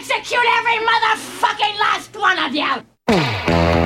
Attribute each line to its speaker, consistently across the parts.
Speaker 1: Every motherfucking last one of you!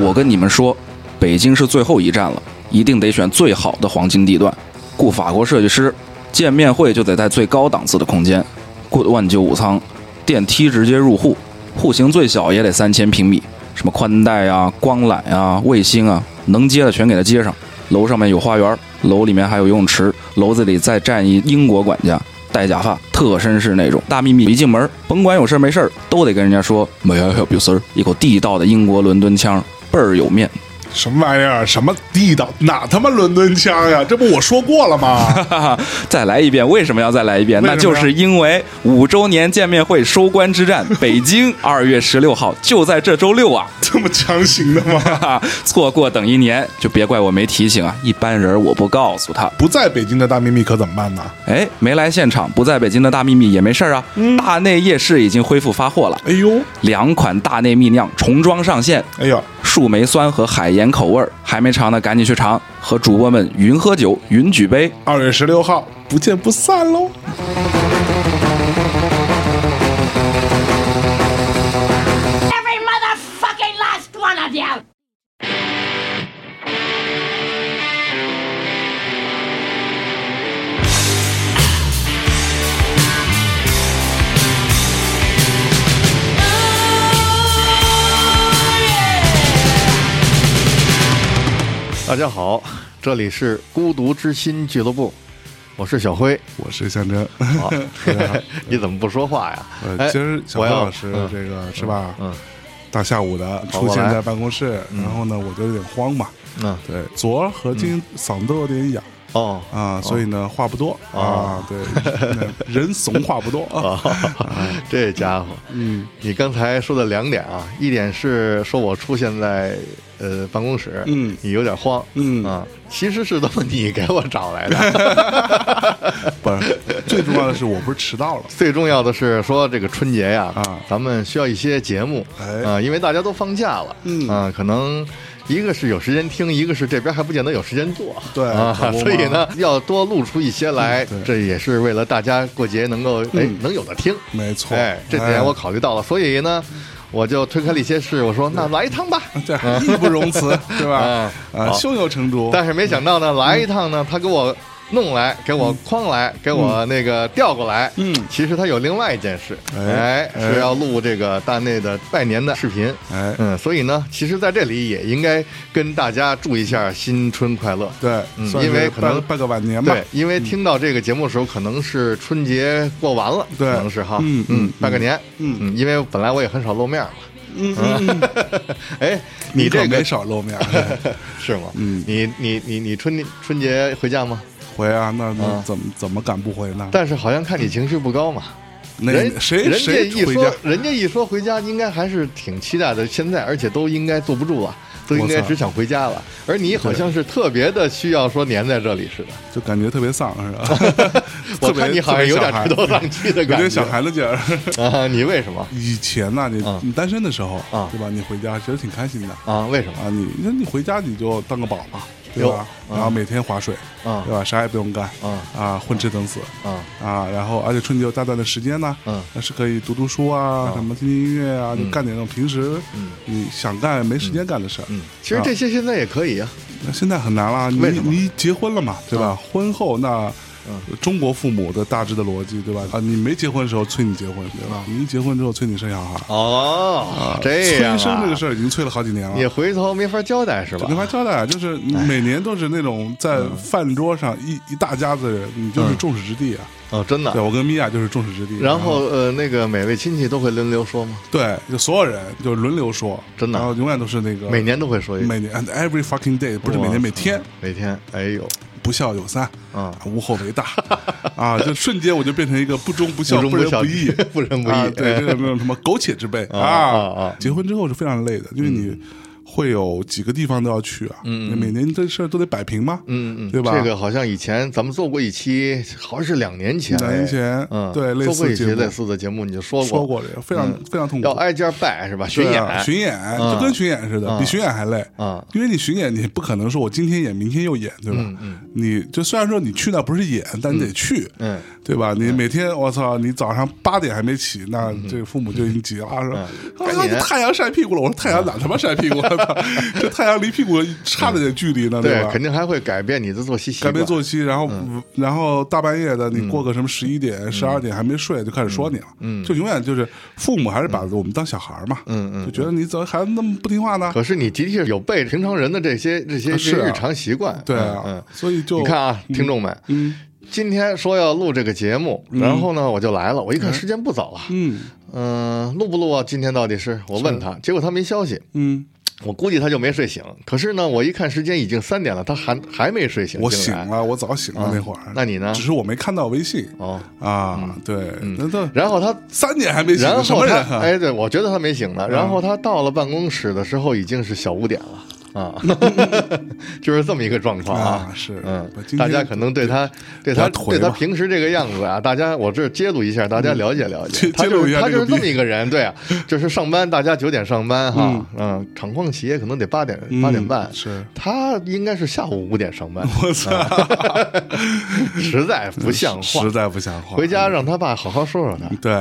Speaker 2: 我跟你们说，北京是最后一站了，一定得选最好的黄金地段。雇法国设计师，见面会就得在最高档次的空间。雇万九五仓，电梯直接入户，户型最小也得三千平米，什么宽带啊、光缆啊、卫星啊，能接的全给它接上。楼上面有花园，楼里面还有游泳池，楼子里再站一英国管家，戴假发，特绅士那种。大秘密一进门，甭管有事儿没事儿，都得跟人家说 May I help you, sir？一口地道的英国伦敦腔，倍儿有面。
Speaker 3: 什么玩意儿？什么地道？哪他妈伦敦腔呀？这不我说过了吗？
Speaker 2: 哈哈，再来一遍，为什么要再来一遍？
Speaker 3: 为什
Speaker 2: 那
Speaker 3: 么
Speaker 2: 就
Speaker 3: 呀
Speaker 2: 是因为五周年见面会收官之战，北京二月十六号就在这周六啊！
Speaker 3: 这么强行的吗？
Speaker 2: 哈哈，错过等一年就别怪我没提醒啊，一般人我不告诉他。
Speaker 3: 不在北京的大秘密可怎么办呢？
Speaker 2: 哎，没来现场，不在北京的大秘密也没事儿啊。大内夜市已经恢复发货了，
Speaker 3: 哎呦，
Speaker 2: 两款大内蜜酿重装上线，
Speaker 3: 哎呦，
Speaker 2: 树莓酸和海盐口味儿，还没尝的赶紧去尝。和主播们云喝酒，云举杯。
Speaker 3: 二月十六号不见不散喽！
Speaker 1: Every motherfucking last one of you!
Speaker 4: 大家好，这里是孤独之心俱乐部，我是小 辉。
Speaker 3: 我是向 真，
Speaker 4: 好，你怎么不说话呀？
Speaker 3: 呃，
Speaker 4: 哎
Speaker 3: 今儿小
Speaker 4: 我
Speaker 3: 辉
Speaker 4: 要
Speaker 3: 老师
Speaker 4: 嗯
Speaker 3: 这个是吧？
Speaker 4: 嗯
Speaker 3: 大下午的
Speaker 4: 好
Speaker 3: 出现
Speaker 4: 我来
Speaker 3: 在办公室，然后呢，我就有点慌嘛。
Speaker 4: 嗯
Speaker 3: 对，昨儿和今嗓子都有点哑
Speaker 4: 哦
Speaker 3: 啊，所以呢话不多啊
Speaker 4: 哦。
Speaker 3: 对， 那人怂话不多啊。
Speaker 4: 哦，这家伙，
Speaker 3: 嗯，
Speaker 4: 你刚才说的两点啊，一点是说我出现在呃办公室，
Speaker 3: 嗯
Speaker 4: 你有点慌，
Speaker 3: 嗯
Speaker 4: 啊，其实是他妈你给我找来的。
Speaker 3: 不是，最重要的是我不是迟到了。
Speaker 4: 最重要的是说这个春节呀，
Speaker 3: 啊
Speaker 4: 咱们需要一些节目，
Speaker 3: 哎
Speaker 4: 啊，因为大家都放假了，
Speaker 3: 嗯
Speaker 4: 啊，可能。一个是有时间听，一个是这边还不见得有时间做，
Speaker 3: 对
Speaker 4: 啊
Speaker 3: 可，不嘛
Speaker 4: 所以呢，要多露出一些来，
Speaker 3: 嗯对
Speaker 4: 这也是为了大家过节能够哎、
Speaker 3: 嗯
Speaker 4: 能有的听，
Speaker 3: 没错，
Speaker 4: 哎，这点我考虑到了，所以呢，我就推开了一些事，我说那来一趟吧。
Speaker 3: 这义不容 辞，对吧？
Speaker 4: 嗯
Speaker 3: 啊，
Speaker 4: 好
Speaker 3: 胸有成竹，
Speaker 4: 但是没想到呢，来一趟呢，他给我弄来，给我框来，给我那个调过来。
Speaker 3: 嗯
Speaker 4: 其实他有另外一件事，
Speaker 3: 哎
Speaker 4: 哎，
Speaker 3: 哎
Speaker 4: 是要录这个大内的拜年的视频。
Speaker 3: 哎
Speaker 4: 嗯，所以呢，其实在这里也应该跟大家祝一下新春快乐。
Speaker 3: 对，
Speaker 4: 嗯
Speaker 3: 算是
Speaker 4: 因为可
Speaker 3: 拜
Speaker 4: 能
Speaker 3: 拜个晚年吧
Speaker 4: 对。，因为听到这个节目的时候，可能是春节过完了，
Speaker 3: 对
Speaker 4: 可能是哈，
Speaker 3: 嗯嗯
Speaker 4: 嗯，拜个年，
Speaker 3: 嗯
Speaker 4: 嗯，因为本来我也很少露面嘛，
Speaker 3: 嗯嗯，嗯
Speaker 4: 哎，
Speaker 3: 你
Speaker 4: 这
Speaker 3: 可
Speaker 4: 个
Speaker 3: 没少露面。
Speaker 4: 是吗？
Speaker 3: 嗯
Speaker 4: 你你你你春春节回家吗？
Speaker 3: 回啊，那那
Speaker 4: 啊
Speaker 3: 怎么怎么敢不回呢？
Speaker 4: 但是好像看你情绪不高嘛。
Speaker 3: 那
Speaker 4: 人
Speaker 3: 谁
Speaker 4: 人家
Speaker 3: 谁
Speaker 4: 一
Speaker 3: 回
Speaker 4: 说
Speaker 3: 家？，
Speaker 4: 人家一说回家，应该还是挺期待的。现在而且都应该坐不住了，啊都应
Speaker 3: 我
Speaker 4: 该
Speaker 3: 操
Speaker 4: 只想回家了。而你好像是特别的需要说粘在这里似的。？
Speaker 3: 就感觉特别丧是吧
Speaker 4: 我
Speaker 3: 特别
Speaker 4: 看你好像有点垂头丧气的
Speaker 3: 有
Speaker 4: 感
Speaker 3: 点
Speaker 4: 觉
Speaker 3: 小孩子劲儿。
Speaker 4: 啊！你为什么
Speaker 3: 以前呐，你
Speaker 4: 啊
Speaker 3: 你单身的时候
Speaker 4: 啊，
Speaker 3: 对吧？你回家其实挺开心的
Speaker 4: 啊？为什么？
Speaker 3: 啊，你那你回家你就当个宝吧，对吧？
Speaker 4: 哟嗯
Speaker 3: 然后每天划水，
Speaker 4: 啊
Speaker 3: 对吧？啥也不用干
Speaker 4: 啊
Speaker 3: 啊，混吃等死
Speaker 4: 啊
Speaker 3: 啊，然后而且春节有大段的时间呢，
Speaker 4: 嗯哦
Speaker 3: 那是可以读读书啊，什么听听音乐啊，就干点那种平时你想干没时间干的事儿。
Speaker 4: 嗯，其实这些现在也可以啊。
Speaker 3: 那现在很难了，你
Speaker 4: 为什么
Speaker 3: 你结婚了嘛，对吧？婚后那。
Speaker 4: 嗯
Speaker 3: 中国父母的大致的逻辑，对吧？啊，你没结婚的时候催你结婚，对吧？你一结婚之后催你生小孩，
Speaker 4: 哦，嗯这样
Speaker 3: 啊催生这个
Speaker 4: 啊
Speaker 3: 事，儿已经催了好几年了。
Speaker 4: 你回头没法交代是吧
Speaker 3: 没？法交代，啊就是
Speaker 4: 哎
Speaker 3: 每年都是那种在
Speaker 4: 嗯
Speaker 3: 饭桌上一一大家子人，你就是众矢之的啊。
Speaker 4: 哦，真的
Speaker 3: 对，。我跟米娅就是众矢之的。
Speaker 4: 嗯然后呃，那个每位亲戚都会轮流说吗？
Speaker 3: 对，就所有人就轮流说，
Speaker 4: 真的
Speaker 3: 然后永远都是那个
Speaker 4: 每年都会说一个。
Speaker 3: 每年 and every fucking day，不是每年每天，
Speaker 4: 每天，哎呦，
Speaker 3: 不孝有三，
Speaker 4: 啊
Speaker 3: 无后为大， 啊，就瞬间我就变成一个不忠不孝、
Speaker 4: 不忠不
Speaker 3: 仁
Speaker 4: 孝
Speaker 3: 不义、
Speaker 4: 不仁不义
Speaker 3: 啊对，
Speaker 4: 哎
Speaker 3: 这个那种什么苟且之辈
Speaker 4: 啊啊啊嗯
Speaker 3: 结婚之后是非常累的，因为你。会有几个地方都要去啊，
Speaker 4: 嗯嗯
Speaker 3: 每年这事儿都得摆平嘛，
Speaker 4: 嗯嗯，
Speaker 3: 对吧
Speaker 4: 这个好像以前咱们做过一期，好像是两年前，
Speaker 3: 两年前
Speaker 4: 嗯，
Speaker 3: 对类似
Speaker 4: 做过一期
Speaker 3: 节目
Speaker 4: 类似的节目，你就说过嗯
Speaker 3: 说过这个非常非常痛苦
Speaker 4: 要，挨家拜是吧？巡
Speaker 3: 对
Speaker 4: 演嗯
Speaker 3: 啊巡演就跟巡演似的，比巡演还累
Speaker 4: 啊，
Speaker 3: 因为你巡演你不可能说我今天演明天又演，对吧？你就虽然说你去那不是演，但你得去，
Speaker 4: 嗯，嗯
Speaker 3: 对吧？你每天我操，你早上八点还没起，那这父母就已经急了，说
Speaker 4: 赶
Speaker 3: 啊
Speaker 4: 紧嗯
Speaker 3: 这太阳晒屁股了。我说太阳哪他妈晒屁股了？ 这太阳离屁股差着点距离呢，
Speaker 4: 对，
Speaker 3: 吧
Speaker 4: 肯？定还会改变你的作息习
Speaker 3: 改
Speaker 4: 惯，嗯
Speaker 3: 变作息，然后、然后大半夜的，你过个什么十一点、十二、点还没睡，就开始说你了。嗯，就永远就是父母还是把我们当小孩儿嘛。
Speaker 4: 嗯嗯
Speaker 3: 就觉得你怎么孩子那么不听话呢？
Speaker 4: 可是你的确有被平常人的这些这些这些
Speaker 3: 是啊
Speaker 4: 日常习惯，
Speaker 3: 对啊，
Speaker 4: 嗯，嗯
Speaker 3: 所以就
Speaker 4: 你看，啊，听众们，
Speaker 3: 嗯
Speaker 4: 今天说要录这个节目，然后呢，我就来了。我一看时间不早了，
Speaker 3: 嗯
Speaker 4: 嗯，录不录啊？今天到底是我问他，结果他没消息，
Speaker 3: 嗯，
Speaker 4: 我估计他就没睡醒。可是呢，我一看时间已经三点了，他还还没睡醒。
Speaker 3: 我
Speaker 4: 竟
Speaker 3: 醒
Speaker 4: 然
Speaker 3: 了，我早醒了那会儿。
Speaker 4: 啊那你呢
Speaker 3: 只是我没看到微信
Speaker 4: 哦，
Speaker 3: 啊。对，那都
Speaker 4: 然后他，
Speaker 3: 三点还没醒，
Speaker 4: 然
Speaker 3: 什么
Speaker 4: 后
Speaker 3: 人
Speaker 4: 他，
Speaker 3: 啊？嗯
Speaker 4: 哎，对我觉得他没醒呢。然后他到了办公室的时候，已经是小五点了。 啊，就是这么一个状况
Speaker 3: 啊是
Speaker 4: 嗯
Speaker 3: 我今，天
Speaker 4: 大家可能对他，对
Speaker 3: 他
Speaker 4: 他，
Speaker 3: 颓
Speaker 4: 对他
Speaker 3: 吧嗯
Speaker 4: 平时这个样子啊，大家我这揭露一下，大家了解了解
Speaker 3: 揭，
Speaker 4: 他
Speaker 3: 揭露
Speaker 4: 就
Speaker 3: 一
Speaker 4: 是
Speaker 3: 下
Speaker 4: 他
Speaker 3: 这
Speaker 4: 就是
Speaker 3: 个
Speaker 4: 这么
Speaker 3: 逼
Speaker 4: 一个 人，对啊，就是上班，大家九点上班哈，嗯，厂矿企业可能得八点
Speaker 3: 嗯
Speaker 4: 八点半，
Speaker 3: 是
Speaker 4: 他应该是下午五点 上班，
Speaker 3: 我操，
Speaker 4: 实在不像话
Speaker 3: 实。在不像话。嗯
Speaker 4: 回家让嗯他爸好好说说他，
Speaker 3: 对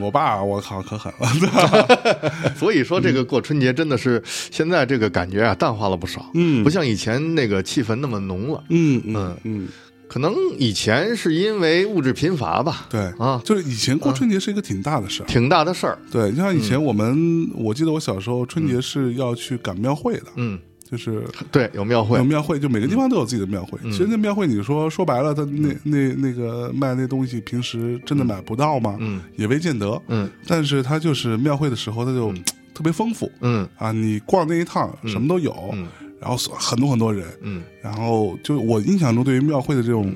Speaker 3: 我爸，我靠，可狠了。
Speaker 4: 所以说，这个过春节真的是现在这个感觉啊，淡化了不少。
Speaker 3: 嗯
Speaker 4: 不像以前那个气氛那么浓了。
Speaker 3: 嗯嗯
Speaker 4: 嗯
Speaker 3: 嗯，
Speaker 4: 可能以前是因为物质贫乏吧，
Speaker 3: 对
Speaker 4: 啊，
Speaker 3: 就是以前过春节是一个挺大的事儿。
Speaker 4: 挺大的事儿。
Speaker 3: 对，就像以前我们，我记得我小时候春节是要去赶庙会的，
Speaker 4: 嗯，
Speaker 3: 就是
Speaker 4: 对，有庙会嗯
Speaker 3: 有，庙会，就每个地方都有自己的庙会。其实那庙会，你说说白了，他那那那个卖那东西，平时真的买不到吗？
Speaker 4: 嗯，
Speaker 3: 也未见得。
Speaker 4: 嗯，
Speaker 3: 但是他就是庙会的时候，他就特别丰富
Speaker 4: 嗯
Speaker 3: 啊！你逛那一趟，什么都有，然后所很多很多人，
Speaker 4: 嗯，
Speaker 3: 然后就我印象中对于庙会的这种。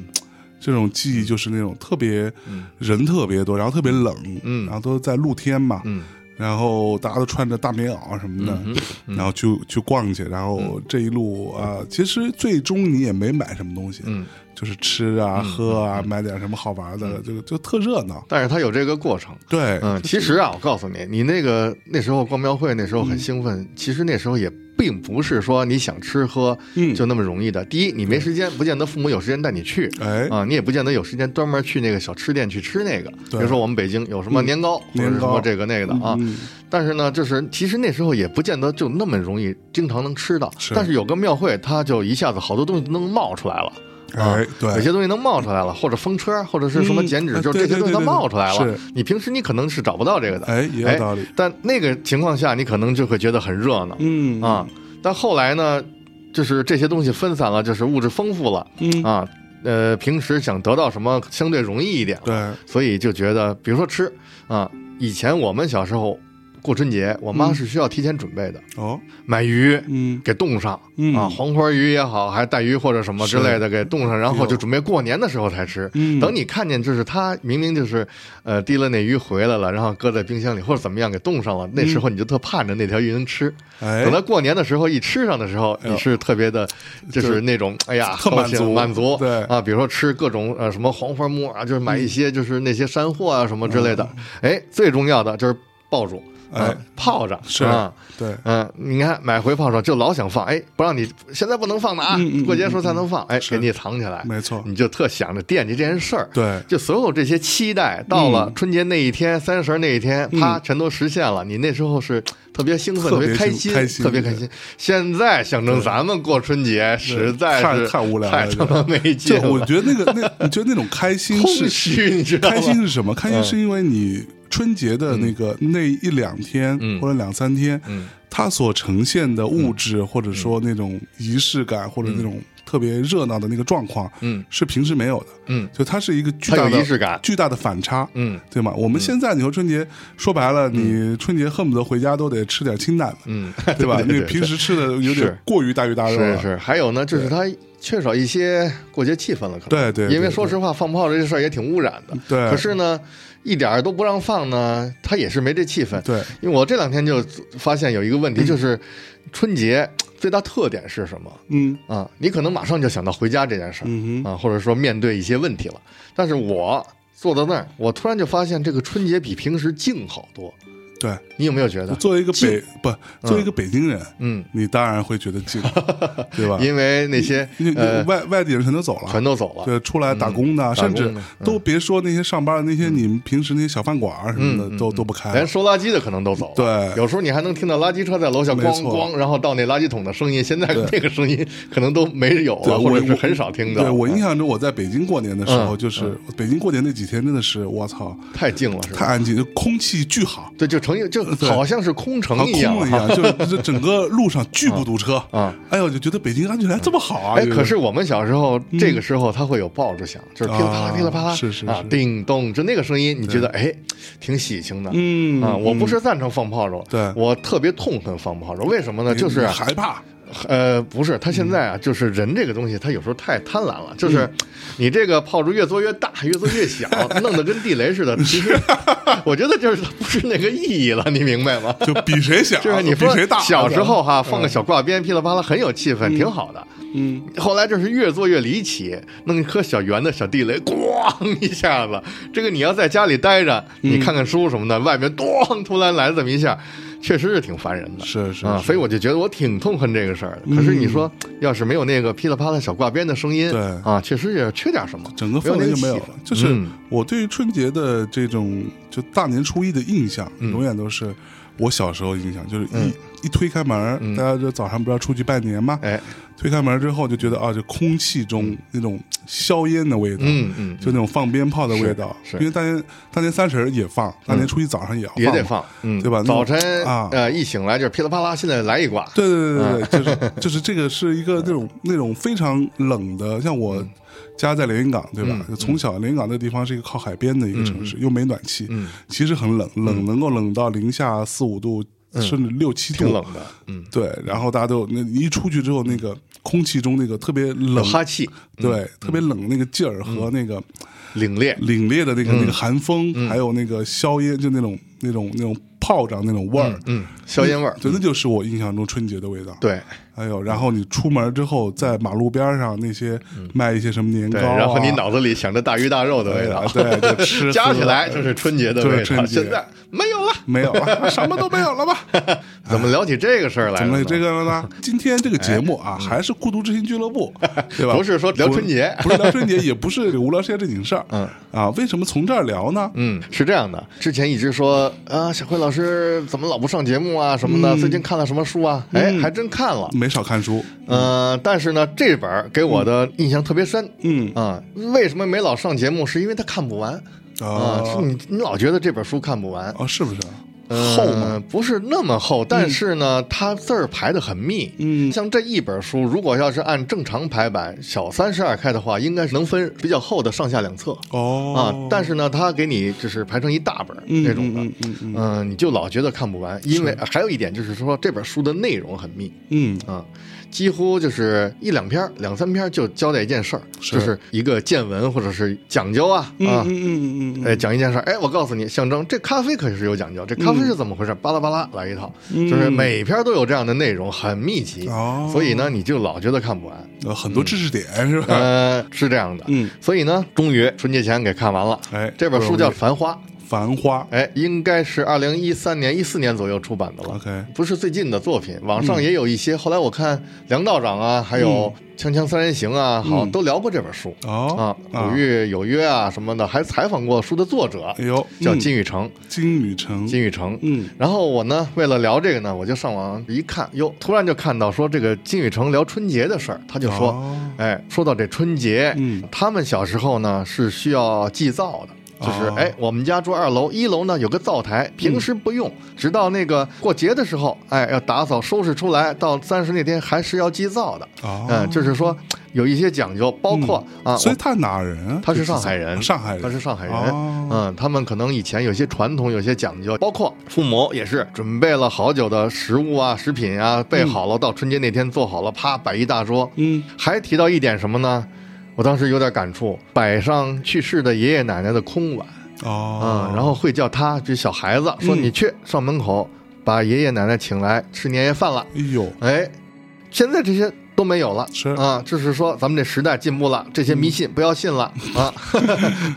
Speaker 3: 这种记忆就是那种特别人特别多，然后特别冷，
Speaker 4: 嗯
Speaker 3: 然后都在露天嘛，
Speaker 4: 嗯，
Speaker 3: 然后大家都穿着大棉袄什么的，
Speaker 4: 嗯
Speaker 3: 然后去去逛去，然后这一路啊、其实最终你也没买什么东西，
Speaker 4: 嗯，
Speaker 3: 就是吃啊、喝啊，买点什么好玩的，就就特热闹。
Speaker 4: 但是他有这个过程。
Speaker 3: 对，
Speaker 4: 嗯，其实啊，我告诉你，你那个那时候逛庙会，那时候很兴奋。其实那时候也并不是说你想吃喝
Speaker 3: 嗯
Speaker 4: 就那么容易的。第一，你没时间，不见得父母有时间带你去。
Speaker 3: 哎
Speaker 4: 啊，你也不见得有时间专门去那个小吃店去吃那个。比
Speaker 3: 对嗯
Speaker 4: 如说我们北京有什么年糕，或者
Speaker 3: 年
Speaker 4: 是什么
Speaker 3: 糕
Speaker 4: 这个那个的啊。
Speaker 3: 嗯
Speaker 4: 但是呢，就是其实那时候也不见得就那么容易，经常能吃到。
Speaker 3: 是
Speaker 4: 但是有个庙会，它就一下子好多东西都能冒出来了。啊
Speaker 3: 哎，对，
Speaker 4: 有些东西能冒出来了，或者风车，或者是什么剪纸，
Speaker 3: 嗯
Speaker 4: 就是这些东西它冒出来
Speaker 3: 对对对
Speaker 4: 了
Speaker 3: 对。
Speaker 4: 你平时你可能是找不到这个的，
Speaker 3: 哎也有道理
Speaker 4: 但那个情况下，你可能就会觉得很热闹
Speaker 3: 嗯
Speaker 4: 啊。但后来呢，就是这些东西分散了，就是物质丰富了
Speaker 3: 嗯
Speaker 4: 啊。呃，平时想得到什么相对容易一点了，
Speaker 3: 对，
Speaker 4: 所以就觉得，比如说吃啊，以前我们小时候过春节，我妈是需要提前准备的，
Speaker 3: 哦，
Speaker 4: 买鱼，
Speaker 3: 嗯
Speaker 4: 给冻上、
Speaker 3: 嗯
Speaker 4: 啊，黄花鱼也好，还是带鱼或者什么之类的给冻上，然后就准备过年的时候才吃。
Speaker 3: 嗯
Speaker 4: 等你看见就是它明明就是呃提了那鱼回来了，然后搁在冰箱里或者怎么样给冻上了，那
Speaker 3: 嗯
Speaker 4: 时候你就特盼着那条鱼能吃。
Speaker 3: 哎
Speaker 4: 等到过年的时候一吃上的时候，
Speaker 3: 呦
Speaker 4: 你是特别的，就是那种哎呀，
Speaker 3: 特满足
Speaker 4: 高兴满足，
Speaker 3: 对嗯
Speaker 4: 啊，比如说吃各种呃什么黄花木啊，就是买一些就是那些山货啊什么之类的。哎，最重要的就是爆竹，啊
Speaker 3: 哎
Speaker 4: 泡着
Speaker 3: 是
Speaker 4: 啊。
Speaker 3: 对，
Speaker 4: 嗯，你看买回炮仗就老想放，哎，不让你现在不能放的啊，
Speaker 3: 嗯嗯
Speaker 4: 过节时候才能放，哎，
Speaker 3: 是
Speaker 4: 给你藏起来，
Speaker 3: 没错
Speaker 4: 你就特想着惦记这件事儿，
Speaker 3: 对
Speaker 4: 就所有这些期待到了
Speaker 3: 嗯
Speaker 4: 春节那一天，三十儿那一天，啪，全都实现了，你那时候是特别兴奋，
Speaker 3: 特
Speaker 4: 特
Speaker 3: 别
Speaker 4: 开
Speaker 3: 兴
Speaker 4: 心，
Speaker 3: 开心
Speaker 4: 特别开心。现在想成咱们过春节，实在是
Speaker 3: 太太无聊了
Speaker 4: 太他妈没
Speaker 3: 就
Speaker 4: 劲
Speaker 3: 我
Speaker 4: 了，
Speaker 3: 觉得那个那，你觉得那种开心
Speaker 4: 空
Speaker 3: 是
Speaker 4: 虚，你知道吗？
Speaker 3: 开
Speaker 4: 嗯
Speaker 3: 心是什么？开心是因为你春节的那个那一两天
Speaker 4: 嗯
Speaker 3: 或者两三天，它所呈现的物质或
Speaker 4: 嗯
Speaker 3: 者说那种仪式感或者那种特别热闹的那个状况，
Speaker 4: 嗯
Speaker 3: 是平时没有的，
Speaker 4: 嗯，
Speaker 3: 就它是一个巨大
Speaker 4: 它有
Speaker 3: 的
Speaker 4: 仪式感
Speaker 3: 巨大的反差，
Speaker 4: 嗯，
Speaker 3: 对吗？我们现在你说春节，说白了，你春节恨不得回家都得吃点清淡的，
Speaker 4: 嗯，
Speaker 3: 对吧？
Speaker 4: 对
Speaker 3: 你平时吃的有点
Speaker 4: 是
Speaker 3: 过于大鱼大肉啊
Speaker 4: 是
Speaker 3: 了，
Speaker 4: 是，还有呢，就是它缺少一些过节气氛了，可能
Speaker 3: 对对对
Speaker 4: 因为说实话，放炮这事儿也挺污染的，
Speaker 3: 对
Speaker 4: 可是呢，一点儿都不让放呢，它也是没这气氛。
Speaker 3: 对，
Speaker 4: 因为我这两天就发现有一个问题，就是春节最大特点是什么？
Speaker 3: 嗯
Speaker 4: 啊，你可能马上就想到回家这件事儿、
Speaker 3: 嗯哼
Speaker 4: 啊，或者说面对一些问题了。但是我坐到那儿，我突然就发现这个春节比平时静好多。
Speaker 3: 对，
Speaker 4: 你有没有觉得？
Speaker 3: 作为一个北
Speaker 4: 静
Speaker 3: 不作为一个北京人，
Speaker 4: 嗯，
Speaker 3: 你当然会觉得 近，对吧？
Speaker 4: 因为那些
Speaker 3: 你
Speaker 4: 呃
Speaker 3: 你啊外外地人全都走了，
Speaker 4: 全都走了，
Speaker 3: 对，出来打工的，
Speaker 4: 嗯
Speaker 3: 甚
Speaker 4: 打
Speaker 3: 至
Speaker 4: 工的
Speaker 3: 都别说那些上班的那些，你们平时那些小饭馆儿什么的
Speaker 4: 嗯嗯
Speaker 3: 都都不开了
Speaker 4: 连。收垃圾的可能都走了。
Speaker 3: 啊对
Speaker 4: 有时候你还能听到垃圾车在楼下
Speaker 3: 没
Speaker 4: 咣
Speaker 3: 错
Speaker 4: 咣，然后到那垃圾桶的声音。现在
Speaker 3: 对
Speaker 4: 这个声音可能都没有
Speaker 3: 对
Speaker 4: 了，
Speaker 3: 我
Speaker 4: 啊或者是
Speaker 3: 我
Speaker 4: 很少听到。
Speaker 3: 对我印
Speaker 4: 哎
Speaker 3: 象中，我在北京过年的时候，
Speaker 4: 嗯
Speaker 3: 就是北京过年那几天真的是，我操，
Speaker 4: 太静了，是
Speaker 3: 太
Speaker 4: 吧？
Speaker 3: 安静，就空气巨好，
Speaker 4: 对，就成一就
Speaker 3: 对
Speaker 4: 好像是空
Speaker 3: 好
Speaker 4: 城
Speaker 3: 空
Speaker 4: 一样
Speaker 3: 了一
Speaker 4: 啊。
Speaker 3: 样，就是就是整个路上巨不堵车
Speaker 4: 啊。
Speaker 3: 哎呦，就觉得北京安全还这么好啊！
Speaker 4: 哎，
Speaker 3: 就
Speaker 4: 可是我们小时候这个时候，它会有爆竹响，就是噼里啪
Speaker 3: 嗯啊
Speaker 4: 啦噼里啪啦，
Speaker 3: 是是
Speaker 4: 啊
Speaker 3: 是，
Speaker 4: 叮咚，就那个声音，你觉得哎，挺喜庆的。
Speaker 3: 嗯
Speaker 4: 啊，我不
Speaker 3: 嗯
Speaker 4: 是赞成放炮仗，
Speaker 3: 对
Speaker 4: 我特别痛恨放炮仗，为什么呢？
Speaker 3: 你
Speaker 4: 就是
Speaker 3: 你
Speaker 4: 啊
Speaker 3: 害怕，
Speaker 4: 呃，不是，他现在
Speaker 3: 嗯
Speaker 4: 啊，就是人这个东西，他有时候太贪婪了，就是你这个炮竹越做越大，越做越小， 弄得跟地雷似的。其实我觉得就是不是那个意义了，你明白吗？
Speaker 3: 就比谁响，
Speaker 4: 就是你
Speaker 3: 比
Speaker 4: 说
Speaker 3: 谁大。啊
Speaker 4: 小时候哈，放个小挂鞭，噼里啪啦，很有气氛，挺好的。
Speaker 3: 嗯，
Speaker 4: 后来就是越做越离奇，弄一颗小圆的小地雷，咣一下子。这个你要在家里待着，你
Speaker 3: 嗯
Speaker 4: 看看书什么的，外面咣突然来这么一下，确实是挺烦人的。
Speaker 3: 是是
Speaker 4: 啊，
Speaker 3: 是嗯
Speaker 4: 所以我就觉得我挺痛恨这个事儿的。可是你说，要是没有那个噼里啪啦小挂鞭的声音，
Speaker 3: 对
Speaker 4: 啊，确实也缺点什么，
Speaker 3: 整个氛围就没有
Speaker 4: 那个
Speaker 3: 了
Speaker 4: 气氛。
Speaker 3: 就是
Speaker 4: 嗯
Speaker 3: 我对于春节的这种就大年初一的印象，
Speaker 4: 嗯
Speaker 3: 永远都是我小时候印象，就是一一推开门，大家就早上不是要出去拜年吗？
Speaker 4: 嗯哎，
Speaker 3: 推开门之后就觉得啊，这空气中那种硝烟的味道，
Speaker 4: 嗯嗯
Speaker 3: 就那种放鞭炮的味道，
Speaker 4: 是是嗯
Speaker 3: 因为大年大年三十儿也放，大年初一早上也要
Speaker 4: 也得
Speaker 3: 嘛
Speaker 4: 放，嗯，
Speaker 3: 对吧？那种
Speaker 4: 早晨
Speaker 3: 啊，
Speaker 4: 呃，一醒来就是噼里啪啦，现在来一挂，
Speaker 3: 对对对
Speaker 4: 嗯
Speaker 3: 对对，就是就是这个是一个那种那种非常冷的，像我
Speaker 4: 嗯
Speaker 3: 家在连云港，对吧？就从小连云港那地方是一个靠海边的一个城市，
Speaker 4: 嗯
Speaker 3: 又没暖气，其实很冷，冷能够冷到零下四五度，甚至六七
Speaker 4: 嗯挺
Speaker 3: 度
Speaker 4: 冷。的，嗯，
Speaker 3: 对，然后大家都有那你一出去之后，那个空气中那个特别冷
Speaker 4: 有，哈气嗯
Speaker 3: 对，特别冷那个劲儿和那个
Speaker 4: 凛冽，
Speaker 3: 凛冽的那个那
Speaker 4: 嗯
Speaker 3: 个寒风，还有那个硝烟，就那种那种那种炮仗那种味儿，
Speaker 4: 嗯，硝烟味儿，
Speaker 3: 对，那就是我印象中春节的味道。
Speaker 4: 对
Speaker 3: 哎呦，然后你出门之后，在马路边上那些卖一些什么年糕、
Speaker 4: 嗯对，
Speaker 3: 啊，
Speaker 4: 然后你脑子里想着大鱼大肉的味道，
Speaker 3: 对对 就吃
Speaker 4: 加
Speaker 3: 喝
Speaker 4: 起来就是春节的
Speaker 3: 就是
Speaker 4: 味道，
Speaker 3: 春节
Speaker 4: 现在没有了。
Speaker 3: 没有 了，什么都没有了 吧？
Speaker 4: 怎么聊起这个事儿来
Speaker 3: 怎
Speaker 4: 了
Speaker 3: 么
Speaker 4: 呢？
Speaker 3: 了这个了呢？今天这个节目啊，还是孤独之心俱乐 部，对吧？
Speaker 4: 不是说聊春节
Speaker 3: 不不是 聊春节，也不是无聊世界正经事儿。
Speaker 4: 嗯
Speaker 3: 啊，为什么从这儿聊呢？
Speaker 4: 嗯，是这样的，之前一直说啊，小辉老师怎么老不上节目啊什么
Speaker 3: 嗯
Speaker 4: 的，最近看了什么书啊？哎，还真看了。
Speaker 3: 没少看书，
Speaker 4: 嗯、但是呢，这本儿给我的印象特别深。
Speaker 3: 嗯
Speaker 4: 啊、为什么没老上节目？是因为他看不完啊、
Speaker 3: 啊
Speaker 4: 是你你老觉得这本书看不完，
Speaker 3: 啊，是不是？
Speaker 4: 厚吗、不是那么厚，但是呢，它字儿排的很密。
Speaker 3: 嗯
Speaker 4: 像这一本书，如果要是按正常排版，小三十二开的话，应该是能分比较厚的上下两册。啊
Speaker 3: 哦，，
Speaker 4: 但是呢，它给你就是排成一大本儿
Speaker 3: 嗯
Speaker 4: 那种的，
Speaker 3: 嗯嗯嗯
Speaker 4: 嗯你就老觉得看不完，因为还有一点就是说这本书的内容很密
Speaker 3: 嗯，
Speaker 4: 啊，几乎就是一两篇儿、两三篇儿就交代一件事儿，
Speaker 3: 是
Speaker 4: 就是一个见闻或者是讲究啊
Speaker 3: 嗯
Speaker 4: 啊
Speaker 3: 嗯，嗯嗯嗯，
Speaker 4: 哎，讲一件事儿，哎，我告诉你，象征这咖啡可是有讲究，这咖
Speaker 3: 嗯
Speaker 4: 啡是怎么回事？巴拉巴拉来一套，就是每篇都有这样的内容，很密集，
Speaker 3: 哦
Speaker 4: 所以呢，你就老觉得看不完。
Speaker 3: 呃很多知识点是吧？
Speaker 4: 呃，是这样的，
Speaker 3: 嗯
Speaker 4: 所以呢，终于春节前给看完了。
Speaker 3: 哎
Speaker 4: 这本书叫
Speaker 3: 不容
Speaker 4: 《
Speaker 3: 易
Speaker 4: 繁花》，
Speaker 3: 繁花，
Speaker 4: 哎，应该是二零一三年、一四年左右出版的了
Speaker 3: OK 嗯
Speaker 4: 不是最近的作品。网上也有一些，后来我看梁道长啊，还有《锵锵三人行》啊，好像都聊过这本书。
Speaker 3: 嗯哦
Speaker 4: 啊，古玉有约啊什么的，还采访过书的作者，
Speaker 3: 哎呦
Speaker 4: 叫
Speaker 3: 嗯
Speaker 4: 金宇澄。
Speaker 3: 金宇澄，
Speaker 4: 金宇澄，
Speaker 3: 嗯，
Speaker 4: 然后我呢，为了聊这个呢，我就上网一看，哟，突然就看到说这个金宇澄聊春节的事儿，他就说，
Speaker 3: 哦
Speaker 4: 哎，说到这春节，
Speaker 3: 嗯
Speaker 4: 他们小时候呢是需要祭灶的。就是
Speaker 3: 哦嗯
Speaker 4: 哎，我们家住二楼，一楼呢有个灶台，平时不用，直到那个过节的时候，哎，要打扫收拾出来，到三十那天还是要祭灶的。
Speaker 3: 哦嗯
Speaker 4: 嗯，就是说有一些讲究，包括啊，
Speaker 3: 所以
Speaker 4: 我
Speaker 3: 他哪人啊？
Speaker 4: 他
Speaker 3: 这怎
Speaker 4: 是上
Speaker 3: 么
Speaker 4: 海人，
Speaker 3: 上海人，
Speaker 4: 他是上海人。
Speaker 3: 哦
Speaker 4: 嗯，他们可能以前有些传统，有些讲究，包括父母也是准备了好久的食物啊、食品啊，备好了，到春节那天做好了，啪摆一大桌。
Speaker 3: 嗯，
Speaker 4: 还提到一点什么呢？我当时有点感触，摆上去世的爷爷奶奶的空碗啊、
Speaker 3: 哦，
Speaker 4: 然后会叫他这小孩子说：“
Speaker 3: 嗯
Speaker 4: 你去上门口把爷爷奶奶请来吃年夜饭了。”
Speaker 3: 哎呦，
Speaker 4: 哎，现在这些都没有了，
Speaker 3: 是
Speaker 4: 啊，就是说咱们这时代进步了，这些迷信不要信了、啊，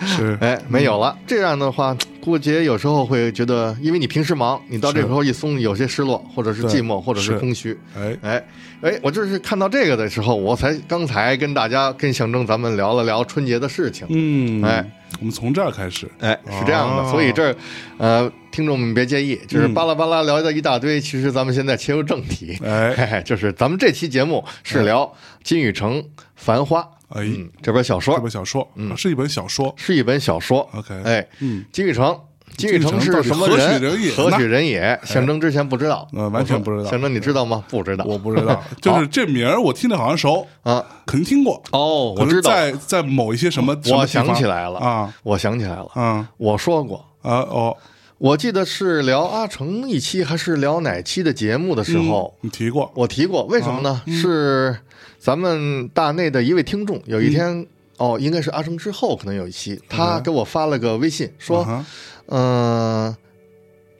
Speaker 3: 是
Speaker 4: 哎，没有了。这样的话，过节有时候会觉得，因为你平时忙，你到这
Speaker 3: 是
Speaker 4: 时候一松，有些失落，或者是
Speaker 3: 对
Speaker 4: 寂寞，或者是
Speaker 3: 是
Speaker 4: 空虚。
Speaker 3: 哎，
Speaker 4: 哎哎，我就是看到这个的时候，我才刚才跟大家跟象征咱们聊了聊春节的事情。
Speaker 3: 嗯，
Speaker 4: 哎，
Speaker 3: 我们从这儿开始，
Speaker 4: 哎，是这样的，所以这儿，呃，听众们别介意，就是
Speaker 3: 嗯
Speaker 4: 巴拉巴拉聊了一大堆，其实咱们现在切入正题，
Speaker 3: 哎，
Speaker 4: 哎，就是咱们这期节目是聊金宇澄《繁花》
Speaker 3: 哎，
Speaker 4: 嗯，这本小
Speaker 3: 这
Speaker 4: 说
Speaker 3: 本小说
Speaker 4: 嗯
Speaker 3: 啊是一本小说
Speaker 4: 是一本小说。
Speaker 3: ，OK，
Speaker 4: 哎，
Speaker 3: 嗯，
Speaker 4: 金宇澄，金宇澄
Speaker 3: 金宇
Speaker 4: 是
Speaker 3: 澄
Speaker 4: 什么
Speaker 3: 到底何许人也呢哎
Speaker 4: 何许人也？象征之前不知道，
Speaker 3: 呃完全不知道
Speaker 4: 我说象征你知道吗？不知道，
Speaker 3: 我不知 道，就是这名儿我听着好像熟，
Speaker 4: 啊。
Speaker 3: 肯定听过，
Speaker 4: 哦，
Speaker 3: 可
Speaker 4: 我
Speaker 3: 能
Speaker 4: 知道，
Speaker 3: 在在某一些什么，什么
Speaker 4: 我
Speaker 3: 地方
Speaker 4: 想起来了
Speaker 3: 啊，
Speaker 4: 我想起来了，
Speaker 3: 啊
Speaker 4: 我说过，
Speaker 3: 啊哦，
Speaker 4: 我记得是聊阿成一期还是聊哪期的节目的时候
Speaker 3: 嗯，啊你提过，
Speaker 4: 哦我提过，为什么呢？是咱们大内的一位听众，
Speaker 3: 嗯
Speaker 4: 有一天、哦，应该是阿成之后，可能有一期，他给我发了个微信说，
Speaker 3: 啊
Speaker 4: 嗯、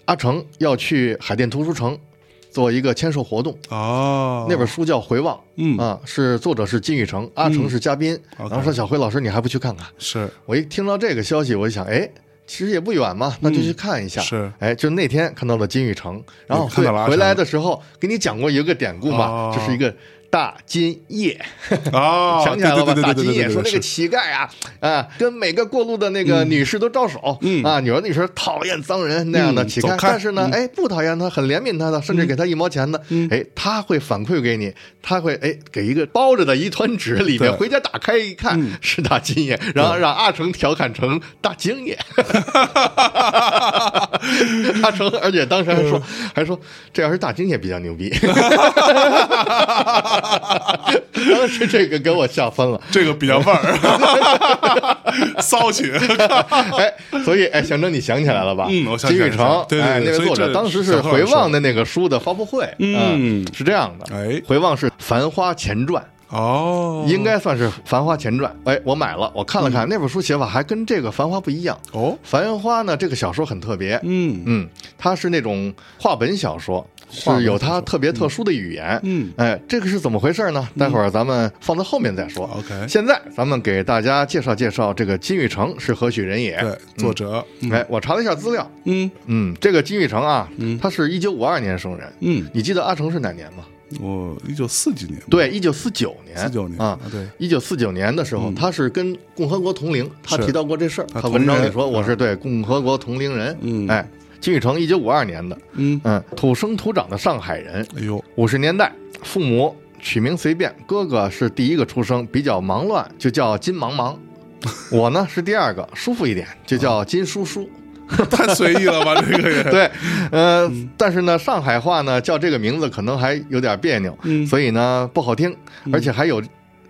Speaker 4: 阿成要去海淀图书城做一个签售活动，
Speaker 3: 哈哦，
Speaker 4: 那本书叫《回望》。
Speaker 3: 嗯
Speaker 4: 啊，是作者是金宇澄，阿成是嘉宾，
Speaker 3: OK
Speaker 4: 然后说小辉老师你还不去看看？
Speaker 3: 是
Speaker 4: 我一听到这个消息，我就想，哎，其实也不远嘛，那就去看一下。
Speaker 3: 嗯是
Speaker 4: 哎，就那天看到了金宇澄，然后
Speaker 3: 你看
Speaker 4: 回
Speaker 3: 到了阿成
Speaker 4: 回来的时候给你讲过一个典故嘛
Speaker 3: 哦，
Speaker 4: 这是一个大金叶，
Speaker 3: 啊，
Speaker 4: 想起来了吧？
Speaker 3: 对对
Speaker 4: 大
Speaker 3: 对对
Speaker 4: 金
Speaker 3: 对
Speaker 4: 叶
Speaker 3: 对对
Speaker 4: 说那个
Speaker 3: 是
Speaker 4: 乞丐啊啊，跟每个过路的那个女士都招手，
Speaker 3: 嗯
Speaker 4: 啊，有的女士讨厌脏人那样的
Speaker 3: 嗯嗯
Speaker 4: 乞
Speaker 3: 走
Speaker 4: 丐，
Speaker 3: 开
Speaker 4: 但是呢，哎，不讨厌他，很怜悯他的，甚至给他一毛钱的，哎，他会反馈给你，他会哎给一个包着的一团纸，里
Speaker 3: 对
Speaker 4: 面回家打开一看
Speaker 3: 嗯
Speaker 4: 是大金叶，然后让阿成调侃成大 金叶。阿成，而且当时还说，
Speaker 3: 嗯
Speaker 4: 还说这要是大金也比较牛逼。 当时这个给我笑翻了，
Speaker 3: 这个比较味儿， 骚气，
Speaker 4: 哎，所以哎，象征你想起来了吧？
Speaker 3: 嗯我想
Speaker 4: 金
Speaker 3: 起来
Speaker 4: 宇澄
Speaker 3: 了，对对
Speaker 4: 哎
Speaker 3: 对
Speaker 4: 那个
Speaker 3: 所以
Speaker 4: 作者
Speaker 3: 这
Speaker 4: 当时是
Speaker 3: 小何老
Speaker 4: 回
Speaker 3: 师
Speaker 4: 望的那个书的发布会，啊
Speaker 3: 嗯
Speaker 4: 是这样的，
Speaker 3: 哎
Speaker 4: 回望是《繁花前传》。
Speaker 3: 哦，嗯
Speaker 4: 应该算是《繁花前传》。哎，我买了，我看了看、那本书写法还跟这个《繁花》不一样。
Speaker 3: 哦，
Speaker 4: 繁花》呢，这个小说很特别，
Speaker 3: 嗯
Speaker 4: 嗯，它是那种话本小说，
Speaker 3: 话
Speaker 4: 是
Speaker 3: 本
Speaker 4: 有它特别特殊的语言。
Speaker 3: 嗯嗯
Speaker 4: 哎，这个是怎么回事呢？待会儿咱们放在后面再说。
Speaker 3: OK
Speaker 4: 现在咱们给大家介绍介绍这个金宇澄是何许人也。
Speaker 3: 对，作者，嗯
Speaker 4: 哎，我查了一下资料，
Speaker 3: 嗯
Speaker 4: 嗯，这个金宇澄啊，他是一九五二年生人。
Speaker 3: 嗯，
Speaker 4: 你记得阿成是哪年吗？
Speaker 3: 我一九四几年吧，
Speaker 4: 对，一九四九年，
Speaker 3: 49年
Speaker 4: 啊
Speaker 3: 啊，对，
Speaker 4: 一九四九年的时候，他是跟共和国同龄，他
Speaker 3: 是
Speaker 4: 提到过这事儿，
Speaker 3: 他
Speaker 4: 他
Speaker 3: 同
Speaker 4: 文章里
Speaker 3: 人
Speaker 4: 说我
Speaker 3: 啊
Speaker 4: 是对共和国同龄人，
Speaker 3: 嗯
Speaker 4: 哎，金宇澄一九五二年的，
Speaker 3: 嗯，
Speaker 4: 嗯，土生土长的上海人，
Speaker 3: 哎呦，
Speaker 4: 五十年代，父母取名随便，哥哥是第一个出生，比较忙乱，就叫金 忙忙，我呢是第二个，舒服一点，就
Speaker 3: 啊
Speaker 4: 叫金叔叔。
Speaker 3: 太随意了吧，这个 也，
Speaker 4: 对，呃，
Speaker 3: 嗯
Speaker 4: 但是呢，上海话呢叫这个名字可能还有点别扭，
Speaker 3: 嗯
Speaker 4: 所以呢不好听，而且还有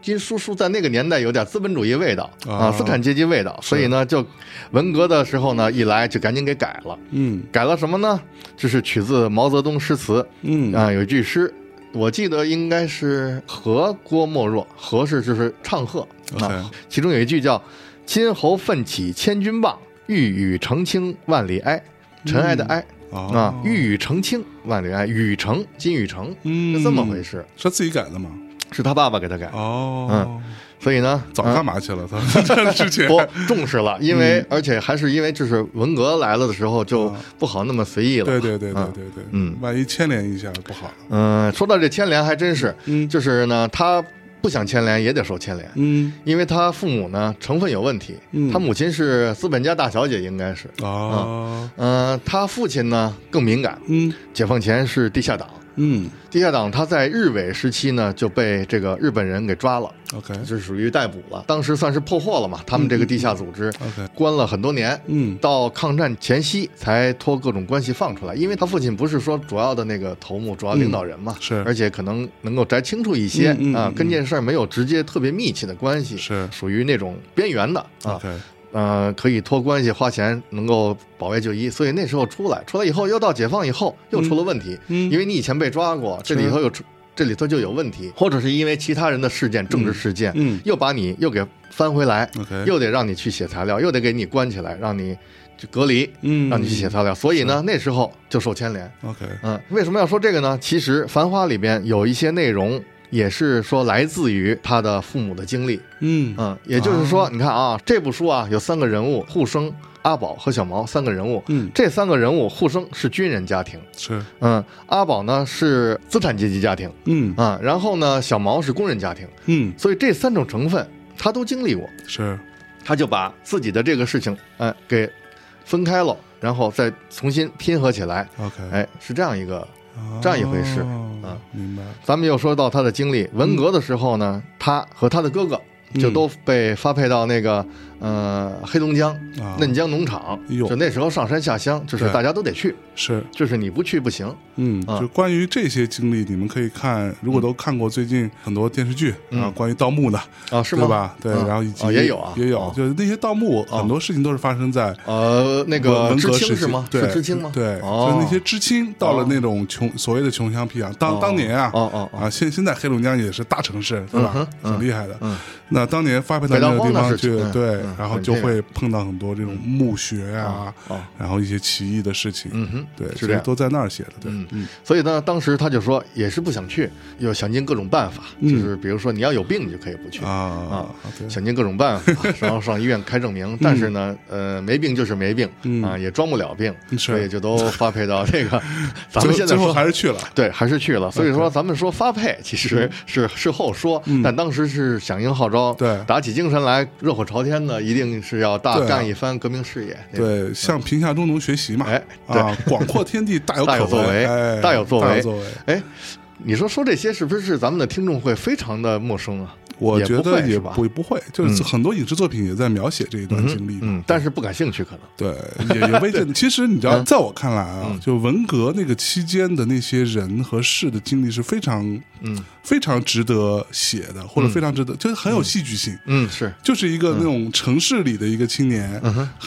Speaker 4: 金叔叔在那个年代有点资本主义味道啊，
Speaker 3: 啊
Speaker 4: 资产阶级味道，所以呢就文革的时候呢一来就赶紧给改了，
Speaker 3: 嗯
Speaker 4: 改了什么呢？就是取自毛泽东诗词
Speaker 3: 嗯
Speaker 4: 啊，有一句诗。我记得应该是和郭沫若，和是就是唱和啊
Speaker 3: OK，
Speaker 4: 其中有一句叫“金侯奋起千钧棒，玉宇澄清万里埃”，尘埃的埃。啊
Speaker 3: 哦，
Speaker 4: 玉宇澄清，万里安，禹城，金禹城，
Speaker 3: 嗯
Speaker 4: 是这么回事，
Speaker 3: 是他自己改的嘛？
Speaker 4: 是他爸爸给他改的，
Speaker 3: 哦，
Speaker 4: 所以呢，
Speaker 3: 早
Speaker 4: 啊
Speaker 3: 干嘛去了？他这之 前
Speaker 4: 我重视了，因
Speaker 3: 嗯
Speaker 4: 为而且还是因为就是文革来了的时候就不好那么随意了，
Speaker 3: 啊对对对
Speaker 4: 啊
Speaker 3: 对对对，
Speaker 4: 嗯
Speaker 3: 万一牵连一下不好了。
Speaker 4: 嗯，说到这牵连还真是，
Speaker 3: 嗯
Speaker 4: 就是呢，他不想牵连也得受牵连，
Speaker 3: 嗯，
Speaker 4: 因为他父母呢成分有问题，
Speaker 3: 嗯
Speaker 4: 他母亲是资本家大小姐，应该是，
Speaker 3: 啊，
Speaker 4: 嗯，他父亲呢更敏感，
Speaker 3: 嗯
Speaker 4: 解放前是地下党，
Speaker 3: 嗯
Speaker 4: 地下党他在日伪时期呢就被这个日本人给抓了，
Speaker 3: ，OK
Speaker 4: 就是属于逮捕了。当时算是破获了嘛，他们这个地下组织
Speaker 3: OK，
Speaker 4: 关了很多年。
Speaker 3: 嗯
Speaker 4: 到抗战前夕才托各种关系放出来，因为他父亲不是说主要的那个头目、主要领导人嘛，
Speaker 3: 嗯是
Speaker 4: 而且可能能够摘清楚一些
Speaker 3: 嗯嗯
Speaker 4: 啊
Speaker 3: 嗯，
Speaker 4: 跟这件事儿没有直接特别密切的关系，
Speaker 3: 是
Speaker 4: 属于那种边缘的啊。
Speaker 3: OK，
Speaker 4: 呃，可以托关系花钱，能够保卫就医，所以那时候出来，出来以后又到解放以后又出了问题，
Speaker 3: 嗯
Speaker 4: 因为你以前被抓过，这里头有出，这里头就有问题，或者是因为其他人的事件、政治事件，
Speaker 3: 嗯
Speaker 4: 又把你又给翻回来
Speaker 3: OK
Speaker 4: 又得让你去写材料，又得给你关起来，让你就隔离，
Speaker 3: 嗯
Speaker 4: 让你去写材料，所以呢，那时候就受牵连。
Speaker 3: OK，
Speaker 4: 嗯，为什么要说这个呢？其实《繁花》里边有一些内容也是说来自于他的父母的经历，
Speaker 3: 嗯
Speaker 4: 嗯，也就是说，你看啊，这部书啊有三个人物，沪生、阿宝和小毛三个人物。
Speaker 3: 嗯
Speaker 4: 这三个人物，沪生是军人家庭，
Speaker 3: 是
Speaker 4: 嗯，阿宝呢是资产阶级家庭
Speaker 3: 嗯
Speaker 4: 啊、然后呢小毛是工人家庭，
Speaker 3: 嗯
Speaker 4: 所以这三种成分他都经历过，
Speaker 3: 是
Speaker 4: 他就把自己的这个事情，哎、给分开了，然后再重新拼合起来，
Speaker 3: OK，
Speaker 4: 哎，是这样一个
Speaker 3: 哦，
Speaker 4: 这样一回事啊
Speaker 3: 明白
Speaker 4: 咱们又说到他的经历，文革的时候呢，
Speaker 3: 嗯
Speaker 4: 他和他的哥哥就都被发配到那个呃黑龙江
Speaker 3: 啊
Speaker 4: 嫩江农场，
Speaker 3: 哎呦
Speaker 4: 就那时候上山下乡，就是
Speaker 3: 对
Speaker 4: 大家都得去，
Speaker 3: 是。
Speaker 4: 就是你不去不行。
Speaker 3: 嗯，
Speaker 4: 啊
Speaker 3: 就关于这些经历，你们可以看，
Speaker 4: 嗯
Speaker 3: 如果都看过最近很多电视剧啊，关于盗墓的
Speaker 4: 啊是
Speaker 3: 对
Speaker 4: 吗
Speaker 3: 吧？对，
Speaker 4: 啊
Speaker 3: 然后以及
Speaker 4: 啊也有啊
Speaker 3: 也有
Speaker 4: 啊，
Speaker 3: 就是那些盗墓很多事情都是发生在
Speaker 4: 呃，那个
Speaker 3: 啊文
Speaker 4: 知
Speaker 3: 革时
Speaker 4: 青
Speaker 3: 期
Speaker 4: 是吗？
Speaker 3: 对，
Speaker 4: 是知青吗？
Speaker 3: 对，
Speaker 4: 哦
Speaker 3: 就那些知青到了那种穷所谓的穷乡僻壤，当
Speaker 4: 哦
Speaker 3: 当年啊，
Speaker 4: 哦哦哦嗯
Speaker 3: 啊，现现在黑龙江也是大城市，对吧？挺厉害的。那当年发配到
Speaker 4: 北大
Speaker 3: 那个
Speaker 4: 荒
Speaker 3: 地
Speaker 4: 那
Speaker 3: 方
Speaker 4: 是
Speaker 3: 去
Speaker 4: 嗯，
Speaker 3: 对
Speaker 4: 嗯，
Speaker 3: 然后
Speaker 4: 很
Speaker 3: 就
Speaker 4: 这个
Speaker 3: 会碰到很多这种墓穴啊
Speaker 4: 哦哦，
Speaker 3: 然后一些奇异的事情，
Speaker 4: 嗯哼
Speaker 3: 对，
Speaker 4: 是
Speaker 3: 其
Speaker 4: 这
Speaker 3: 实
Speaker 4: 样
Speaker 3: 都在那儿写的，对，
Speaker 4: 嗯，所以呢，当时他就说也是不想去，又想尽各种办法，
Speaker 3: 嗯
Speaker 4: 就是比如说你要有病你就可以不去
Speaker 3: 啊对
Speaker 4: 想尽各种办 法，然后上医院开证
Speaker 3: 嗯
Speaker 4: 明，但是呢，呃，没病就是没病啊，也装不了病，
Speaker 3: 是
Speaker 4: 所以就都发配到 这个，咱
Speaker 3: 最
Speaker 4: 们
Speaker 3: 后
Speaker 4: 现在
Speaker 3: 最后
Speaker 4: 说
Speaker 3: 还是去了。
Speaker 4: 对，还是去了。所以说，咱们说发配其实是事后说，但当时是响应号召，
Speaker 3: 嗯对
Speaker 4: 打起精神来，热火朝天的，一定是要大
Speaker 3: 对啊
Speaker 4: 干一番革命事业。那种，
Speaker 3: 对，向贫下中农学习嘛，
Speaker 4: 嗯哎
Speaker 3: 啊，广阔天地大有
Speaker 4: 大有
Speaker 3: 可
Speaker 4: 作为
Speaker 3: 哎，
Speaker 4: 大有作为
Speaker 3: 大有作为。
Speaker 4: 哎，你说说这些是不是咱们的听众会非常的陌生啊？
Speaker 3: 我觉
Speaker 4: 不
Speaker 3: 得
Speaker 4: 会
Speaker 3: 也
Speaker 4: 是吧
Speaker 3: 不不会，就是很多影视作品也在描写这一段经历嘛。
Speaker 4: 嗯，嗯但是不感兴趣可能。
Speaker 3: 对，也也未见。其实你知道，在我看来啊，就文革那个期间的那些人和事的经历是非常，嗯，非常值得写的，或者非常值得，就是很有戏剧性。
Speaker 4: 嗯，是
Speaker 3: 就是一个那种城市里的一个青年，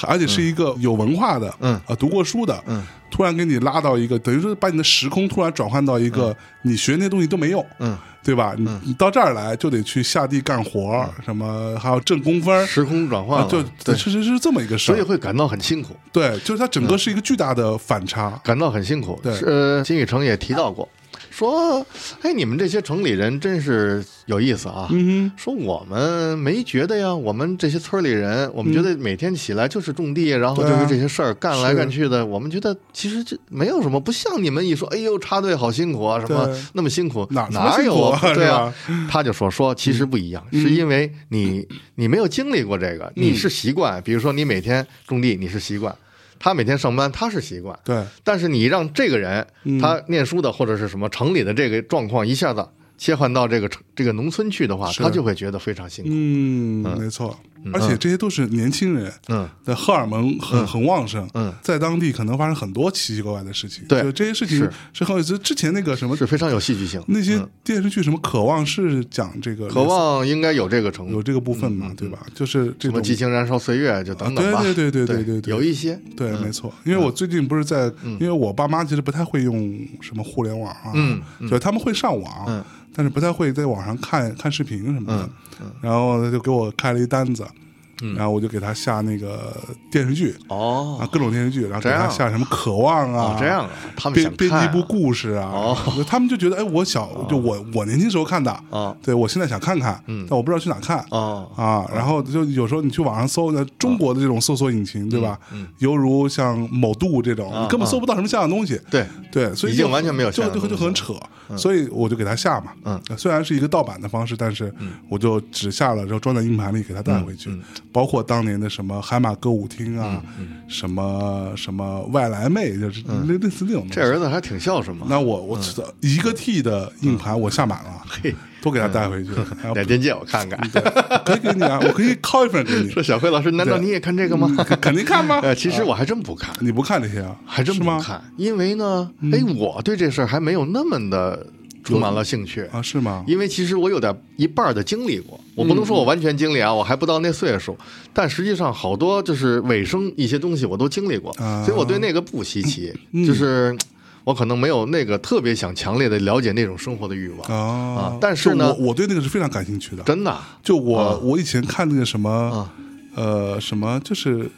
Speaker 3: 而且是一个有文化的，嗯，啊，读过书的，嗯，突然给你拉到一个，等于说把你的时空突然转换到一个你学那东西都没用，嗯，嗯对吧？你你到这儿来就得去下地干活，什么还要挣工分儿，
Speaker 4: 时空转换
Speaker 3: 啊
Speaker 4: 了，，
Speaker 3: 就
Speaker 4: 对，
Speaker 3: 是是是这么一个事
Speaker 4: 所以
Speaker 3: 儿，
Speaker 4: 会感到很辛苦，
Speaker 3: 对，就是它整个是一个巨大的反差，
Speaker 4: 感到很辛苦。
Speaker 3: 啊对
Speaker 4: 是呃，金宇成也提到过，说，哎，你们这些城里人真是有意思啊。嗯说我们没觉得呀，我们这些村里人，我们觉得每天起来就是种地，然后就
Speaker 3: 对啊
Speaker 4: 是这些事儿干来
Speaker 3: 是
Speaker 4: 干去的，我们觉得其实这没有什么，不像你们一说，哎呦，插队好辛苦啊，什么
Speaker 3: 对
Speaker 4: 那么辛苦，
Speaker 3: 哪
Speaker 4: 哪
Speaker 3: 那么辛苦
Speaker 4: 有
Speaker 3: 啊是吧嗯
Speaker 4: 对啊，他就说说其实不一样，是因为你你没有经历过这个，你是习惯，比如说你每天种地，你是习惯。他每天上班，他是习惯，
Speaker 3: 对，
Speaker 4: 但是你让这个人，
Speaker 3: 嗯
Speaker 4: 他念书的或者是什么城里的这个状况一下子切换到这个城这个农村去的话，
Speaker 3: 是
Speaker 4: 他就会觉得非常辛苦。
Speaker 3: 嗯，没错，而且这些都是年轻人，
Speaker 4: 嗯，
Speaker 3: 的荷尔蒙很、很旺盛，
Speaker 4: 嗯，
Speaker 3: 在当地可能发生很多奇奇怪怪的事情，
Speaker 4: 对
Speaker 3: 就这些事情
Speaker 4: 是
Speaker 3: 是很有意思。之前那个什么嗯
Speaker 4: 是非常有戏剧性。
Speaker 3: 那些电视剧什么《渴望》是讲这个
Speaker 4: 渴望应该有这个程
Speaker 3: 有
Speaker 4: 度，
Speaker 3: 这个部分嘛，对吧？就是这
Speaker 4: 什么
Speaker 3: 种
Speaker 4: 激情燃烧岁月就等等吧。
Speaker 3: 啊对对对对对
Speaker 4: 对
Speaker 3: 对对
Speaker 4: 有一些
Speaker 3: 对，没错，因
Speaker 4: 嗯
Speaker 3: 为我最近不是在，因为我爸妈其实不太会用什么互联网啊，
Speaker 4: 嗯
Speaker 3: 就是他们会上网，
Speaker 4: 嗯
Speaker 3: 但是不太会在网上看看视频什么的。
Speaker 4: 嗯
Speaker 3: 然后他就给我开了一单子，然后我就给他下那个电视剧
Speaker 4: 哦
Speaker 3: 啊，各种电视剧，然后给
Speaker 4: 这
Speaker 3: 他
Speaker 4: 样
Speaker 3: 下什么《渴望》啊
Speaker 4: 哦，，这样啊，他们
Speaker 3: 编
Speaker 4: 想
Speaker 3: 编辑
Speaker 4: 看
Speaker 3: 一部故事啊，
Speaker 4: 哦
Speaker 3: 他们就觉得哎，我小就我我年轻时候看的，
Speaker 4: 哦嗯
Speaker 3: 对我现在想看看，但我不知道去哪看。
Speaker 4: 哦
Speaker 3: 啊，然后就有时候你去网上搜，那中国的这种搜索引擎，对吧？犹如像某度这种，你根本搜不到什么像样的东西。
Speaker 4: 啊对
Speaker 3: 对，所以
Speaker 4: 已经
Speaker 3: 就
Speaker 4: 完全没有
Speaker 3: 就
Speaker 4: 像样
Speaker 3: 就
Speaker 4: 的
Speaker 3: 就就
Speaker 4: 东西嗯
Speaker 3: 很扯。所以我就给他下嘛，
Speaker 4: 嗯
Speaker 3: 嗯，虽然是一个盗版的方式，但是我就只下了，然后装在硬盘里给他带回去。包括当年的什么海马歌舞厅啊，
Speaker 4: 嗯
Speaker 3: 什么什么外来妹，就是类类似那种东西。
Speaker 4: 这儿子还挺孝顺嘛。
Speaker 3: 那我我一个 T 的硬盘我下满了，
Speaker 4: 嗯嘿，嗯
Speaker 3: 都给他带回去，然后
Speaker 4: 哪天借我看
Speaker 3: 嗯
Speaker 4: 看？
Speaker 3: 可以给你啊，我可以拷一份给你
Speaker 4: 说，小辉老师，难道你也看这个 吗？
Speaker 3: 肯定看 吗？
Speaker 4: 呃，其实我还真不看，
Speaker 3: 哎你不看这些啊？
Speaker 4: 还真
Speaker 3: 是
Speaker 4: 不
Speaker 3: 吗？
Speaker 4: 看，因为呢，
Speaker 3: 嗯
Speaker 4: 哎，我对这事儿还没有那么的充满了兴趣
Speaker 3: 啊，是吗？
Speaker 4: 因为其实我有点一半儿的经历过，我不能
Speaker 3: 嗯
Speaker 4: 说我完全经历啊，我还不到那岁数，但实际上好多就是尾声一些东西我都经历过，
Speaker 3: 啊嗯
Speaker 4: 所以我对那个不稀奇，就是我可能没有那个特别想强烈的了解那种生活的欲望，
Speaker 3: 啊
Speaker 4: 啊但是呢
Speaker 3: 就我我对那个是非常感兴趣的。
Speaker 4: 真的
Speaker 3: 就我、
Speaker 4: 啊
Speaker 3: 我以前看那个什么，
Speaker 4: 啊
Speaker 3: 呃，什么就是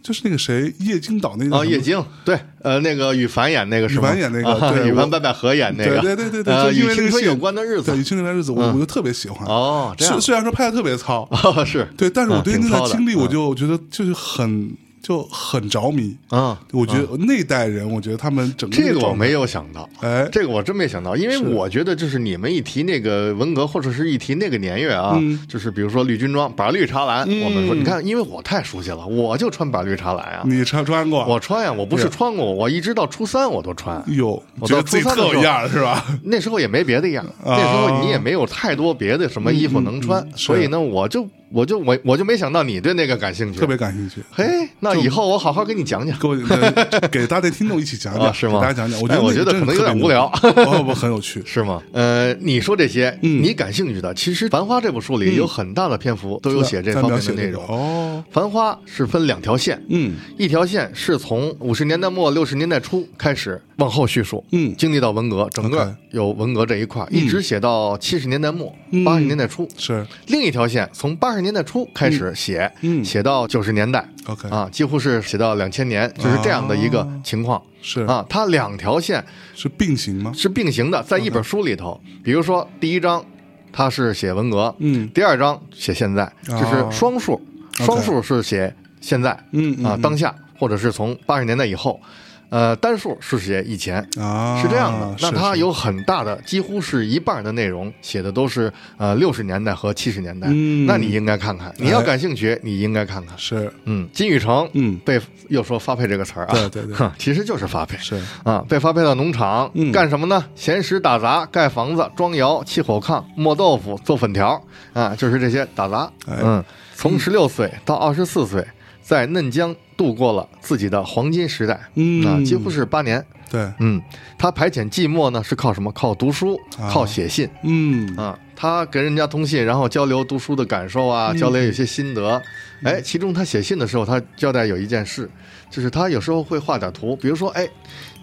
Speaker 3: 就是那个谁叶金岛那个什么
Speaker 4: 啊，叶。京对，呃，那个羽凡演那个是
Speaker 3: 羽
Speaker 4: 吗
Speaker 3: 凡演那个
Speaker 4: 啊
Speaker 3: 对
Speaker 4: 羽
Speaker 3: 我
Speaker 4: 凡白百合演那
Speaker 3: 对
Speaker 4: 个，
Speaker 3: 对对对对，
Speaker 4: 呃，
Speaker 3: 就因
Speaker 4: 与
Speaker 3: 为那
Speaker 4: 青
Speaker 3: 个
Speaker 4: 春
Speaker 3: 戏
Speaker 4: 有关的日子
Speaker 3: 对，与青春有关的日子，我、
Speaker 4: 嗯
Speaker 3: 我就特别喜欢。
Speaker 4: 哦，这样
Speaker 3: 虽虽然说拍的特别糙，
Speaker 4: 哦 是
Speaker 3: 对，但是我
Speaker 4: 啊
Speaker 3: 对
Speaker 4: 挺
Speaker 3: 那段
Speaker 4: 糙的
Speaker 3: 经历，我
Speaker 4: 嗯
Speaker 3: 就觉得就是很就很着迷。
Speaker 4: 啊，
Speaker 3: 我觉得那代人，我觉得他们整个
Speaker 4: 这个
Speaker 3: 状
Speaker 4: 我
Speaker 3: 态
Speaker 4: 没有想到，
Speaker 3: 哎
Speaker 4: 这个我真没想到，因为我觉得就是你们一提那个文革，或者是一提那个年月啊，
Speaker 3: 嗯
Speaker 4: 就是比如说绿军装、板绿茶蓝，我们说你看，因为我太熟悉了，我就穿板绿茶蓝啊，
Speaker 3: 你穿穿过，
Speaker 4: 我穿呀、我不是穿过，我一直到初三我都穿。
Speaker 3: 有
Speaker 4: 我
Speaker 3: 觉得
Speaker 4: 到
Speaker 3: 自己
Speaker 4: 初三
Speaker 3: 特
Speaker 4: 的时候
Speaker 3: 有样儿是吧？
Speaker 4: 那时候也没别的样，那时候你也没有太多别的什么衣服能穿，
Speaker 3: 啊嗯嗯
Speaker 4: 所以
Speaker 3: 是
Speaker 4: 呢，我就我就我我就没想到你对那个感兴 趣，
Speaker 3: 特别感兴趣。
Speaker 4: 嘿，那以后我好好给你讲讲。
Speaker 3: 给 我对给大家听众一起讲
Speaker 4: 啊
Speaker 3: 讲，
Speaker 4: 是吗
Speaker 3: 给大家讲讲，我觉
Speaker 4: 哎
Speaker 3: 得
Speaker 4: 我
Speaker 3: 那
Speaker 4: 觉
Speaker 3: 个
Speaker 4: 得
Speaker 3: 真的
Speaker 4: 可能有
Speaker 3: 特别
Speaker 4: 点无聊
Speaker 3: 牛哦不不很有趣。
Speaker 4: 是吗？呃，你说这些，
Speaker 3: 嗯
Speaker 4: 你感兴趣的，其实《繁花》这部书里有很大的篇幅都有写这
Speaker 3: 在
Speaker 4: 方
Speaker 3: 描
Speaker 4: 面的
Speaker 3: 写这
Speaker 4: 内
Speaker 3: 个
Speaker 4: 容。
Speaker 3: 哦，
Speaker 4: 繁花》是分两条线，
Speaker 3: 嗯，
Speaker 4: 一条线是从五十年代末六十年代初开始往后叙述，
Speaker 3: 嗯
Speaker 4: 经历到文革，整个
Speaker 3: OK 嗯
Speaker 4: 有文革这一块，一直写到七十年代末八十年代初。
Speaker 3: 是
Speaker 4: 另一条线从八十年代初开始写，
Speaker 3: 嗯
Speaker 4: 写到九十年代
Speaker 3: OK
Speaker 4: 啊，几乎是写到两千年，就是这样的一个
Speaker 3: 啊
Speaker 4: 情况。
Speaker 3: 是
Speaker 4: 啊，它两条线
Speaker 3: 是并行吗？
Speaker 4: 是并行的，在
Speaker 3: 嗯
Speaker 4: 一本书里头，比如说第一章它是写文革，
Speaker 3: 嗯哦
Speaker 4: 第二章写现在，就是双数，
Speaker 3: OK
Speaker 4: 双数是写现在，
Speaker 3: 嗯嗯
Speaker 4: 啊
Speaker 3: 嗯
Speaker 4: 当下或者是从八十年代以后，呃单数是写以前。
Speaker 3: 啊，
Speaker 4: 是这样的，那
Speaker 3: 是
Speaker 4: 它
Speaker 3: 是
Speaker 4: 有很大的，几乎是一半的内容写的都是呃六十年代和七十年代，
Speaker 3: 嗯
Speaker 4: 那你应该看看，你要感兴趣，你应该看看。
Speaker 3: 是
Speaker 4: 嗯，金宇澄，
Speaker 3: 嗯
Speaker 4: 被又说发配这个词儿啊，
Speaker 3: 对对对
Speaker 4: 哼， 其实就是发配，
Speaker 3: 是
Speaker 4: 啊，被发配到农场、
Speaker 3: 嗯
Speaker 4: 干什么呢？闲时打杂、盖房子、装窑、砌火炕、磨豆腐、做粉条啊，就是这些打杂。
Speaker 3: 哎
Speaker 4: 嗯，从十六岁到二十四岁，在嫩江度过了自己的黄金时代，
Speaker 3: 嗯
Speaker 4: 啊，几乎是八年。
Speaker 3: 对，
Speaker 4: 嗯，他排遣寂寞呢是靠什么？靠读书，
Speaker 3: 啊
Speaker 4: 靠写信。
Speaker 3: 嗯
Speaker 4: 啊，他跟人家通信，然后交流读书的感受啊，
Speaker 3: 嗯
Speaker 4: 交流有些心得。哎，其中他写信的时候，他交代有一件事，就是他有时候会画点图，比如说，哎，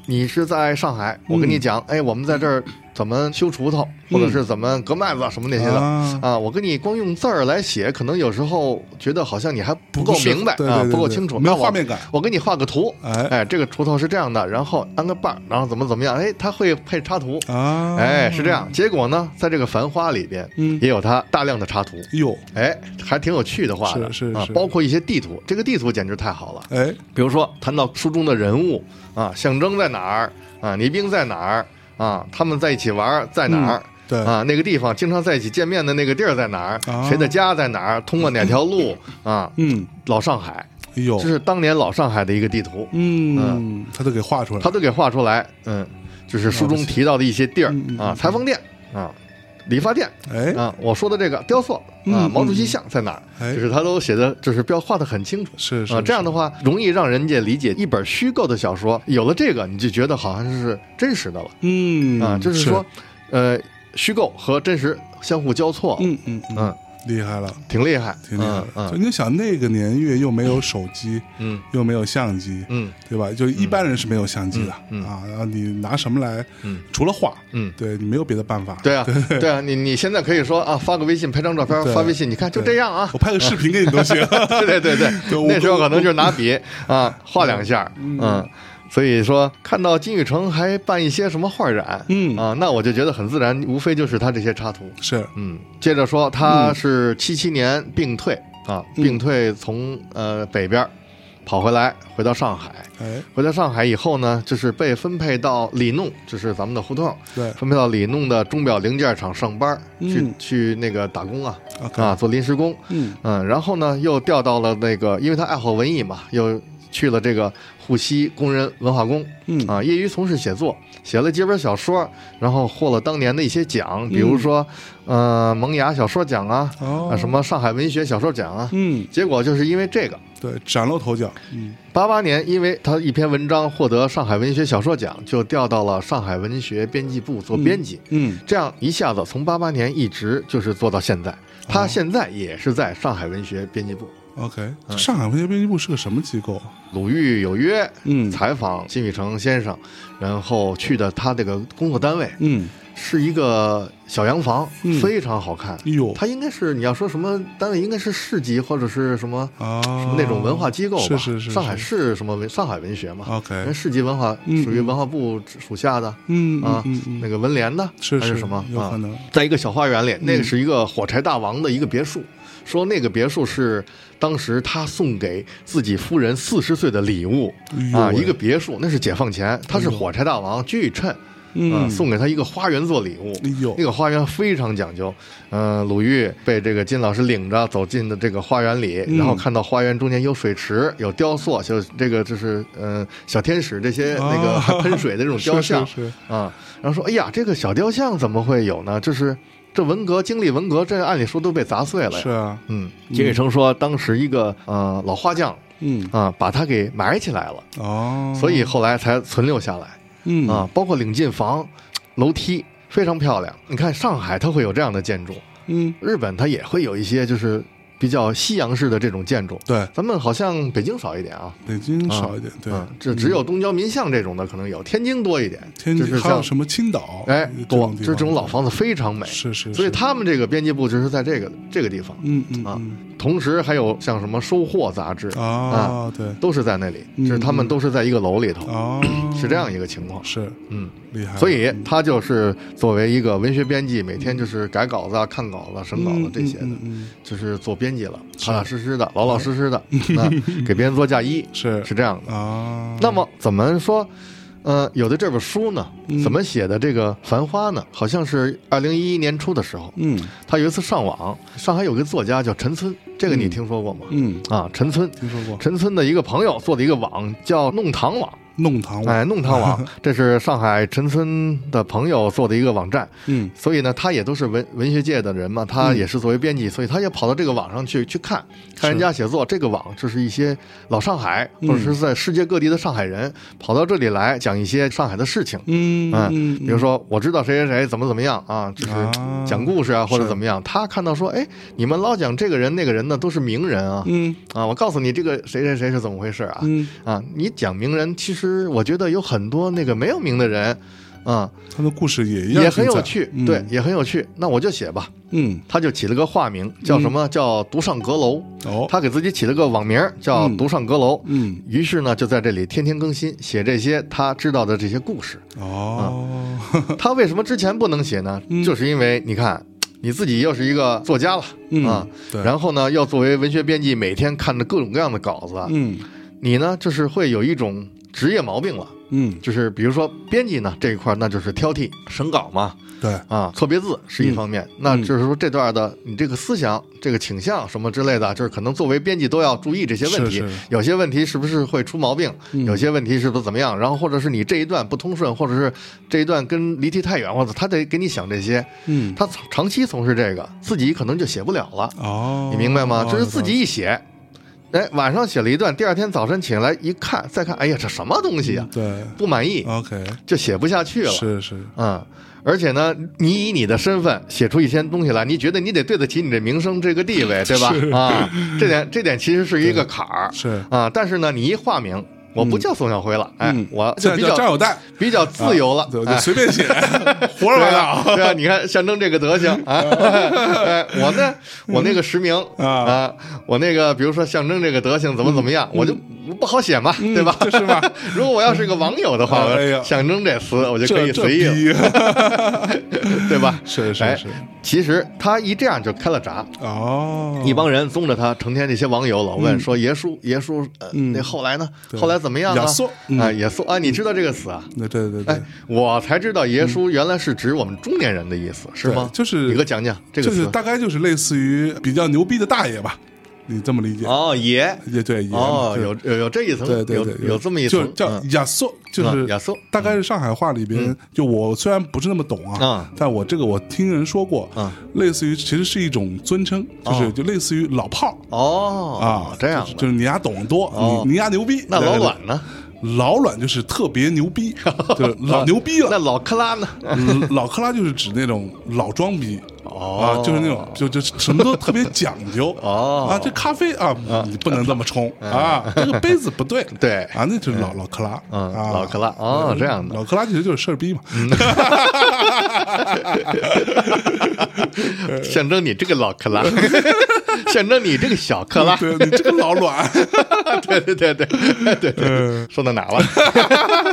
Speaker 4: 你是在上海，
Speaker 3: 嗯
Speaker 4: 我跟你讲，哎，我们在这儿怎么修锄头，或者是怎么割麦子什么那些的。
Speaker 3: 啊
Speaker 4: 啊，我跟你光用字儿来写，可能有时候觉得好像你还不够
Speaker 3: 不是
Speaker 4: 明白
Speaker 3: 对
Speaker 4: 啊
Speaker 3: 对，对
Speaker 4: 不够
Speaker 3: 对
Speaker 4: 清楚，
Speaker 3: 没有
Speaker 4: 那我
Speaker 3: 画面感
Speaker 4: 我给你画个图，
Speaker 3: 哎
Speaker 4: 哎，这个锄头是这样的，然后安个把儿，然后怎么怎么样，哎，他会配插图
Speaker 3: 啊，
Speaker 4: 哎，是这样。结果呢，在这个《繁花》里边，
Speaker 3: 嗯
Speaker 4: 也有他大量的插图，
Speaker 3: 哟，
Speaker 4: 哎，还挺有趣的画的，
Speaker 3: 是是
Speaker 4: 啊
Speaker 3: 是，
Speaker 4: 包括一些地图，这个地图简直太好了。
Speaker 3: 哎，
Speaker 4: 比如说，谈到书中的人物啊，象征在哪儿啊，倪兵在哪儿啊，他们在一起玩儿在哪儿。
Speaker 3: 嗯对
Speaker 4: 啊，那个地方经常在一起见面的那个地儿在哪儿？
Speaker 3: 啊
Speaker 4: 谁的家在哪儿？通过哪条路？啊，
Speaker 3: 嗯，
Speaker 4: 老上海，
Speaker 3: 有
Speaker 4: 这，是当年老上海的一个地图。
Speaker 3: 嗯，他都给画出来
Speaker 4: 他
Speaker 3: 了，
Speaker 4: 都给画出来。嗯，就是书中提到的一些地儿
Speaker 3: 嗯嗯
Speaker 4: 啊，裁缝店啊，理发店
Speaker 3: 哎，
Speaker 4: 啊，我说的这个雕塑啊，
Speaker 3: 嗯
Speaker 4: 毛主席像在哪
Speaker 3: 哎
Speaker 4: 儿？就是他都写的，就是标画的很清楚。
Speaker 3: 是是
Speaker 4: 啊，这样
Speaker 3: 是
Speaker 4: 的话容易让人家理解一本虚构的小说。有了这个，你就觉得好像是真实的了
Speaker 3: 嗯
Speaker 4: 啊，就是说，呃，虚构和真实相互交错，
Speaker 3: 嗯嗯嗯，
Speaker 4: 嗯，
Speaker 3: 厉害了。
Speaker 4: 挺厉害，
Speaker 3: 挺厉害的，就
Speaker 4: 嗯
Speaker 3: 你想那个年月又没有手机，
Speaker 4: 嗯
Speaker 3: 又没有相机，
Speaker 4: 嗯
Speaker 3: 对吧？就一般人是没有相机的、
Speaker 4: 嗯嗯
Speaker 3: 啊，然后你拿什么来？
Speaker 4: 嗯
Speaker 3: 除了画，
Speaker 4: 嗯
Speaker 3: 对你没有别的办法。
Speaker 4: 对啊，对啊，你你现在可以说啊，发个微信，拍张照片
Speaker 3: 对，
Speaker 4: 发微信，你看就这样啊，
Speaker 3: 我拍个视频给你都行。
Speaker 4: 对对对
Speaker 3: 对我
Speaker 4: 对，那时候可能就是拿笔啊画两下，嗯，所以说看到金宇澄还办一些什么画展，
Speaker 3: 嗯
Speaker 4: 啊，那我就觉得很自然，无非就是他这些插图，
Speaker 3: 是，
Speaker 4: 嗯。接着说，他是七七年病退啊，
Speaker 3: 嗯
Speaker 4: 病退从呃北边儿跑回来，回到上海。
Speaker 3: 哎，
Speaker 4: 回到上海以后呢，就是被分配到里弄，就是咱们的胡同，
Speaker 3: 对
Speaker 4: 分配到里弄的钟表零件厂上班，
Speaker 3: 嗯
Speaker 4: 去去那个打工啊
Speaker 3: OK
Speaker 4: 啊，做临时工。
Speaker 3: 嗯
Speaker 4: 嗯，然后呢，又调到了那个，因为他爱好文艺嘛，又去了这个沪西工人文化宫，
Speaker 3: 嗯
Speaker 4: 啊，业余从事写作，写了几本小说，然后获了当年的一些
Speaker 3: 嗯
Speaker 4: 奖，比如说，呃，萌芽小说奖啊，
Speaker 3: 哦
Speaker 4: 啊，什么上海文学小说奖啊，
Speaker 3: 嗯，
Speaker 4: 结果就是因为这个。
Speaker 3: 对，崭露头角，嗯
Speaker 4: 八八年，因为他一篇文章获得上海文学小说奖，就调到了上海文学编辑部做编辑。
Speaker 3: 嗯
Speaker 4: 这样一下子从八八年一直就是做到现在，
Speaker 3: 哦
Speaker 4: 他现在也是在上海文学编辑部。
Speaker 3: ，OK，上
Speaker 4: 嗯
Speaker 3: 海文学编辑部是个什么机构啊？
Speaker 4: 鲁豫有约，
Speaker 3: 嗯
Speaker 4: 采访金宇澄先生，然后去的他这个工作单位
Speaker 3: 嗯，
Speaker 4: 是一个小洋房，
Speaker 3: 嗯
Speaker 4: 非常好看。
Speaker 3: 哎呦
Speaker 4: 他应该是你要说什么单位，应该是市级或者是什么
Speaker 3: 啊，
Speaker 4: 什么那种文化机构吧，
Speaker 3: 是是是，
Speaker 4: 上海
Speaker 3: 是，
Speaker 4: 市什么文上海文学嘛
Speaker 3: OK
Speaker 4: 人市级文化
Speaker 3: 嗯
Speaker 4: 属于文化部属下的
Speaker 3: 嗯
Speaker 4: 啊
Speaker 3: 嗯嗯，，
Speaker 4: 那
Speaker 3: 个
Speaker 4: 个文联的
Speaker 3: 是
Speaker 4: 还
Speaker 3: 是
Speaker 4: 什么
Speaker 3: 有可
Speaker 4: 啊？
Speaker 3: 能，嗯
Speaker 4: 在一个小花园里，那个是一个火柴大王的一个别墅，说那个别墅是当时他送给自己夫人四十岁的礼物
Speaker 3: 哎呦
Speaker 4: 啊，
Speaker 3: 喂哎
Speaker 4: 一个别墅，那是解放前，他是火柴大王巨趁。啊
Speaker 3: 嗯，
Speaker 4: 送给他一个花园做礼物
Speaker 3: 哎呦，
Speaker 4: 那个花园非常讲究。嗯，鲁豫被这个金老师领着走进的这个花园里，
Speaker 3: 嗯
Speaker 4: 然后看到花园中间有水池、有雕塑，就这个就是嗯小天使这些
Speaker 3: 啊
Speaker 4: 那个还喷水的这种雕 像
Speaker 3: 是是是
Speaker 4: 啊，然后说哎呀，这个小雕像怎么会有呢？就是这文革经历文革，这按理说都被砸碎了呀
Speaker 3: 是。啊，
Speaker 4: 嗯，金宇澄说，当时一个呃老花匠
Speaker 3: 嗯
Speaker 4: 啊，把它给埋起来了，
Speaker 3: 哦，
Speaker 4: 所以后来才存留下来。
Speaker 3: 嗯
Speaker 4: 啊，包括领进房、楼梯，非常漂亮。你看上海它会有这样的建筑，
Speaker 3: 嗯，
Speaker 4: 日本它也会有一些就是比较西洋式的这种建筑，
Speaker 3: 对，
Speaker 4: 咱们好像北京少一点啊。
Speaker 3: 北京
Speaker 4: 啊
Speaker 3: 少一点，对
Speaker 4: 嗯，，这只有东郊民巷这种的可能有，天津多一点，
Speaker 3: 天
Speaker 4: 就
Speaker 3: 津
Speaker 4: 是
Speaker 3: 还有
Speaker 4: 像
Speaker 3: 什么青岛，
Speaker 4: 哎
Speaker 3: 这
Speaker 4: 多
Speaker 3: 种，地
Speaker 4: 这这种
Speaker 3: 方
Speaker 4: 老房子非常美，
Speaker 3: 是是，
Speaker 4: 所以
Speaker 3: 是
Speaker 4: 他们这个编辑部就是在这个这个地方，
Speaker 3: 嗯嗯
Speaker 4: 啊
Speaker 3: 嗯
Speaker 4: 同时还有像什么收获杂志啊，
Speaker 3: 啊，对，
Speaker 4: 都是在那里，
Speaker 3: 嗯
Speaker 4: 就是他们
Speaker 3: 嗯
Speaker 4: 都是在一个楼里头，
Speaker 3: 哦，
Speaker 4: 是这样一个情况，
Speaker 3: 是
Speaker 4: 嗯。
Speaker 3: 厉害了，
Speaker 4: 所以他就是作为一个文学编辑，每天就是改稿子、啊、看稿子、审稿子
Speaker 3: 嗯
Speaker 4: 这些的
Speaker 3: 嗯，嗯嗯
Speaker 4: 就是做编辑了，踏踏实实的、老老实实的，那给别人做嫁衣
Speaker 3: 哎是
Speaker 4: 是这样的。
Speaker 3: 啊，
Speaker 4: 那么怎么说？呃，有的这本书呢
Speaker 3: 嗯，
Speaker 4: 怎么写的这个《繁花》呢？好像是二零一一年初的时候，
Speaker 3: 嗯
Speaker 4: 他有一次上网，上海有个作家叫陈村，这个你听说过吗？
Speaker 3: 嗯，
Speaker 4: 啊，陈村，
Speaker 3: 听说过
Speaker 4: 陈村的一个朋友做的一个网叫弄堂网，
Speaker 3: 弄堂网，
Speaker 4: 哎，弄 堂网，这是上海陈村的朋友做的一个网站，
Speaker 3: 嗯
Speaker 4: 所以呢，他也都是文文学界的人嘛，他也是作为编辑，所以他也跑到这个网上去去看看人家写作。这个网就是一些老上海，
Speaker 3: 嗯
Speaker 4: 或者是在世界各地的上海人、跑到这里来讲一些上海的事情。
Speaker 3: 嗯嗯，
Speaker 4: 哎比如说我知道谁谁谁怎么怎么样啊，就是
Speaker 3: 啊
Speaker 4: 讲故事啊或者怎么样。他看到说，哎，你们老讲这个人那个人呢，都是名人啊
Speaker 3: 嗯
Speaker 4: 啊！我告诉你，这个谁谁谁是怎么回事啊？
Speaker 3: 嗯，
Speaker 4: 啊，你讲名人，其实我觉得有很多那个没有名的人，啊，
Speaker 3: 他的故事也一样
Speaker 4: 也
Speaker 3: 精
Speaker 4: 很有
Speaker 3: 彩
Speaker 4: 趣，对，，也很有趣。那我就写吧。
Speaker 3: 嗯
Speaker 4: 他就起了个化名，叫什么？叫独上阁楼。
Speaker 3: 嗯哦，
Speaker 4: 他给自己起了个网名叫
Speaker 3: 嗯
Speaker 4: 独上阁楼。
Speaker 3: 嗯
Speaker 4: 于是呢，就在这里天天更新，写这些他知道的这些故事。
Speaker 3: 哦，
Speaker 4: 他为什么之前不能写呢？就是因为你看，你自己又是一个作家了
Speaker 3: 嗯
Speaker 4: 啊，
Speaker 3: 对
Speaker 4: 然后呢，又作为文学编辑，每天看着各种各样的稿子，
Speaker 3: 嗯
Speaker 4: 你呢就是会有一种职业毛病了。
Speaker 3: 嗯
Speaker 4: 就是比如说编辑呢这一块，那就是挑剔审稿嘛，
Speaker 3: 对，
Speaker 4: 啊，错别字是一方面，
Speaker 3: 嗯
Speaker 4: 那就是说这段的你这个思想、这个倾向什么之类的，就是可能作为编辑都要注意这些问题，
Speaker 3: 是嗯是
Speaker 4: 有些问题是不是会出毛病，有些问题是不是怎么样，然后或者是你这一段不通顺，或者是这一段跟离题太远，或者他得给你想这些，
Speaker 3: 嗯
Speaker 4: 他长期从事这个，自己可能就写不了了，
Speaker 3: 哦，
Speaker 4: 你明白吗？
Speaker 3: 哦
Speaker 4: 这是自己一写。哎，晚上写了一段，第二天早晨起来一看，再看，哎呀，这什么东西呀、
Speaker 3: 嗯对
Speaker 4: 不满意，
Speaker 3: ，OK，
Speaker 4: 就写不下去了。
Speaker 3: 是是，
Speaker 4: 嗯，而且呢，你以你的身份写出一些东西来，你觉得你得对得起你的名声、这个 地位，对吧？啊，这点这点其实是一个坎儿。
Speaker 3: 是
Speaker 4: 啊，但是呢，你一化名，我不叫宋小辉了，哎
Speaker 3: 嗯，
Speaker 4: 我
Speaker 3: 这
Speaker 4: 就
Speaker 3: 啊
Speaker 4: 比
Speaker 3: 叫
Speaker 4: 较
Speaker 3: 张友代，
Speaker 4: 比较自由了
Speaker 3: 对，，我就
Speaker 4: 哎
Speaker 3: 随便写，胡说
Speaker 4: 对
Speaker 3: 八
Speaker 4: 啊，
Speaker 3: 道，
Speaker 4: 对啊，你看象征这 个德行啊。 哎，我呢，我那个实名
Speaker 3: 啊嗯
Speaker 4: 啊，我那个比如说象征这个德行怎么怎么样，我就不好写嘛，对吧？
Speaker 3: 就是嘛。
Speaker 4: 如果我要是个网友的话，
Speaker 3: 哎呀
Speaker 4: 我想征这词，我 就可以
Speaker 3: 这这
Speaker 4: 随意，
Speaker 3: 逼
Speaker 4: 对吧？
Speaker 3: 是是
Speaker 4: 哎
Speaker 3: 是，
Speaker 4: 其实他一这样就开了闸，
Speaker 3: 哦，
Speaker 4: 一帮人宗着他，成天这些网友老
Speaker 3: 嗯
Speaker 4: 问说：“爷叔，爷叔，呃，那后来呢？后来怎么样
Speaker 3: 亚
Speaker 4: 啊
Speaker 3: 索？”嗯
Speaker 4: 啊，也说啊，你知道这个词啊？
Speaker 3: 那对对对嗯
Speaker 4: 哎，，我才知道爷叔原来是指我们中年人的意思，是吗？
Speaker 3: 对就是
Speaker 4: 你给我讲讲这个
Speaker 3: 就是
Speaker 4: 词。
Speaker 3: 大概就是类似于比较牛逼的大爷吧，你这么理解？
Speaker 4: 哦，爷，
Speaker 3: 也对，也嗯
Speaker 4: 哦，
Speaker 3: 对
Speaker 4: 有有有这一层，
Speaker 3: 对对
Speaker 4: 有
Speaker 3: 对，
Speaker 4: 有这么一
Speaker 3: 就
Speaker 4: 层，
Speaker 3: 叫
Speaker 4: 嗯
Speaker 3: 亚索，就是
Speaker 4: 嗯亚索
Speaker 3: 大概是上海话里边。就我虽然不是那么懂啊
Speaker 4: 嗯，
Speaker 3: 但我这个我听人说过
Speaker 4: 嗯，
Speaker 3: 类似于其实是一种尊称，就是
Speaker 4: 哦
Speaker 3: 就类似于老炮儿
Speaker 4: 哦
Speaker 3: 啊，
Speaker 4: 这样
Speaker 3: 就是就
Speaker 4: 的。
Speaker 3: 是你丫懂多
Speaker 4: 哦，
Speaker 3: 你你丫牛逼。
Speaker 4: 那
Speaker 3: 对
Speaker 4: 老
Speaker 3: 对
Speaker 4: 卵呢？
Speaker 3: 老卵就是特别牛逼， 就是老牛逼啊
Speaker 4: 那
Speaker 3: 了。
Speaker 4: 老 克拉呢？
Speaker 3: 嗯老克拉就是指那种老装逼。啊，就是那种就就什么都特别讲究
Speaker 4: 哦嗯
Speaker 3: 啊，这咖啡啊，你不能这么冲啊，这个杯子不对，
Speaker 4: 对
Speaker 3: 啊，那就是老老克拉，
Speaker 4: 嗯
Speaker 3: 啊
Speaker 4: 老克拉哦
Speaker 3: 嗯
Speaker 4: 这样的嗯
Speaker 3: 老克拉其实就是事儿逼嘛，
Speaker 4: 象征你这个老克拉， 象征你这个小克 拉。
Speaker 3: 对你这个老卵，
Speaker 4: 对对对对对对
Speaker 3: 嗯
Speaker 4: 对，说到哪了？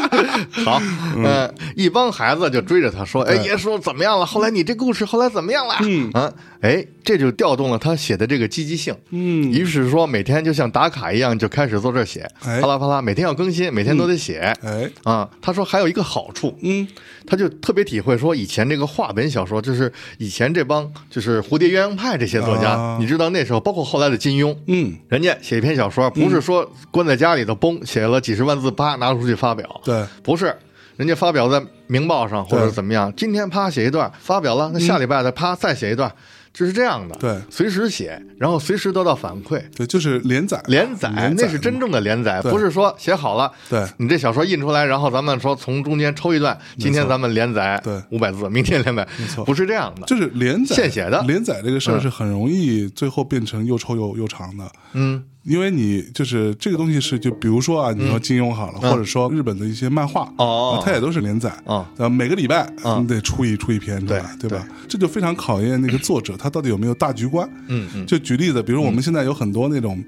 Speaker 4: 好，嗯，一帮孩子就追着他说：“哎，
Speaker 3: 嗯
Speaker 4: 爷叔怎么样了？后来你这故事后来怎么样了？”嗯啊，哎，这就调动了他写的这个积极性。嗯，于是说每天就像打卡一样，就开始坐这儿写，
Speaker 3: 哎
Speaker 4: 啪啦啪啦，每天要更新，每天都得写。
Speaker 3: 哎，
Speaker 4: 啊，他说还有一个好处，
Speaker 3: 嗯，
Speaker 4: 他就特别体会说以前这个话本小说，就是以前这帮就是蝴蝶鸳鸯派这些作家，
Speaker 3: 啊
Speaker 4: 你知道那时候包括后来的金庸，
Speaker 3: 嗯，
Speaker 4: 人家写一篇小说不是说关在家里头崩写了几十万字，啪拿出去发表，
Speaker 3: 对
Speaker 4: 不是。人家发表在《明报》上，或者
Speaker 3: 对嗯
Speaker 4: 怎么样？今天啪写一段，发表了，那下礼拜再啪再写一段，就是这样的。
Speaker 3: 对
Speaker 4: 随时写，然后随时得到反馈。
Speaker 3: 对，就是连载
Speaker 4: 连载
Speaker 3: 连载
Speaker 4: 那是真正的连载，
Speaker 3: 对
Speaker 4: 不是说写好了，
Speaker 3: 对
Speaker 4: 你这小说印出来，然后咱们说从中间抽一段，今天咱们连载
Speaker 3: 对
Speaker 4: 五百字，明天连载，没
Speaker 3: 错
Speaker 4: 不是这样的，
Speaker 3: 就是连载
Speaker 4: 现写的
Speaker 3: 连载这个事儿
Speaker 4: 嗯
Speaker 3: 是很容易最后变成又臭又又长的，
Speaker 4: 嗯，
Speaker 3: 因为你就是这个东西是就比如说啊，你说金庸好了，或者说日本的一些漫画，
Speaker 4: 嗯哦
Speaker 3: 啊它也都是连载
Speaker 4: 哦
Speaker 3: 呃，每个礼拜
Speaker 4: 嗯
Speaker 3: 你得出一出一篇出来，
Speaker 4: 对
Speaker 3: 对吧？这就非常考验那个作者他到底有没有大局观。
Speaker 4: 嗯嗯
Speaker 3: 就举例子，比如我们现在有很多那种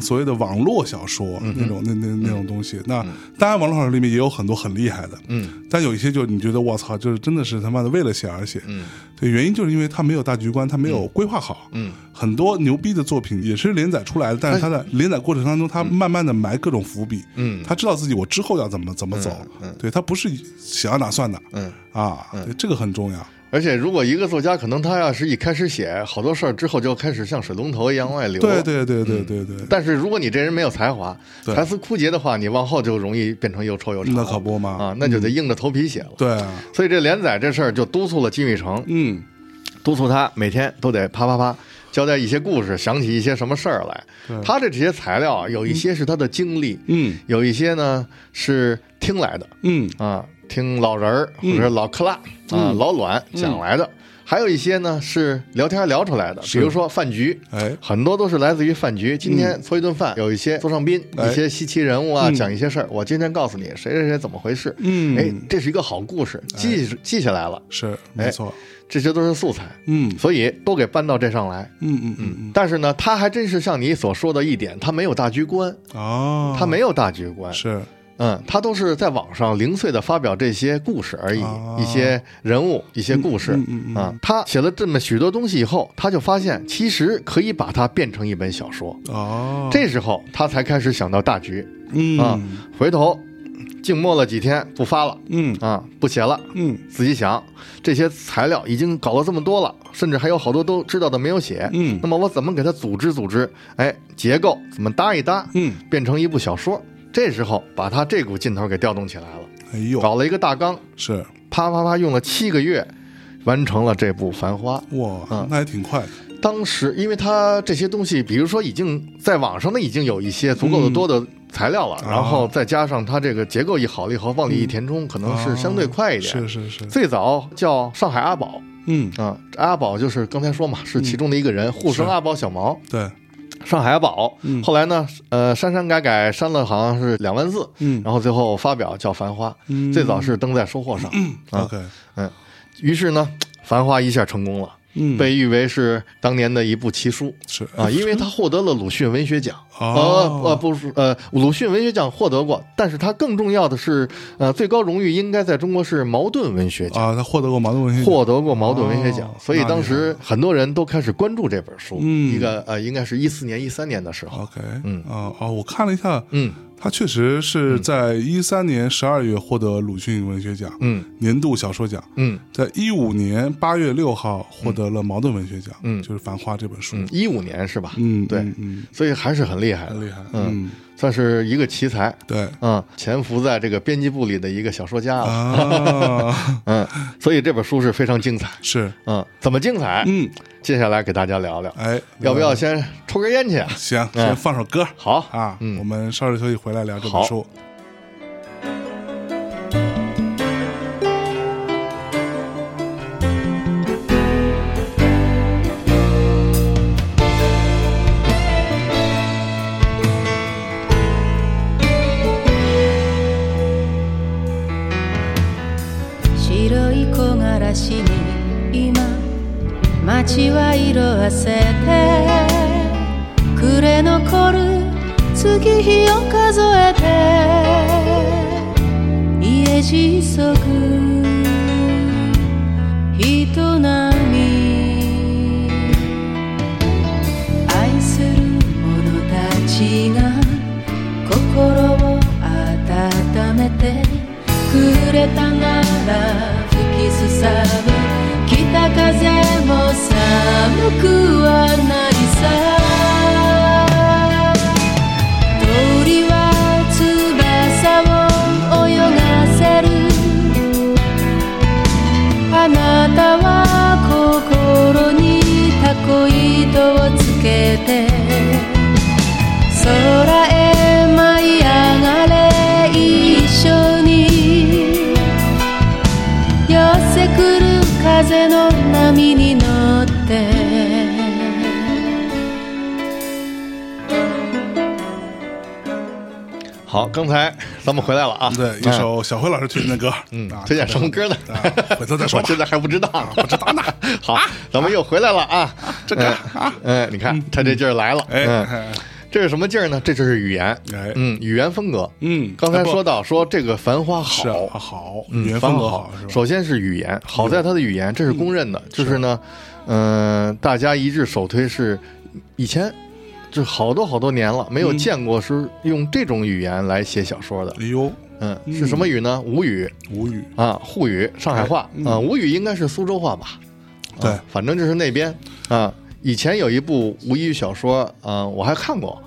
Speaker 3: 所谓的网络小说那种那那那种东西，那当然网络小说里面也有很多很厉害的，
Speaker 4: 嗯，
Speaker 3: 但有一些就你觉得我操，就是真的是他妈的为了写而写，嗯，对，原因就是因为他没有大局观，他没有规划好，
Speaker 4: 嗯，哎
Speaker 3: 很多牛逼的作品也是连载出来的，但是他在连载过程当中，他慢慢的埋各种伏笔，
Speaker 4: 嗯
Speaker 3: 他知道自己我之后要怎么怎么走，对他不是想要哪算哪，
Speaker 4: 嗯
Speaker 3: 啊，对这个很重要，
Speaker 4: 而且如果一个作家可能他要是一开始写好多事儿之后就开始像水龙头一样往外流，嗯
Speaker 3: 对。对对对对对，
Speaker 4: 但是如果你这人没有才华，
Speaker 3: 对
Speaker 4: 才思枯竭的话，你往后就容易变成又臭又长。
Speaker 3: 那可不嘛
Speaker 4: 啊，那就得硬着头皮写了。
Speaker 3: 对啊，
Speaker 4: 所以这连载这事儿就督促了金宇澄，
Speaker 3: 嗯，
Speaker 4: 督促他每天都得啪啪啪交代一些故事，想起一些什么事儿来。他的这些材料啊，有一些是他的经历，
Speaker 3: 嗯，
Speaker 4: 有一些呢是听来的
Speaker 3: 嗯
Speaker 4: 啊，听老人儿或者老克拉、啊、老卵
Speaker 3: 嗯
Speaker 4: 讲来的。还有一些呢是聊天聊出来的，比如说饭局，
Speaker 3: 哎
Speaker 4: 很多都是来自于饭局。今天搓一顿饭，有一些座上宾，
Speaker 3: 嗯哎
Speaker 4: 一些稀奇人物啊，讲一些事儿。我今天告诉你谁谁谁怎么回事，
Speaker 3: 嗯哎
Speaker 4: 哎，这是一个好故事，记记下来了，
Speaker 3: 是
Speaker 4: 哎
Speaker 3: 没错，
Speaker 4: 这些都是素材。
Speaker 3: 嗯
Speaker 4: 所以都给搬到这上来。
Speaker 3: 嗯嗯嗯
Speaker 4: 但是呢，他还真是像你所说的一点，他没有大局观，
Speaker 3: 嗯，哦，
Speaker 4: 他没有大局观，
Speaker 3: 是
Speaker 4: 嗯，他都是在网上零碎的发表这些故事而已，
Speaker 3: 啊
Speaker 4: 一些人物、一些故事，
Speaker 3: 嗯嗯嗯
Speaker 4: 啊，他写了这么许多东西以后，他就发现其实可以把它变成一本小说，
Speaker 3: 哦，
Speaker 4: 这时候他才开始想到大局啊，
Speaker 3: 嗯
Speaker 4: 回头静默了几天不发了
Speaker 3: 嗯
Speaker 4: 啊，不写了，
Speaker 3: 嗯
Speaker 4: 自己想，这些材料已经搞了这么多了，甚至还有好多都知道的没有写。
Speaker 3: 嗯
Speaker 4: 那么我怎么给它组织组织？哎，结构怎么搭一搭？
Speaker 3: 嗯，
Speaker 4: 变成一部小说。这时候把他这股劲头给调动起来了，
Speaker 3: 哎呦，
Speaker 4: 搞了一个大纲，
Speaker 3: 是
Speaker 4: 啪啪啪用了七个月，完成了这部《繁花》。
Speaker 3: 哇
Speaker 4: 嗯，
Speaker 3: 那还挺快的，
Speaker 4: 当时，因为他这些东西，比如说已经在网上呢，已经有一些足够的多的材料了，
Speaker 3: 啊
Speaker 4: 然后再加上他这个结构一好了以后，往里一填充，可能是相对快一点。
Speaker 3: 嗯是是是，
Speaker 4: 最早叫上海阿宝，
Speaker 3: 嗯，
Speaker 4: 啊，阿宝就是刚才说嘛，是其中的一个人，互生阿宝小毛，
Speaker 3: 对，
Speaker 4: 上海阿宝。
Speaker 3: 嗯
Speaker 4: 后来呢，呃，删删改改删了好像是两万字，
Speaker 3: 嗯
Speaker 4: 然后最后发表叫《繁花》
Speaker 3: 嗯
Speaker 4: 最早是登在收获上，啊
Speaker 3: OK，
Speaker 4: 嗯，于是呢，《繁花》一下成功了。被誉为是当年的一部奇书
Speaker 3: 是
Speaker 4: 啊，因为他获得了鲁迅文学奖。
Speaker 3: 哦
Speaker 4: 呃呃不是呃，鲁迅文学奖获得过，但是他更重要的是，呃，最高荣誉应该在中国是茅盾文学奖，
Speaker 3: 啊，他获得过茅盾文学奖
Speaker 4: 获得过茅盾文学奖
Speaker 3: 哦，
Speaker 4: 所以
Speaker 3: 那
Speaker 4: 当
Speaker 3: 厉害
Speaker 4: 时很多人都开始关注这本书。
Speaker 3: 嗯
Speaker 4: 一个呃，应该是一四年、一三年的时候。
Speaker 3: OK，
Speaker 4: 嗯
Speaker 3: 啊啊，我看了一下，
Speaker 4: 嗯
Speaker 3: 他确实是在一三年十二月获得鲁迅文学奖，
Speaker 4: 嗯
Speaker 3: 年度小说奖，
Speaker 4: 嗯
Speaker 3: 在一五年八月六号获得了茅盾文学奖，
Speaker 4: 嗯
Speaker 3: 就是《繁花》这本书，
Speaker 4: 嗯，一五年是吧？
Speaker 3: 嗯，
Speaker 4: 对
Speaker 3: 嗯嗯，
Speaker 4: 所以还是很厉害的
Speaker 3: 很，厉害，
Speaker 4: 嗯，算是一个奇才。
Speaker 3: 对
Speaker 4: 嗯，潜伏在这个编辑部里的一个小说家了，
Speaker 3: 啊，
Speaker 4: 嗯，所以这本书是非常精彩，
Speaker 3: 是，
Speaker 4: 嗯，怎么精彩？
Speaker 3: 嗯，
Speaker 4: 接下来给大家聊聊，
Speaker 3: 哎，
Speaker 4: 要不要先抽根烟去？
Speaker 3: 行，
Speaker 4: 嗯
Speaker 3: 先放首歌
Speaker 4: 好
Speaker 3: 啊，
Speaker 4: 嗯
Speaker 3: 我们稍事休息回来聊这本
Speaker 4: 好
Speaker 3: 书。
Speaker 5: 白い木枯らしに今街は色あせて暮れ残る月日を数えて家路急ぐ人並み愛する者たちが心を温めてくれたなら吹きすさぶ北風も寒くはないさ鳥は翼を泳がせるあなたは心にタコ糸をつけて空へ舞い上がれ一緒に寄せくる風の波に乗って
Speaker 4: 好，刚才咱们回来了啊，
Speaker 3: 对，一
Speaker 4: 嗯
Speaker 3: 首小辉老师推荐的歌，
Speaker 4: 嗯
Speaker 3: 啊，
Speaker 4: 推荐什么歌呢？
Speaker 3: 啊回头再说 吧
Speaker 4: 我
Speaker 3: 啊
Speaker 4: 现在还不知道，不知道呢。 好，咱们又回来了啊，这个，嗯，你看他这劲儿来了，
Speaker 3: 哎
Speaker 4: 嗯，
Speaker 3: 哎，
Speaker 4: 这是什么劲儿呢？这就是语言
Speaker 3: 哎，
Speaker 4: 嗯，语言风格，
Speaker 3: 嗯
Speaker 4: 刚才
Speaker 3: 哎不
Speaker 4: 说到说这个《繁花》
Speaker 3: 是
Speaker 4: 好
Speaker 3: 啊，好，
Speaker 4: 嗯
Speaker 3: 语言
Speaker 4: 反
Speaker 3: 风格
Speaker 4: 而
Speaker 3: 好，是吧？嗯
Speaker 4: 首先是语言，好在他的语言，这是公认的。就是呢，嗯、大家一致首推是以前就好多好多年了，没有
Speaker 3: 嗯
Speaker 4: 见过是用这种语言来写小说的。
Speaker 3: 哎呦，
Speaker 4: 嗯，是什么语呢？吴语
Speaker 3: 无语，
Speaker 4: 啊，沪语、上海话
Speaker 3: 嗯
Speaker 4: 啊，吴语应该是苏州话吧？啊
Speaker 3: 对
Speaker 4: 反正就是那边啊。以前有一部吴语小说，啊，我还看过，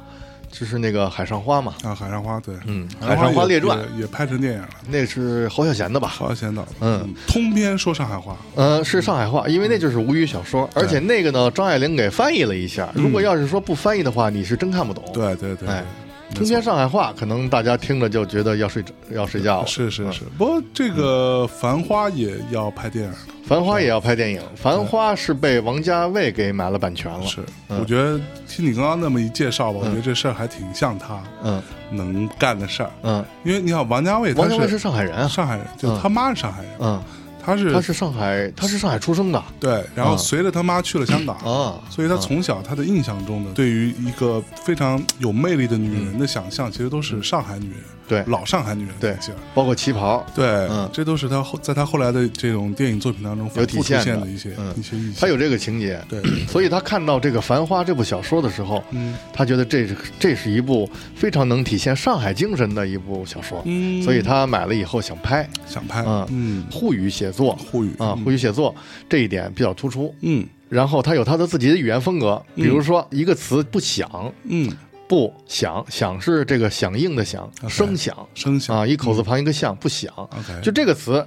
Speaker 4: 就是那个《海上花》嘛，
Speaker 3: 啊，海上花，对，
Speaker 4: 嗯
Speaker 3: 海
Speaker 4: 海上花
Speaker 3: 也
Speaker 4: 列传
Speaker 3: 也也拍成电影了，
Speaker 4: 那是侯孝贤的吧？
Speaker 3: 好像先导的，
Speaker 4: 嗯，
Speaker 3: 通篇说上海话，
Speaker 4: 呃，是上海话，因为那就是吴语小说，
Speaker 3: 嗯
Speaker 4: 而且那个呢，张爱玲给翻译了一下。如果要是说不翻译的话，你是真看不懂。，
Speaker 3: 对对对，
Speaker 4: 哎，
Speaker 3: 没
Speaker 4: 通篇上海话，可能大家听着就觉得要睡着要睡觉了。
Speaker 3: 是是
Speaker 4: 嗯
Speaker 3: 是，不过这个《繁花》也要拍电影了，
Speaker 4: 嗯繁花》也要拍电影，《繁花》是被王家卫给买了版权了。
Speaker 3: 是，
Speaker 4: 嗯
Speaker 3: 我觉得听你刚刚那么一介绍吧，我觉得这事儿还挺像他
Speaker 4: 嗯
Speaker 3: 能干的事儿，
Speaker 4: 嗯，
Speaker 3: 因为你看王家卫，
Speaker 4: 王
Speaker 3: 哎他
Speaker 4: 家卫是
Speaker 3: 是
Speaker 4: 上海人啊。
Speaker 3: 上海人，就
Speaker 4: 嗯
Speaker 3: 他妈是上海人，
Speaker 4: 嗯，
Speaker 3: 他是
Speaker 4: 他是上海，他是上海出生的。
Speaker 3: 对，然后
Speaker 4: 嗯
Speaker 3: 随着他妈去了香港
Speaker 4: 啊
Speaker 3: 所以他从小他的印象中的对于一个非常有魅力的女人的想象，其实都是上海女人，
Speaker 4: 嗯对
Speaker 3: 老上海女人
Speaker 4: 对
Speaker 3: 那劲儿，
Speaker 4: 包括旗袍，
Speaker 3: 对，
Speaker 4: 嗯
Speaker 3: 这都是他后在他后来的这种电影作品当中
Speaker 4: 有
Speaker 3: 反
Speaker 4: 体
Speaker 3: 复出
Speaker 4: 现
Speaker 3: 现
Speaker 4: 的
Speaker 3: 一些
Speaker 4: 嗯
Speaker 3: 一些意
Speaker 4: 他
Speaker 3: 象，
Speaker 4: 有这个情节。
Speaker 3: 对，
Speaker 4: 所以他看到这个《繁花》这部小说的时候，
Speaker 3: 嗯
Speaker 4: 他觉得这是这是一部非常能体现上海精神的一部小说，
Speaker 3: 嗯
Speaker 4: 所以他买了以后想拍，
Speaker 3: 想拍
Speaker 4: 啊，
Speaker 3: 嗯，
Speaker 4: 沪语写作
Speaker 3: 沪语
Speaker 4: 啊，
Speaker 3: 嗯
Speaker 4: 沪语写作这一点比较突出。
Speaker 3: 嗯
Speaker 4: 然后他有他的自己的语言风格，比如说一个词不响，
Speaker 3: 嗯，
Speaker 4: 不响，响是这个响应的响，声响
Speaker 3: 声响嗯
Speaker 4: 啊，一口字旁一个响，不响。
Speaker 3: ，OK，
Speaker 4: 就这个词，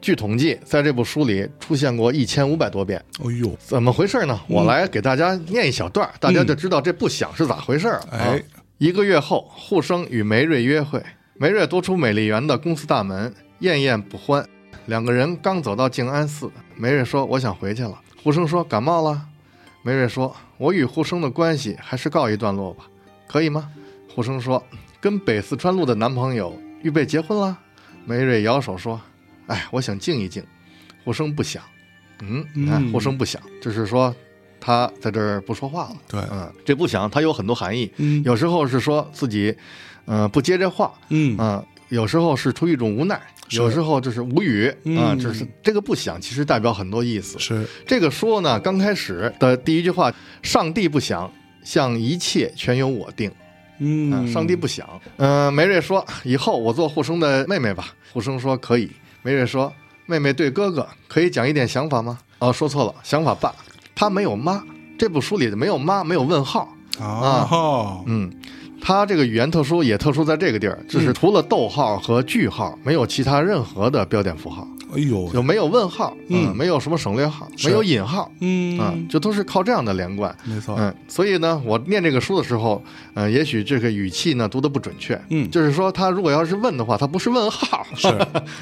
Speaker 4: 据统计，在这部书里出现过一千五百多遍。
Speaker 3: 哦呦，
Speaker 4: 怎么回事呢？我
Speaker 3: 嗯
Speaker 4: 来给大家念一小段儿，大家就知道这不响是咋回事儿了、啊。
Speaker 3: 哎，
Speaker 4: 一个月后，沪生与梅瑞约会，梅瑞多出美丽园的公司大门，艳艳不欢。两个人刚走到静安寺，梅瑞说：“我想回去了。”沪生说：“感冒了。”梅瑞说：“我与沪生的关系还是告一段落吧，可以吗？”沪生说：“跟北四川路的男朋友预备结婚了。”梅瑞摇手说：“哎，我想静一静。”沪生不想，嗯，你看
Speaker 3: 嗯
Speaker 4: 获胜不响，就是说他在这儿不说话了。
Speaker 3: 对
Speaker 4: 嗯，这不响它有很多含义，
Speaker 3: 嗯
Speaker 4: 有时候是说自己，嗯，不接这话，
Speaker 3: 嗯
Speaker 4: 嗯，有时候是出于一种无奈，
Speaker 3: 是
Speaker 4: 有时候就是无语
Speaker 3: 嗯
Speaker 4: 啊，就是这个不响，其实代表很多意思。
Speaker 3: 是
Speaker 4: 这个说呢，刚开始的第一句话，上帝不响，向一切全由我定。
Speaker 3: 嗯
Speaker 4: 嗯，上帝不响。嗯、梅瑞说：“以后我做护生的妹妹吧。”护生说：“可以。”梅瑞说：“妹妹对哥哥可以讲一点想法吗？”哦，说错了，想法爸，他没有妈。这部书里没有妈，没有问号。
Speaker 3: 哦
Speaker 4: 嗯，他这个语言特殊也特殊在这个地儿，
Speaker 3: 嗯
Speaker 4: 就是除了逗号和句号，没有其他任何的标点符号，
Speaker 3: 哎呦
Speaker 4: 就没有问号，
Speaker 3: 嗯
Speaker 4: 嗯，没有什么省略号，
Speaker 3: 是
Speaker 4: 没有引号，
Speaker 3: 嗯
Speaker 4: 啊，就都是靠这样的连贯。
Speaker 3: 没错
Speaker 4: 嗯，所以呢，我念这个书的时候，呃，也许这个语气呢读的不准确，
Speaker 3: 嗯
Speaker 4: 就是说他如果要是问的话，他不是问号，
Speaker 3: 是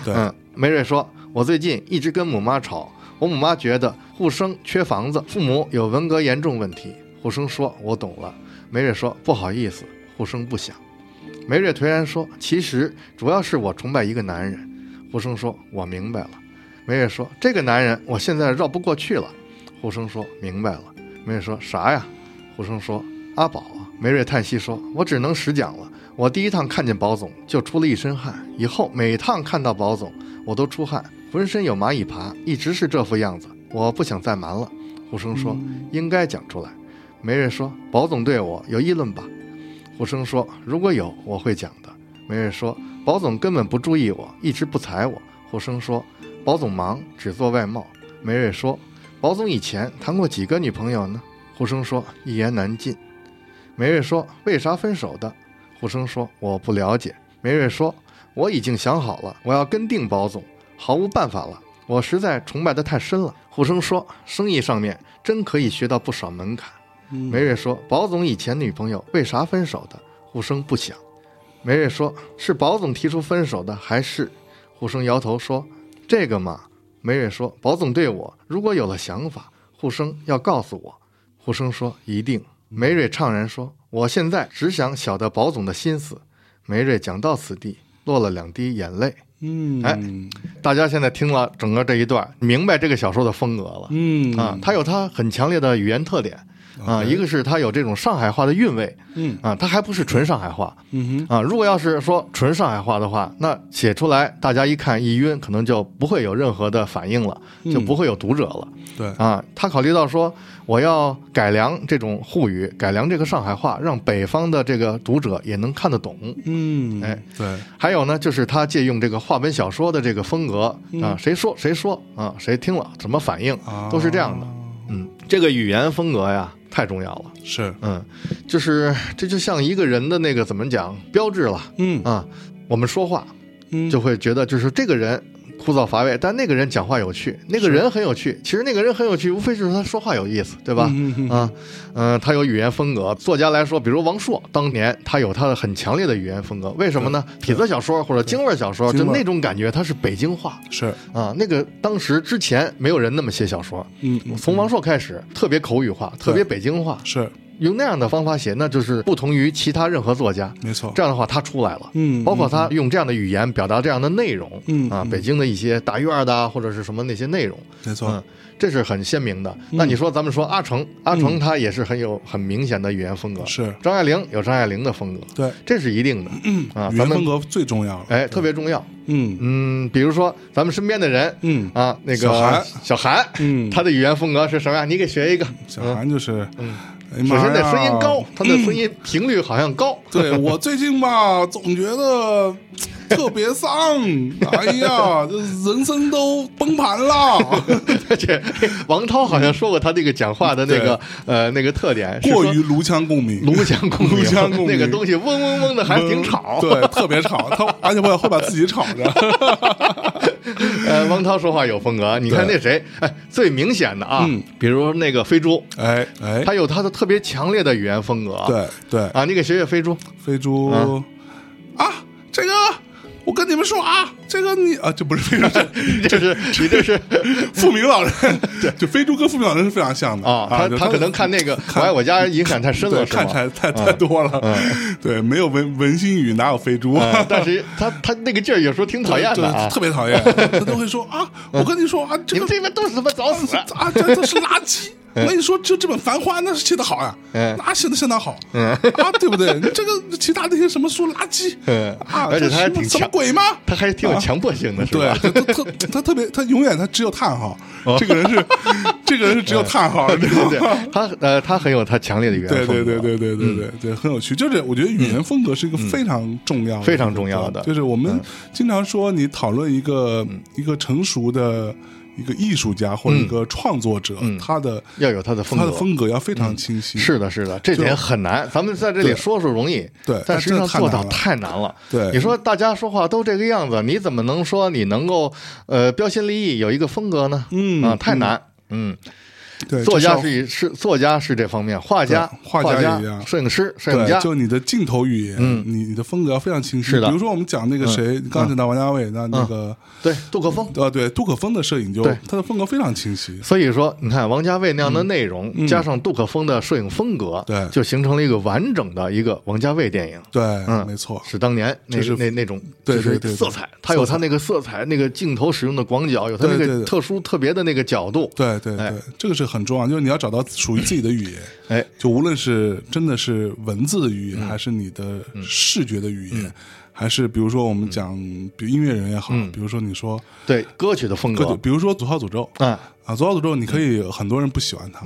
Speaker 3: 对
Speaker 4: 嗯，梅瑞说，我最近一直跟母妈吵，我母妈觉得护生缺房子，父母有文革严重问题。护生说，我懂了。梅瑞说，不好意思，护生不想。梅瑞颓然说，其实主要是我崇拜一个男人。护生说，我明白了。梅瑞说，这个男人我现在绕不过去了。护生说，明白了。梅瑞说，啥呀？护生说，阿宝啊。梅瑞叹息说，我只能实讲了。我第一趟看见宝总就出了一身汗，以后每趟看到宝总我都出汗，浑身有蚂蚁爬，一直是这副样子。我不想再瞒了。胡生说：“应该讲出来。”梅瑞说：“宝总对我有议论吧？”胡生说：“如果有，我会讲的。”梅瑞说：“宝总根本不注意我，一直不睬我。”胡生说：“宝总忙，只做外贸。”梅瑞说：“宝总以前谈过几个女朋友呢？”胡生说：“一言难尽。”梅瑞说：“为啥分手的？”胡生说：“我不了解。”梅瑞说：“我已经想好了，我要跟定宝总，毫无办法了。我实在崇拜的太深了。”胡生说：“生意上面真可以学到不少门槛。”梅瑞说：“宝总以前女朋友为啥分手的？”胡生不想。梅瑞说：“是宝总提出分手的，还是？”胡生摇头说：“这个嘛。”梅瑞说：“宝总对我如果有了想法，胡生要告诉我。”胡生说：“一定。”梅瑞怅然说：“我现在只想晓得宝总的心思。”梅瑞讲到此地，落了两滴眼泪。
Speaker 3: 嗯
Speaker 4: 哎大家现在听了整个这一段，明白这个小说的风格了。
Speaker 3: 嗯
Speaker 4: 啊，它有它很强烈的语言特点啊，一个是它有这种上海话的韵味，
Speaker 3: 嗯
Speaker 4: 啊，它还不是纯上海话，
Speaker 3: 嗯
Speaker 4: 啊，如果要是说纯上海话的话，那写出来大家一看一晕，可能就不会有任何的反应了，就
Speaker 3: 嗯
Speaker 4: 不会有读者了。
Speaker 3: 哼嗯对
Speaker 4: 啊，他考虑到说，我要改良这种沪语，改良这个上海话，让北方的这个读者也能看得懂。
Speaker 3: 嗯
Speaker 4: 哎
Speaker 3: 对
Speaker 4: 还有呢，就是他借用这个话本小说的这个风格啊，谁说谁说啊，谁听了什么反应
Speaker 3: 嗯啊，
Speaker 4: 都是这样的。嗯，这个语言风格呀，太重要了。
Speaker 3: 是
Speaker 4: 嗯，就是这就像一个人的那个怎么讲标志了
Speaker 3: 嗯
Speaker 4: 啊。我们说话
Speaker 3: 嗯
Speaker 4: 就会觉得就是这个人枯燥乏味，但那个人讲话有趣，那个人很有趣。其实那个人很有趣，无非就是他说话有意思，对吧？
Speaker 3: 嗯嗯嗯
Speaker 4: 啊，嗯、他有语言风格。作家来说，比如王朔，当年他有他的很强烈的语言风格，为什么呢？痞子小说或者京味儿小说，
Speaker 3: 京
Speaker 4: 就
Speaker 3: 味儿
Speaker 4: 那种感觉，它是北京话。
Speaker 3: 是
Speaker 4: 啊，那个当时之前没有人那么写小说，
Speaker 3: 嗯嗯
Speaker 4: 从王朔开始，特别口语化，特别北京化，
Speaker 3: 是
Speaker 4: 用那样的方法写，那就是不同于其他任何作家。
Speaker 3: 没错
Speaker 4: 这样的话，他出来了，
Speaker 3: 哦嗯
Speaker 4: 包括他用这样的语言表达这样的内容，
Speaker 3: 嗯
Speaker 4: 啊
Speaker 3: 嗯，
Speaker 4: 北京的一些大院儿的啊或者是什么那些内容，
Speaker 3: 没
Speaker 4: 嗯
Speaker 3: 错，
Speaker 4: 这是很鲜明的。那你说，咱们说阿成，阿成他也是很有很明显的语言风格，
Speaker 3: 嗯是
Speaker 4: 张爱玲有张爱玲的风格，
Speaker 3: 对嗯
Speaker 4: 这是一定的，啊，
Speaker 3: 语
Speaker 4: 咱
Speaker 3: 言风
Speaker 4: 们
Speaker 3: 格最重要了
Speaker 4: 哎特别重要，
Speaker 3: 嗯
Speaker 4: 嗯，比如说咱们身边的人，
Speaker 3: 嗯
Speaker 4: 啊，那个
Speaker 3: 小韩
Speaker 4: 小韩，
Speaker 3: 嗯
Speaker 4: 他的语言风格是什么呀？你给学一个。
Speaker 3: 小韩就是哎呀
Speaker 4: 嗯
Speaker 3: 嗯
Speaker 4: 首
Speaker 3: 妈
Speaker 4: 先得
Speaker 3: 呀
Speaker 4: 声音高，他的声音频率好像高。
Speaker 3: 对我最近吧，总觉得特别 丧，哎呀，这人生都崩盘了，
Speaker 4: 而且王涛好像说过他这个讲话的那个呃那个特点， 是
Speaker 3: 嗯过
Speaker 4: 说
Speaker 3: 于颅腔共鸣，
Speaker 4: 颅腔共鸣，
Speaker 3: 颅腔共鸣
Speaker 4: 那个东西嗡嗡嗡的，还挺吵。
Speaker 3: 嗯对，特别吵，他而且会会把自己吵着，
Speaker 4: 呃，王涛说话有风格，你看
Speaker 3: 对
Speaker 4: 那谁，哎，最明显的啊
Speaker 3: 嗯，
Speaker 4: 比如那个飞猪，
Speaker 3: 哎哎，
Speaker 4: 他有他的特别强烈的语言风格。啊
Speaker 3: 对对，
Speaker 4: 啊，你给学学飞猪，
Speaker 3: 飞猪啊，这个我跟你们说啊，这个你啊，这不是非洲这
Speaker 4: 这 是你这是
Speaker 3: 富明老人，对，就非洲跟富明老人是非常像的
Speaker 4: 啊，他
Speaker 3: 就
Speaker 4: 他可能看那个《我爱我家》影响太深
Speaker 3: 对
Speaker 4: 了，是
Speaker 3: 看
Speaker 4: 吗？嗯
Speaker 3: 太太太多了， 对，没有文文心语哪有非猪？
Speaker 4: 嗯但是他他那个劲儿有时候挺讨厌
Speaker 3: 对
Speaker 4: 的啊嗯
Speaker 3: 特。别讨厌，他都会说啊，我跟你说啊，这
Speaker 4: 你
Speaker 3: 个
Speaker 4: 们这边都是他妈找 死！
Speaker 3: 啊，这这是垃圾。我跟你说，就这本《繁花》，那是写的好呀、
Speaker 4: 嗯
Speaker 3: 那写的相当好，啊，对不对？你这个其他那些什么书垃圾，
Speaker 4: 嗯
Speaker 3: 啊，
Speaker 4: 而且
Speaker 3: 这
Speaker 4: 他还
Speaker 3: 什么
Speaker 4: 挺
Speaker 3: 什么
Speaker 4: 强
Speaker 3: 鬼吗？啊
Speaker 4: 他还挺有强迫性的，是
Speaker 3: 对
Speaker 4: 吧？，哦
Speaker 3: 他他特他特别，他永远他只有叹号，这个人是这个人是只有叹号，你知道
Speaker 4: 对
Speaker 3: 吗？，
Speaker 4: 他呃，他很有他强烈的语言
Speaker 3: 对
Speaker 4: 风
Speaker 3: 对
Speaker 4: 格嗯
Speaker 3: 对对对对对对，很有趣。就是我觉得语言风格是一个非常重要的、
Speaker 4: 嗯非常重要的嗯
Speaker 3: 就是我们经常说，你讨论一个、一个成熟的一个艺术家或者一个创作者，他的
Speaker 4: 嗯要有他的风
Speaker 3: 他的
Speaker 4: 格嗯
Speaker 3: 风格要非常清晰。
Speaker 4: 是的，是的，这点很难。咱们在这
Speaker 3: 嗯
Speaker 4: 里
Speaker 3: 对
Speaker 4: 说说容易，
Speaker 3: 对
Speaker 4: 但实际
Speaker 3: 但真的
Speaker 4: 上
Speaker 3: 太
Speaker 4: 做到
Speaker 3: 难了
Speaker 4: 太难了。
Speaker 3: 对
Speaker 4: 你说大家说话都这个样子，你怎么能说你能够呃标新立异，有一个风格呢？
Speaker 3: 嗯
Speaker 4: 啊，太难。嗯，
Speaker 3: 对，
Speaker 4: 作家
Speaker 3: 就是
Speaker 4: 是一是作家是这方面，画家、
Speaker 3: 对画家也一样
Speaker 4: 摄影师、摄
Speaker 3: 要
Speaker 4: 影家
Speaker 3: 对，，就你的镜头语言，
Speaker 4: 嗯
Speaker 3: 你你的风格要非常清晰。
Speaker 4: 是的嗯
Speaker 3: 比如说我们讲那个谁，你刚才讲到王家卫，那那个。
Speaker 4: 对，杜可风。
Speaker 3: 呃，对，杜可风的摄影就
Speaker 4: 对
Speaker 3: 他的风格非常清晰，
Speaker 4: 所以说，你看王家卫那样的内容，加上杜可风的摄影风格，
Speaker 3: 嗯对
Speaker 4: 就形成了一个完整的一个王家卫电影。
Speaker 3: 对，
Speaker 4: 嗯，
Speaker 3: 没错，
Speaker 4: 是当年那
Speaker 3: 就是
Speaker 4: 那那种，
Speaker 3: 对
Speaker 4: 就是
Speaker 3: 对对对
Speaker 4: 色彩，它有它那个色彩，那个镜头使用的广角，有它那
Speaker 3: 对对
Speaker 4: 个
Speaker 3: 对
Speaker 4: 特殊特别的那个角度。
Speaker 3: 对对对，
Speaker 4: 哎
Speaker 3: 这个是很重要，就是你要找到属于自己的语言，
Speaker 4: 哎，嗯
Speaker 3: 就无论是真的是文字的语言，还是你的视觉的语言，还是比如说我
Speaker 4: 嗯
Speaker 3: 们讲，比如音乐人也好，比如说你说，
Speaker 4: 对歌曲的风
Speaker 3: 各种
Speaker 4: 格，
Speaker 3: 比如说左号诅咒，
Speaker 4: 嗯
Speaker 3: 啊，左小诅咒，你可以很多人不喜欢他，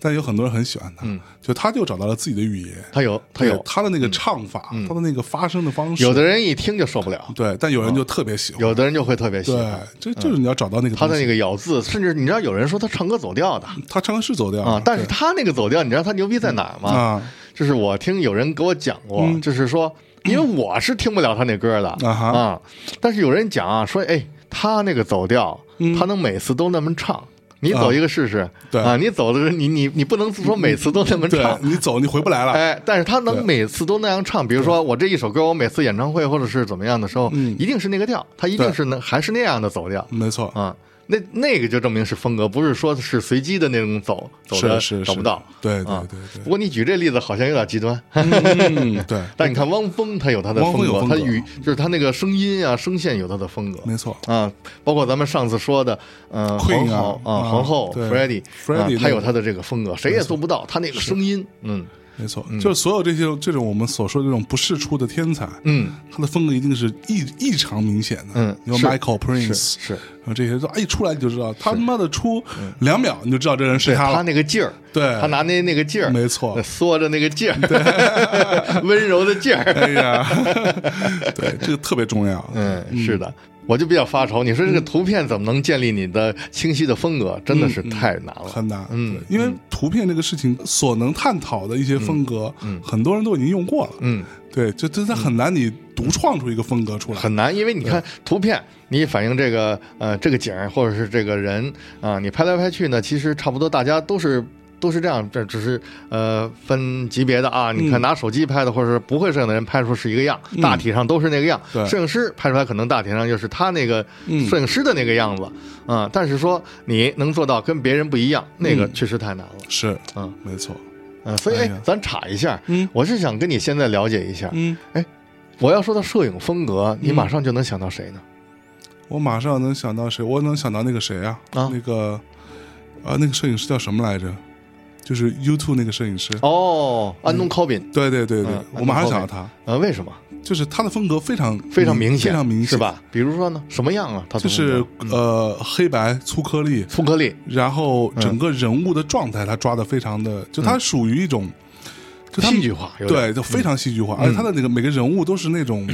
Speaker 3: 但有很多人很喜欢他，就他就找到了自己的语言，
Speaker 4: 它有它嗯有，嗯
Speaker 3: 他的那个唱法，他的那个发声的方式，
Speaker 4: 有的人一听就受不了，
Speaker 3: 对，但有人就特别喜欢，
Speaker 4: 有的人就会特别喜
Speaker 3: 对
Speaker 4: 欢，嗯
Speaker 3: 这就是你要找到那个
Speaker 4: 他
Speaker 3: 东
Speaker 4: 的那
Speaker 3: 西
Speaker 4: 个咬字，甚至你知道有人说他唱歌走调的
Speaker 3: 他唱歌是走调
Speaker 4: 啊，但是
Speaker 3: 对
Speaker 4: 他那个走调，你知道他牛逼在哪儿吗？
Speaker 3: 啊
Speaker 4: 就是我听有人给我讲过，就是说，因为我是听不了他那歌的
Speaker 3: 嗯啊哈
Speaker 4: 啊，但是有人讲啊，说哎，他那个走调，他能每次都那么唱。你走一个试试，
Speaker 3: 嗯对
Speaker 4: 啊，你走的是你你你不能说每次都那么唱
Speaker 3: 对，你走你回不 来了，
Speaker 4: 哎，但是他能
Speaker 3: 对
Speaker 4: 每次都那样唱，比如说我这一首歌，我每次演唱会或者是怎么样的时候，一定是那个调，他一
Speaker 3: 嗯
Speaker 4: 定
Speaker 3: 对
Speaker 4: 是那还是那样的走调
Speaker 3: 没错，
Speaker 4: 啊。那那个就证明是风格，不是说是随机的那种走，走的
Speaker 3: 是是
Speaker 4: 找不
Speaker 3: 是
Speaker 4: 到。
Speaker 3: 对对
Speaker 4: 啊
Speaker 3: 对对
Speaker 4: 不过你举这例子好像有点极端，
Speaker 3: 嗯，对，
Speaker 4: 但你看汪峰他有他的
Speaker 3: 汪峰有
Speaker 4: 格，
Speaker 3: 风
Speaker 4: 他
Speaker 3: 格
Speaker 4: 语就是他那个声音啊声线有他的风格。
Speaker 3: 没错，
Speaker 4: 啊，包括咱们上次说的，呃，皇
Speaker 3: Queen 啊
Speaker 4: 后
Speaker 3: 啊
Speaker 4: 皇后
Speaker 3: 对
Speaker 4: f r e d d y
Speaker 3: Freddie 那个
Speaker 4: 他有他的这个风格，谁也做不到他那个声音，嗯
Speaker 3: 没错，就是所有这些这种我们所说的这种不世出的天才，
Speaker 4: 嗯，
Speaker 3: 他的风格一定是异异常明显的，
Speaker 4: 嗯
Speaker 3: 有
Speaker 4: 是
Speaker 3: Michael
Speaker 4: 是
Speaker 3: Prince
Speaker 4: 是，嗯
Speaker 3: 然后这些都哎一出来你就知道，他妈的出两秒你就知道这人是他
Speaker 4: 他
Speaker 3: 了，
Speaker 4: 那个劲儿，
Speaker 3: 对
Speaker 4: 他拿那那个劲儿，
Speaker 3: 没错
Speaker 4: 缩着那个劲儿， 温柔的劲儿，
Speaker 3: 哎呀， 对，这个特别重要，
Speaker 4: 嗯，是的。我就比较发愁，你说这个
Speaker 3: 嗯
Speaker 4: 图片怎么能建立你的清晰的风格？真的是太难了，
Speaker 3: 嗯很难，
Speaker 4: 嗯
Speaker 3: 对因为图片这个事情所能探讨的一些风格，很多人都已经用过了，
Speaker 4: 嗯，
Speaker 3: 对，就真的很难你独创出一个风格出来，
Speaker 4: 很难，因为你看图片，你反映这个呃这个景儿或者是这个人啊、你拍来拍去呢，其实差不多大家都是都是这样，这只是呃分级别的
Speaker 3: 嗯
Speaker 4: 啊。你看拿手机拍的或者是不会摄影的人拍出是一个样，大体上都是那个样。
Speaker 3: 对
Speaker 4: 摄影师拍出来可能大体上就是他那个
Speaker 3: 嗯
Speaker 4: 摄影师的那个样子啊、但是说你能做到跟别人不一样，那个确实太难了。
Speaker 3: 是，
Speaker 4: 嗯，
Speaker 3: 没错，
Speaker 4: 嗯，所以
Speaker 3: 嗯哎
Speaker 4: 哎
Speaker 3: 呀，
Speaker 4: 咱查一下，
Speaker 3: 嗯
Speaker 4: 我是想跟你现在了解一下，哎
Speaker 3: 嗯。
Speaker 4: 我要说到摄影风格，你马上就能想到谁呢？
Speaker 3: 我马上能想到谁？我能想到那个谁啊？
Speaker 4: 啊
Speaker 3: 那个啊，那个摄影师叫什么来着？就是 U two 那个摄影师。
Speaker 4: 哦，安
Speaker 3: 嗯
Speaker 4: 东·考宾，
Speaker 3: 对对对对，
Speaker 4: 嗯
Speaker 3: 我马上想到他，
Speaker 4: 呃，为什么？
Speaker 3: 就是他的风格非常
Speaker 4: 非常明
Speaker 3: 嗯
Speaker 4: 显，
Speaker 3: 非常明显，
Speaker 4: 是？吧？比如说呢，什么样啊？他的
Speaker 3: 就是
Speaker 4: 风格
Speaker 3: 呃，黑白粗颗粒，
Speaker 4: 富克力，
Speaker 3: 然后整个人物的状态他抓的非常的，就他属于一种就他
Speaker 4: 嗯戏剧化，有点嗯
Speaker 3: 对，，就非常戏剧化，而且他的那个每个人物都是那种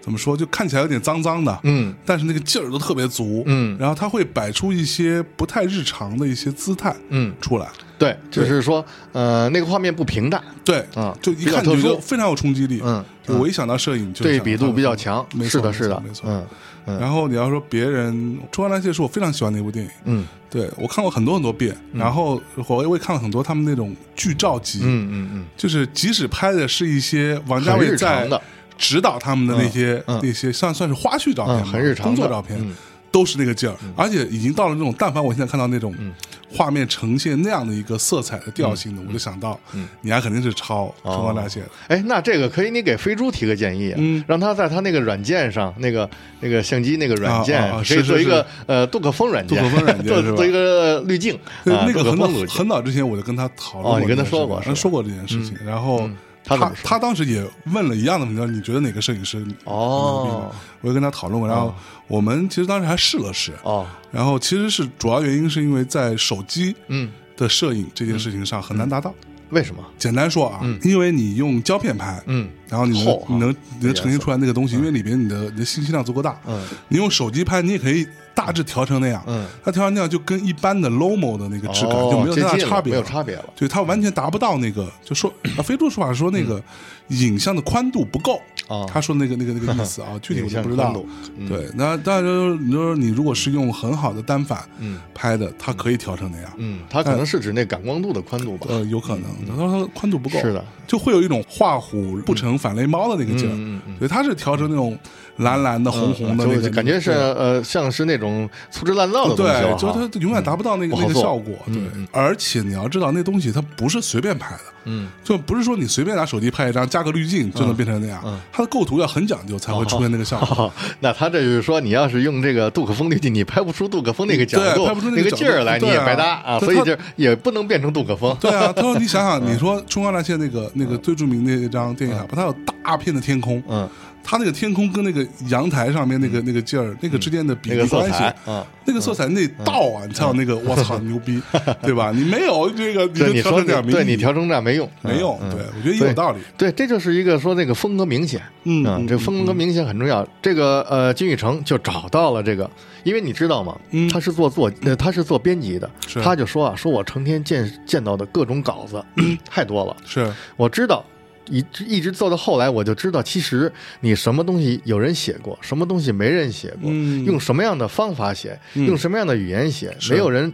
Speaker 3: 怎么说，就看起来有点脏脏的，
Speaker 4: 嗯，
Speaker 3: 但是那个劲儿都特别足，
Speaker 4: 嗯
Speaker 3: 然后他会摆出一些不太日常的一些姿态，
Speaker 4: 嗯
Speaker 3: 出来，
Speaker 4: 对，就是说，呃，那个画面不平淡，
Speaker 3: 对，
Speaker 4: 啊
Speaker 3: 就一看
Speaker 4: 比较
Speaker 3: 就
Speaker 4: 特
Speaker 3: 觉
Speaker 4: 殊
Speaker 3: 得非常有冲击力，
Speaker 4: 嗯
Speaker 3: 就我一想到摄影就
Speaker 4: 对
Speaker 3: 想到
Speaker 4: 比
Speaker 3: 他
Speaker 4: 度
Speaker 3: 的
Speaker 4: 比较
Speaker 3: 风格
Speaker 4: 强，
Speaker 3: 没
Speaker 4: 是
Speaker 3: 错
Speaker 4: 的，
Speaker 3: 没
Speaker 4: 是的
Speaker 3: 错没，错，
Speaker 4: 嗯嗯
Speaker 3: 然后你要说别人《春光乍泄》是我非常喜欢的一部电影，
Speaker 4: 嗯
Speaker 3: 对我看过很多很多遍，然后我也看了很多他们那种剧照集，
Speaker 4: 嗯嗯嗯，
Speaker 3: 就是即使拍的是一些王家卫
Speaker 4: 很日
Speaker 3: 在
Speaker 4: 常的
Speaker 3: 指导他们的那些、
Speaker 4: 嗯嗯
Speaker 3: 那些算算是花絮照片吧、
Speaker 4: 嗯很日常的
Speaker 3: 工作照片。
Speaker 4: 嗯
Speaker 3: 都是那个劲儿，而且已经到了那种，但凡我现在看到那种
Speaker 4: 嗯
Speaker 3: 画面呈现那样的一个色彩的调性的，我就想到，
Speaker 4: 嗯
Speaker 3: 你还肯定是抄中国大写的，
Speaker 4: 哎，那这个可以，你给飞猪提个建议啊，
Speaker 3: 嗯
Speaker 4: 让他在他那个软件上，那个那个相机那个软件，
Speaker 3: 啊啊啊
Speaker 4: 可以
Speaker 3: 是
Speaker 4: 做
Speaker 3: 是
Speaker 4: 一个呃杜可风软件，
Speaker 3: 杜可风软件
Speaker 4: 做
Speaker 3: 是吧
Speaker 4: 做一个滤镜，啊
Speaker 3: 那个
Speaker 4: 杜可
Speaker 3: 很早
Speaker 4: 风滤镜，
Speaker 3: 很早之前我就跟他讨论
Speaker 4: 哦
Speaker 3: 过
Speaker 4: 你
Speaker 3: 这
Speaker 4: 跟
Speaker 3: 件事情，
Speaker 4: 他说过是吧嗯
Speaker 3: 嗯说过这件事情。然后
Speaker 4: 他怎
Speaker 3: 他
Speaker 4: 么说
Speaker 3: 他当时也问了一样的问题，你觉得哪个摄影师？
Speaker 4: 哦，
Speaker 3: 我也跟他讨论过。然后我们其实当时还试了试，
Speaker 4: 哦，
Speaker 3: 然后其实是主要原因是因为在手机
Speaker 4: 嗯，
Speaker 3: 的摄影这件事情上很难达到。
Speaker 4: 为什么？
Speaker 3: 简单说啊，因为你用胶片拍，
Speaker 4: 嗯，
Speaker 3: 然后你能
Speaker 4: 厚啊
Speaker 3: 你能你能呈
Speaker 4: 颜
Speaker 3: 现
Speaker 4: 色
Speaker 3: 出来那个东西，因为里边你的你的信息量足够大。
Speaker 4: 嗯，
Speaker 3: 你用手机拍，你也可以大致调成那样。
Speaker 4: 嗯，
Speaker 3: 它调成那样就跟一般的 Lomo 的那个质感
Speaker 4: 哦
Speaker 3: 就没有太大
Speaker 4: 接近了
Speaker 3: 差别，
Speaker 4: 没有差别了。
Speaker 3: 对，它完全达不到那个，就说啊，飞猪说法说那
Speaker 4: 嗯
Speaker 3: 个影像的宽度不够
Speaker 4: 哦。
Speaker 3: 他说那个那个那个意思 啊，具体我
Speaker 4: 影
Speaker 3: 就
Speaker 4: 像
Speaker 3: 不知道
Speaker 4: 宽。度嗯
Speaker 3: 对，那但是你说你如果是用很好的单反
Speaker 4: 嗯
Speaker 3: 拍的，它可以调成那样。
Speaker 4: 嗯，它可能是指那感光度的宽度吧。
Speaker 3: 呃，有可能，他说它宽度不够，
Speaker 4: 是的，
Speaker 3: 就会有一种画虎不成反类猫的那个劲儿，
Speaker 4: 嗯嗯嗯
Speaker 3: 所以它是调成那种蓝蓝的、红红的
Speaker 4: 嗯
Speaker 3: 那
Speaker 4: 就
Speaker 3: 个，
Speaker 4: 就感觉是呃，像是那种粗制滥造的东西了
Speaker 3: 哦对，
Speaker 4: 哈
Speaker 3: 就它永远达不到那个那
Speaker 4: 嗯不好
Speaker 3: 个
Speaker 4: 做
Speaker 3: 效果，对。而且你要知道，那东西它不是随便拍的，
Speaker 4: 嗯，
Speaker 3: 就不是说你随便拿手机拍一张，加个滤镜就能变成那样，它的构图要很讲究才会出现那个效果。
Speaker 4: 嗯哦，那他这就是说，你要是用这个杜可风滤镜，你拍不出杜可风那个角度，
Speaker 3: 对拍不出那个
Speaker 4: 个
Speaker 3: 角度
Speaker 4: 劲儿来，你
Speaker 3: 对啊
Speaker 4: 也白搭啊。所
Speaker 3: 对
Speaker 4: 以
Speaker 3: 他
Speaker 4: 就也不能变成杜可风。
Speaker 3: 对啊，他说你想想，你说中央大线那个那个最著名的那张电影海报，它有大片的天空，
Speaker 4: 嗯，
Speaker 3: 它那个天空跟那个阳台上面那个那个劲儿，那个之间的比
Speaker 4: 那
Speaker 3: 例
Speaker 4: 个色
Speaker 3: 关系
Speaker 4: 彩，嗯，
Speaker 3: 那个色彩那道啊，你才有那个我操牛逼，对吧？你没有这个，你
Speaker 4: 对
Speaker 3: 就
Speaker 4: 你
Speaker 3: 调
Speaker 4: 说
Speaker 3: 成
Speaker 4: 你
Speaker 3: 这样没
Speaker 4: 对
Speaker 3: 意义
Speaker 4: 你调成这样没用，
Speaker 3: 没用
Speaker 4: 嗯。嗯
Speaker 3: 对我觉得有道理。
Speaker 4: 对，这就是一个说那个风格明显，啊
Speaker 3: 嗯嗯
Speaker 4: 这风格明显很重要。这个呃，金宇澄就找到了这个，因为你知道吗？
Speaker 3: 嗯
Speaker 4: 他是做做呃，他是做编辑的，
Speaker 3: 是
Speaker 4: 他就说啊，说我成天见见到的各种稿子
Speaker 3: 嗯
Speaker 4: 太多了，
Speaker 3: 是
Speaker 4: 我知道，一直一直做到后来，我就知道，其实你什么东西有人写过，什么东西没人写过，
Speaker 3: 嗯
Speaker 4: 用什么样的方法写，
Speaker 3: 嗯
Speaker 4: 用什么样的语言写，
Speaker 3: 是
Speaker 4: 没有人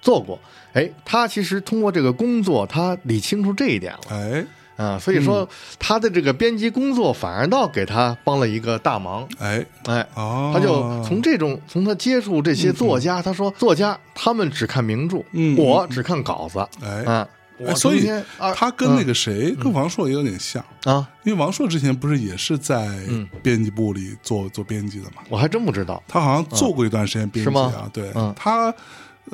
Speaker 4: 做过。哎，他其实通过这个工作，他理清楚这一点了
Speaker 3: 哎
Speaker 4: 啊，所以
Speaker 3: 嗯
Speaker 4: 说他的这个编辑工作反而倒给他帮了一个大忙。
Speaker 3: 哎
Speaker 4: 哎，
Speaker 3: 哦，
Speaker 4: 他就从这种从他接触这些作家，他说作家他们只看名著，
Speaker 3: 嗯
Speaker 4: 我只看稿子，
Speaker 3: 哎
Speaker 4: 啊，我
Speaker 3: 哎所以
Speaker 4: 成天啊嗯
Speaker 3: 他跟那个谁，跟王朔也有点像。
Speaker 4: 啊，
Speaker 3: 因为王朔之前不是也是在
Speaker 4: 嗯
Speaker 3: 编辑部里做做编辑的嘛，
Speaker 4: 我还真不知道。
Speaker 3: 他好像做过一段时间编
Speaker 4: 是
Speaker 3: 辑
Speaker 4: 吗
Speaker 3: 啊，对
Speaker 4: 嗯，
Speaker 3: 他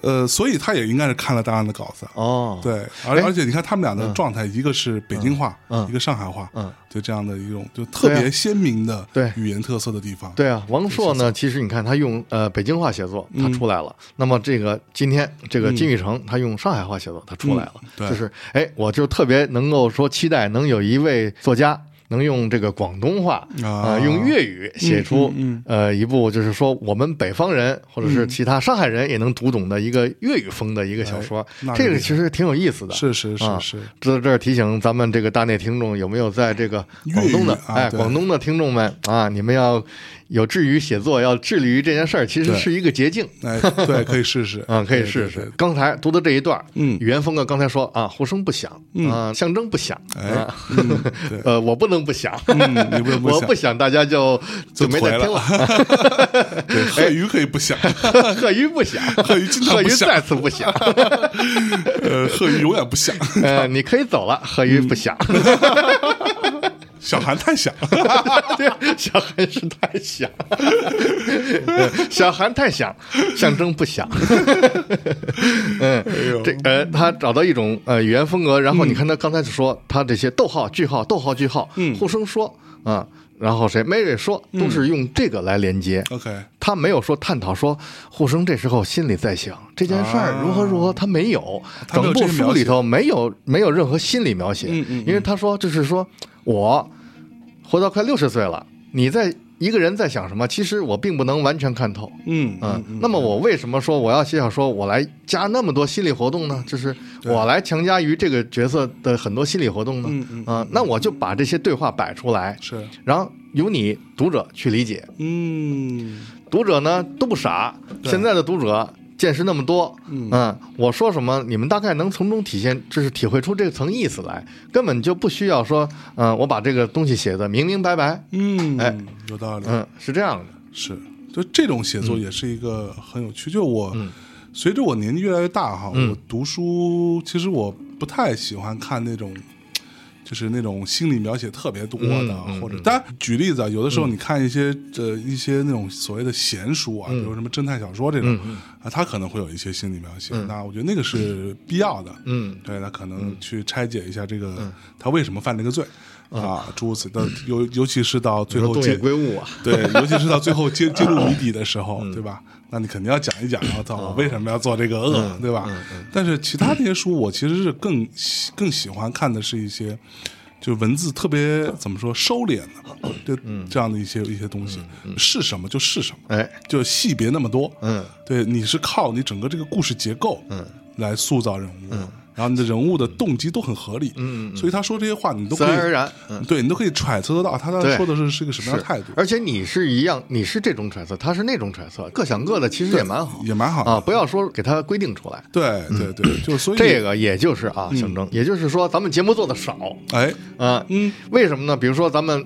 Speaker 3: 呃，所以他也应该是看了大量的稿子，啊
Speaker 4: 哦，，
Speaker 3: 对，而
Speaker 4: 哎
Speaker 3: 而且你看他们俩的状态，一个是北京话
Speaker 4: 嗯，
Speaker 3: 一个上海话，
Speaker 4: 嗯，啊
Speaker 3: 就这样的一种就特别鲜明的
Speaker 4: 对啊
Speaker 3: 语言特色的地方，
Speaker 4: 对啊，王朔呢，其实你看他用呃北京话写作，他
Speaker 3: 嗯
Speaker 4: 出来了。那么这个今天这个金宇澄，他用上海话写作，他出来了。
Speaker 3: 嗯对
Speaker 4: 就是哎，我就特别能够说期待能有一位作家。能用这个广东话啊、
Speaker 3: 啊
Speaker 4: 用粤语写出、
Speaker 3: 嗯
Speaker 4: 呃一部，就是说我们北方人或者是其他上海人也能读懂的一个粤语风的一个小说，
Speaker 3: 哎那就
Speaker 4: 这
Speaker 3: 厉
Speaker 4: 个
Speaker 3: 害
Speaker 4: 其实挺有意思的。
Speaker 3: 是是是
Speaker 4: 啊
Speaker 3: 是，
Speaker 4: 这这儿提醒咱们这个大内听众有没有在这个广东的
Speaker 3: 粤语啊
Speaker 4: 哎
Speaker 3: 对
Speaker 4: 广东的听众们啊，你们要有志于写作，要致力于这件事儿，其实
Speaker 3: 对
Speaker 4: 是一个捷径。
Speaker 3: 哎，对，可以试试
Speaker 4: 啊、可以
Speaker 3: 对
Speaker 4: 试
Speaker 3: 对
Speaker 4: 试
Speaker 3: 对。
Speaker 4: 刚才读的这一段，
Speaker 3: 嗯
Speaker 4: 语言风格刚才说啊，呼声不响，啊，象征不响，
Speaker 3: 哎
Speaker 4: 啊
Speaker 3: 嗯对
Speaker 4: 呃，我不能不响，
Speaker 3: 嗯你不能不
Speaker 4: 我
Speaker 3: 响
Speaker 4: 不响，大家就就
Speaker 3: 就
Speaker 4: 没得
Speaker 3: 颓
Speaker 4: 听了，
Speaker 3: 对，贺鱼可以不想，
Speaker 4: 贺鱼不响，
Speaker 3: 贺鱼经常
Speaker 4: 贺鱼
Speaker 3: 不响
Speaker 4: 再次 不响，
Speaker 3: 呃，贺鱼永远不想，
Speaker 4: 呃，你可以走了，贺鱼不响。
Speaker 3: 嗯小韩太想了，
Speaker 4: 对， 小韩是太响， 小韩太响，象征不响。 嗯，这呃，他找到一种呃语言风格，然后你看他刚才就说、他这些逗号、句号、逗号、句号，嗯，互生说啊、然后谁 Mary 说都是用这个来连接。
Speaker 3: OK，
Speaker 4: 他没有说探讨说，护生这时候心里在想这件事儿如何如何，他没有，
Speaker 3: 啊他没有
Speaker 4: 整部
Speaker 3: 这个描
Speaker 4: 书
Speaker 3: 写
Speaker 4: 里头没有没有任何心理描写，
Speaker 3: 嗯嗯嗯
Speaker 4: 因为他说就是说我活到快六十岁了，你在一个人在想什么，其实我并不能完全看透，
Speaker 3: 嗯
Speaker 4: 嗯，那么我为什么说我要写小说，我来加那么多心理活动呢？就是我来强加于这个角色的很多心理活动呢？
Speaker 3: 嗯嗯
Speaker 4: 啊，那我就把这些对话摆出来，
Speaker 3: 是，
Speaker 4: 然后由你读者去理解，
Speaker 3: 嗯，
Speaker 4: 读者呢都不傻，现在的读者。见识那么多，嗯，我说什么，你们大概能从中体现，就是体会出这层意思来，根本就不需要说，嗯、我把这个东西写的明明白白，
Speaker 3: 嗯，
Speaker 4: 哎，
Speaker 3: 有道理，
Speaker 4: 嗯，是这样的，
Speaker 3: 是，就这种写
Speaker 4: 嗯
Speaker 3: 作也是一个很有趣。就我随着我年纪越来越大哈，
Speaker 4: 嗯
Speaker 3: 我读书其实我不太喜欢看那种。就是那种心理描写特别多的，
Speaker 4: 嗯嗯嗯
Speaker 3: 或者当然举例子啊，有的时候你看一些、呃一些那种所谓的闲书啊，
Speaker 4: 嗯
Speaker 3: 比如什么侦探小说这种、啊，它可能会有一些心理描写，那我觉得那个是必要的，
Speaker 4: 嗯，
Speaker 3: 对他可能去拆解一下这个、他为什么犯这个罪、啊，诸如此类，但尤尤其是到最后
Speaker 4: 嗯东
Speaker 3: 结
Speaker 4: 野圭吾啊，
Speaker 3: 对，尤其是到最后揭揭露谜底的时候，
Speaker 4: 嗯
Speaker 3: 对吧？那你肯定要讲一讲，我操，我为什么要做这个恶，
Speaker 4: 嗯
Speaker 3: 对吧？但是其他那些书，我其实是更喜更喜欢看的是一些，就文字特别怎么说收敛的，就这样的一些一些东西，是什么就是什么，
Speaker 4: 嗯哎，
Speaker 3: 就戏别那么多，
Speaker 4: 嗯，
Speaker 3: 对，你是靠你整个这个故事结构，嗯，来塑造人物，
Speaker 4: 嗯
Speaker 3: 然后你的人物的动机都很合理，嗯，所以他说这些话，你都可以
Speaker 4: 自然而然嗯
Speaker 3: 对你都可以揣测得到他当时
Speaker 4: 对
Speaker 3: 说的是是一个什么样的
Speaker 4: 是
Speaker 3: 态度，
Speaker 4: 而且你是一样，你是这种揣测，他是那种揣测，各想各的，其实也蛮好，
Speaker 3: 也蛮好的
Speaker 4: 啊，不要说给他规定出来。
Speaker 3: 对对对，就是所以嗯
Speaker 4: 嗯这个也就是啊，象征，也就是说咱们节目做的少
Speaker 3: 哎，
Speaker 4: 啊，
Speaker 3: 嗯，
Speaker 4: 为什么呢？比如说咱们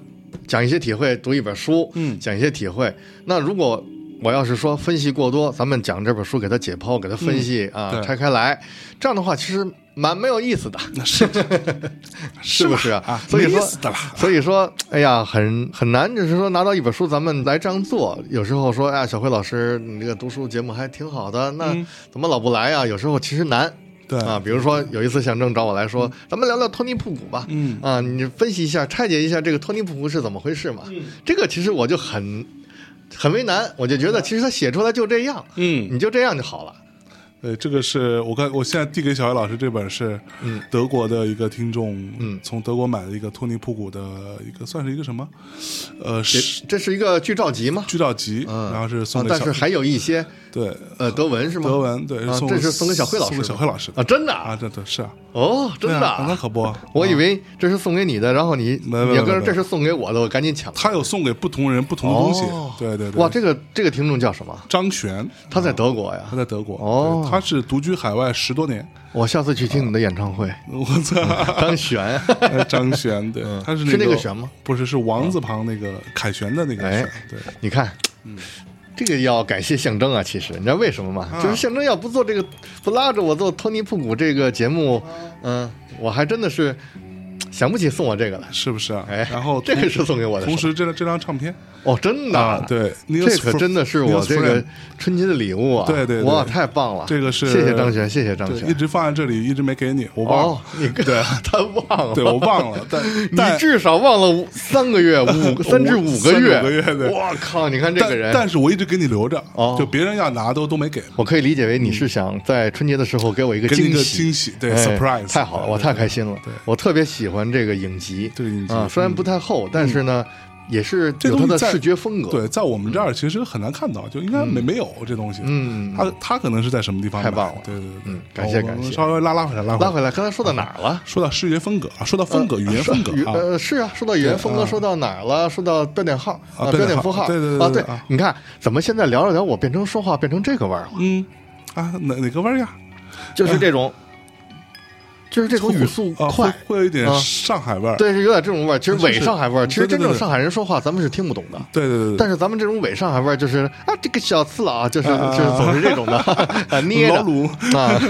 Speaker 4: 讲一些体会，读一本书，
Speaker 3: 嗯
Speaker 4: 讲一些体会。那如果我要是说分析过多，咱们讲这本书给它解剖，给它分析啊
Speaker 3: 嗯对，
Speaker 4: 拆开来，这样的话其实蛮没有意思的，
Speaker 3: 那 是
Speaker 4: 是不是
Speaker 3: 吧啊？
Speaker 4: 所以
Speaker 3: 没意
Speaker 4: 说
Speaker 3: 思的啦，
Speaker 4: 所以说，哎呀，很很难，就是说拿到一本书，咱们来这样做。有时候说，哎呀，小辉老师，你这个读书节目还挺好的，那怎么老不来啊呀？有时候其实难。
Speaker 3: 嗯对
Speaker 4: 啊，比如说有一次象征找我来说，咱们聊聊托尼·布谷吧。
Speaker 3: 嗯
Speaker 4: 啊，你分析一下、拆解一下这个托尼·布谷是怎么回事嘛？
Speaker 3: 嗯
Speaker 4: 这个其实我就很很为难，我就觉得其实他写出来就这样，
Speaker 3: 嗯
Speaker 4: 你就这样就好了。
Speaker 3: 呃，这个是我看我现在递给小艾老师这本是，
Speaker 4: 嗯
Speaker 3: 德国的一个听众，嗯，从德国买了一个托尼普古的一个算是一个什么，呃，是
Speaker 4: 这是一个剧照集嘛？
Speaker 3: 剧照集，
Speaker 4: 嗯，
Speaker 3: 然后是送
Speaker 4: 啊
Speaker 3: 给
Speaker 4: 但
Speaker 3: 小嗯
Speaker 4: 是还有一些
Speaker 3: 对
Speaker 4: 呃德文是吗？
Speaker 3: 德文对，
Speaker 4: 啊
Speaker 3: 送
Speaker 4: 这是送给小辉老师
Speaker 3: 送给
Speaker 4: 的
Speaker 3: 小辉老师的
Speaker 4: 啊，真的
Speaker 3: 啊，
Speaker 4: 啊，
Speaker 3: 对对是啊，
Speaker 4: 哦，真的
Speaker 3: 对
Speaker 4: 啊
Speaker 3: 啊，那可不，
Speaker 4: 我以
Speaker 3: 啊
Speaker 4: 为这是送给你的，然后你
Speaker 3: 没没
Speaker 4: 你要
Speaker 3: 没
Speaker 4: 跟着
Speaker 3: 没
Speaker 4: 这是送给我的，我赶紧抢。
Speaker 3: 他有送给不同人不同的东西
Speaker 4: 哦，
Speaker 3: 对对对，
Speaker 4: 哇，这个这个听众叫什么？
Speaker 3: 张璇，
Speaker 4: 他在德国呀
Speaker 3: 他。在德国，
Speaker 4: 哦
Speaker 3: 对他是独居海外十多年，
Speaker 4: 我下次去听你的演 唱会，
Speaker 3: 我操，
Speaker 4: 当选。
Speaker 3: 哎张璇，对，他是
Speaker 4: 是那
Speaker 3: 那
Speaker 4: 个旋吗？
Speaker 3: 不是，是王字旁那个凯旋的那个
Speaker 4: 哎
Speaker 3: 旋，对，
Speaker 4: 你看，
Speaker 3: 嗯
Speaker 4: 这个要感谢象征啊。其实你知道为什么
Speaker 3: 啊
Speaker 4: 吗？就是象征要不做这个，不拉着我做托尼布谷这个节目，嗯，我还真的是想不起送我这个来。
Speaker 3: 是不是啊？
Speaker 4: 哎，
Speaker 3: 然后
Speaker 4: 这个
Speaker 3: 同
Speaker 4: 是送给我的，
Speaker 3: 同时这张这张唱片
Speaker 4: 哦，真的
Speaker 3: 啊，对，
Speaker 4: 这可真的是我这个春节的礼物啊！
Speaker 3: 对对对
Speaker 4: 哇，太棒了！
Speaker 3: 这个是
Speaker 4: 谢谢张璇，谢谢张
Speaker 3: 对
Speaker 4: 璇
Speaker 3: 一。直放在这里，一直没给你，我忘
Speaker 4: 嗯哦
Speaker 3: 了，，
Speaker 4: 你对 他忘了，
Speaker 3: 对我忘了，但
Speaker 4: 你
Speaker 3: 但
Speaker 4: 至少忘了五三个月，五 个三至五个
Speaker 3: 三
Speaker 4: 月，
Speaker 3: 五个月对
Speaker 4: 我靠！你看这个
Speaker 3: 但
Speaker 4: 人，
Speaker 3: 但是我一直给你留着
Speaker 4: 哦，
Speaker 3: 就别人要拿都都没给，
Speaker 4: 我可以理解为你是想在春节的时候给我一个
Speaker 3: 给你一个
Speaker 4: 喜，
Speaker 3: 惊喜，对
Speaker 4: 哎
Speaker 3: ，surprise，
Speaker 4: 太好了，我太开心了
Speaker 3: 对，
Speaker 4: 我特别喜欢这个影集，
Speaker 3: 这个影集嗯
Speaker 4: 啊，虽然不太厚，但是呢，也是
Speaker 3: 这
Speaker 4: 有
Speaker 3: 东
Speaker 4: 它
Speaker 3: 西
Speaker 4: 的
Speaker 3: 在
Speaker 4: 视觉风格，嗯
Speaker 3: 对，在我们这儿其实很难看到，就应该没没有这东西。
Speaker 4: 嗯嗯嗯
Speaker 3: 他他可能是在什么地方买
Speaker 4: 太棒了
Speaker 3: 对对对，
Speaker 4: 嗯感谢
Speaker 3: 我们
Speaker 4: 感谢
Speaker 3: 稍微拉拉回来，拉
Speaker 4: 拉
Speaker 3: 回来。
Speaker 4: 回来，刚才说到哪儿了？
Speaker 3: 说到视觉风格啊，说到风格、语言风格
Speaker 4: 语
Speaker 3: 啊，
Speaker 4: 呃，是啊，说到语言
Speaker 3: 对
Speaker 4: 风格，
Speaker 3: 啊
Speaker 4: 说到哪儿了？说到标点号
Speaker 3: 啊
Speaker 4: 标
Speaker 3: 标
Speaker 4: 点
Speaker 3: 点
Speaker 4: 符号，
Speaker 3: 号对对对
Speaker 4: 啊，
Speaker 3: 对
Speaker 4: 对
Speaker 3: 啊，
Speaker 4: 你看，怎么现在聊着聊，我变成说话变成这个味儿了，
Speaker 3: 嗯啊，哪哪个味儿呀？
Speaker 4: 就是这种，就是这种语速
Speaker 3: 啊
Speaker 4: 快
Speaker 3: 会，会有一点
Speaker 4: 啊
Speaker 3: 上海味儿。
Speaker 4: 对，是有点这种味儿。其实
Speaker 3: 是是
Speaker 4: 伪上海味儿，其实
Speaker 3: 对对
Speaker 4: 真正
Speaker 3: 对对
Speaker 4: 上海人说话，咱们是听不懂的。
Speaker 3: 对对对对
Speaker 4: 但是咱们这种伪上海味儿，就是啊，这个小次郎啊，就是
Speaker 3: 啊
Speaker 4: 就是总是这 种的，啊捏着
Speaker 3: 老鲁
Speaker 4: 啊，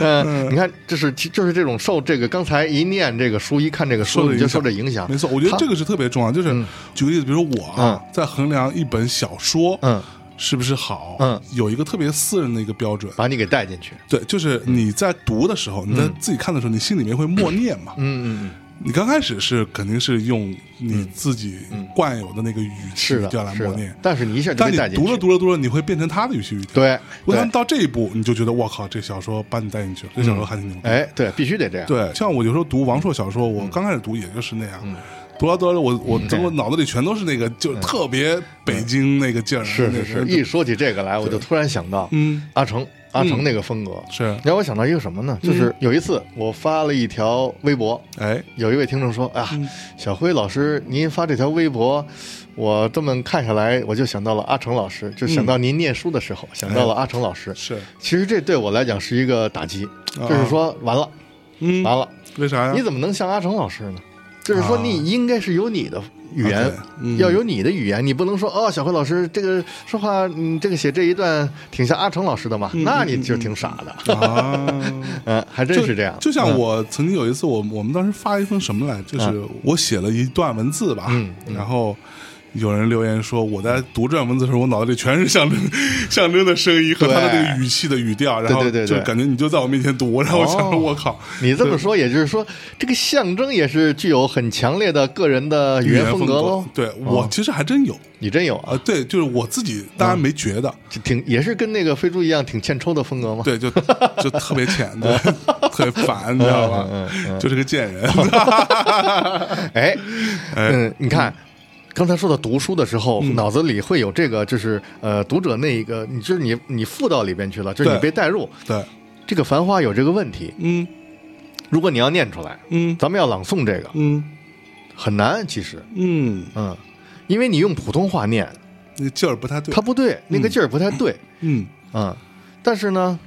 Speaker 4: 嗯，你看，就是其就是这种受这个刚才一念这个书，一看这个
Speaker 3: 受
Speaker 4: 书，
Speaker 3: 的
Speaker 4: 你就
Speaker 3: 影
Speaker 4: 受
Speaker 3: 响
Speaker 4: 这影响，
Speaker 3: 没错，我觉得
Speaker 4: 他嗯
Speaker 3: 这个是特别重要。就是举个例子，比如我啊，在衡量一本小说，
Speaker 4: 嗯，
Speaker 3: 是不是好，
Speaker 4: 嗯，
Speaker 3: 有一个特别私人的一个标准。
Speaker 4: 把你嗯给带进去，
Speaker 3: 对，就是你在读的时候，你在自己看的时候，你心里面会默念嘛，
Speaker 4: 嗯嗯嗯。
Speaker 3: 你刚开始是肯定是用你自己惯有的那个语气
Speaker 4: 嗯是的，
Speaker 3: 调来
Speaker 4: 是
Speaker 3: 默
Speaker 4: 的
Speaker 3: 念，
Speaker 4: 但是你一下就
Speaker 3: 但
Speaker 4: 被
Speaker 3: 你
Speaker 4: 带进去，
Speaker 3: 读着读着读着，你会变成他的语气语调。，
Speaker 4: 对
Speaker 3: 我想
Speaker 4: 对，
Speaker 3: 到这一步，你就觉得我靠，这小说把你带进去了，这小说还挺牛逼。
Speaker 4: 哎，嗯对，必须得这样。
Speaker 3: 对，像我有时候读王朔小说，我刚开始读也就是那样，
Speaker 4: 嗯
Speaker 3: 读到读到我我整个脑子里全都是那个，就特别北京那个劲儿，
Speaker 4: 是是
Speaker 3: 那
Speaker 4: 嗯是，
Speaker 3: 个
Speaker 4: 一说起这个来，我就突然想到，
Speaker 3: 嗯，
Speaker 4: 阿成，阿成那个风格。
Speaker 3: 是，嗯
Speaker 4: 让我想到一个什么呢？就是有一次我发了一条微博，
Speaker 3: 哎，
Speaker 4: 有一位听众说：“啊，
Speaker 3: 嗯
Speaker 4: 小辉老师，您发这条微博，我这么看下来，我就想到了阿成老师，就
Speaker 3: 嗯
Speaker 4: 想到您念书的时候，想
Speaker 3: 哎
Speaker 4: 到了阿成老师。
Speaker 3: 是，
Speaker 4: 其实这对我来讲是一个打击，就是说完了，
Speaker 3: 啊嗯，
Speaker 4: 完了，
Speaker 3: 为啥呀？
Speaker 4: 你怎么能像阿成老师呢？啊就是说你应该是有你的语言，
Speaker 3: 啊 OK，嗯
Speaker 4: 要有你的语言，你不能说哦，小辉老师这个说话，你这个写这一段挺像阿成老师的嘛，
Speaker 3: 嗯
Speaker 4: 那你就挺傻的，
Speaker 3: 啊？
Speaker 4: 嗯，还真是这样。
Speaker 3: 就就像
Speaker 4: 嗯
Speaker 3: 我曾经有一次，我我们当时发一封什么来，就是我写了一段文字吧，
Speaker 4: 嗯嗯
Speaker 3: 然后。有人留言说，我在读这段文字的时候，我脑袋里全是象征、象征的声音和他的
Speaker 4: 对
Speaker 3: 那个语气的语调，然后
Speaker 4: 对对对
Speaker 3: 就
Speaker 4: 对
Speaker 3: 感觉你就在我面前读，然后我想说，
Speaker 4: 哦
Speaker 3: 我靠，
Speaker 4: 你这么说，也就是说，这个象征也是具有很强烈的个人的语
Speaker 3: 语
Speaker 4: 言
Speaker 3: 言
Speaker 4: 风格嗯喽。
Speaker 3: 对我其实还真有
Speaker 4: 你真有
Speaker 3: 啊
Speaker 4: 啊，，
Speaker 3: 对，就是我自己当
Speaker 4: 嗯
Speaker 3: 然没觉得，
Speaker 4: 就挺也是跟那个飞猪一样，挺欠抽的风格吗？
Speaker 3: 对，就就特别浅，对，
Speaker 4: 嗯
Speaker 3: 特别烦，你知道吧？就是个贱 人，
Speaker 4: 哎，嗯，你看。刚才说到读书的时候，
Speaker 3: 嗯
Speaker 4: 脑子里会有这个，就是呃，读者那一个，你就是你你附到里边去了，就是你
Speaker 3: 对
Speaker 4: 被带入。
Speaker 3: 对，
Speaker 4: 这个《繁花》有这个问题，
Speaker 3: 嗯
Speaker 4: 如果你要念出来，
Speaker 3: 嗯
Speaker 4: 咱们要朗诵这个
Speaker 3: 嗯
Speaker 4: 很难，其实，
Speaker 3: 嗯，
Speaker 4: 嗯，因为你用普通话念，
Speaker 3: 那劲儿不太对
Speaker 4: 它，不对，那个劲儿不太对，
Speaker 3: 嗯
Speaker 4: 嗯，但是呢，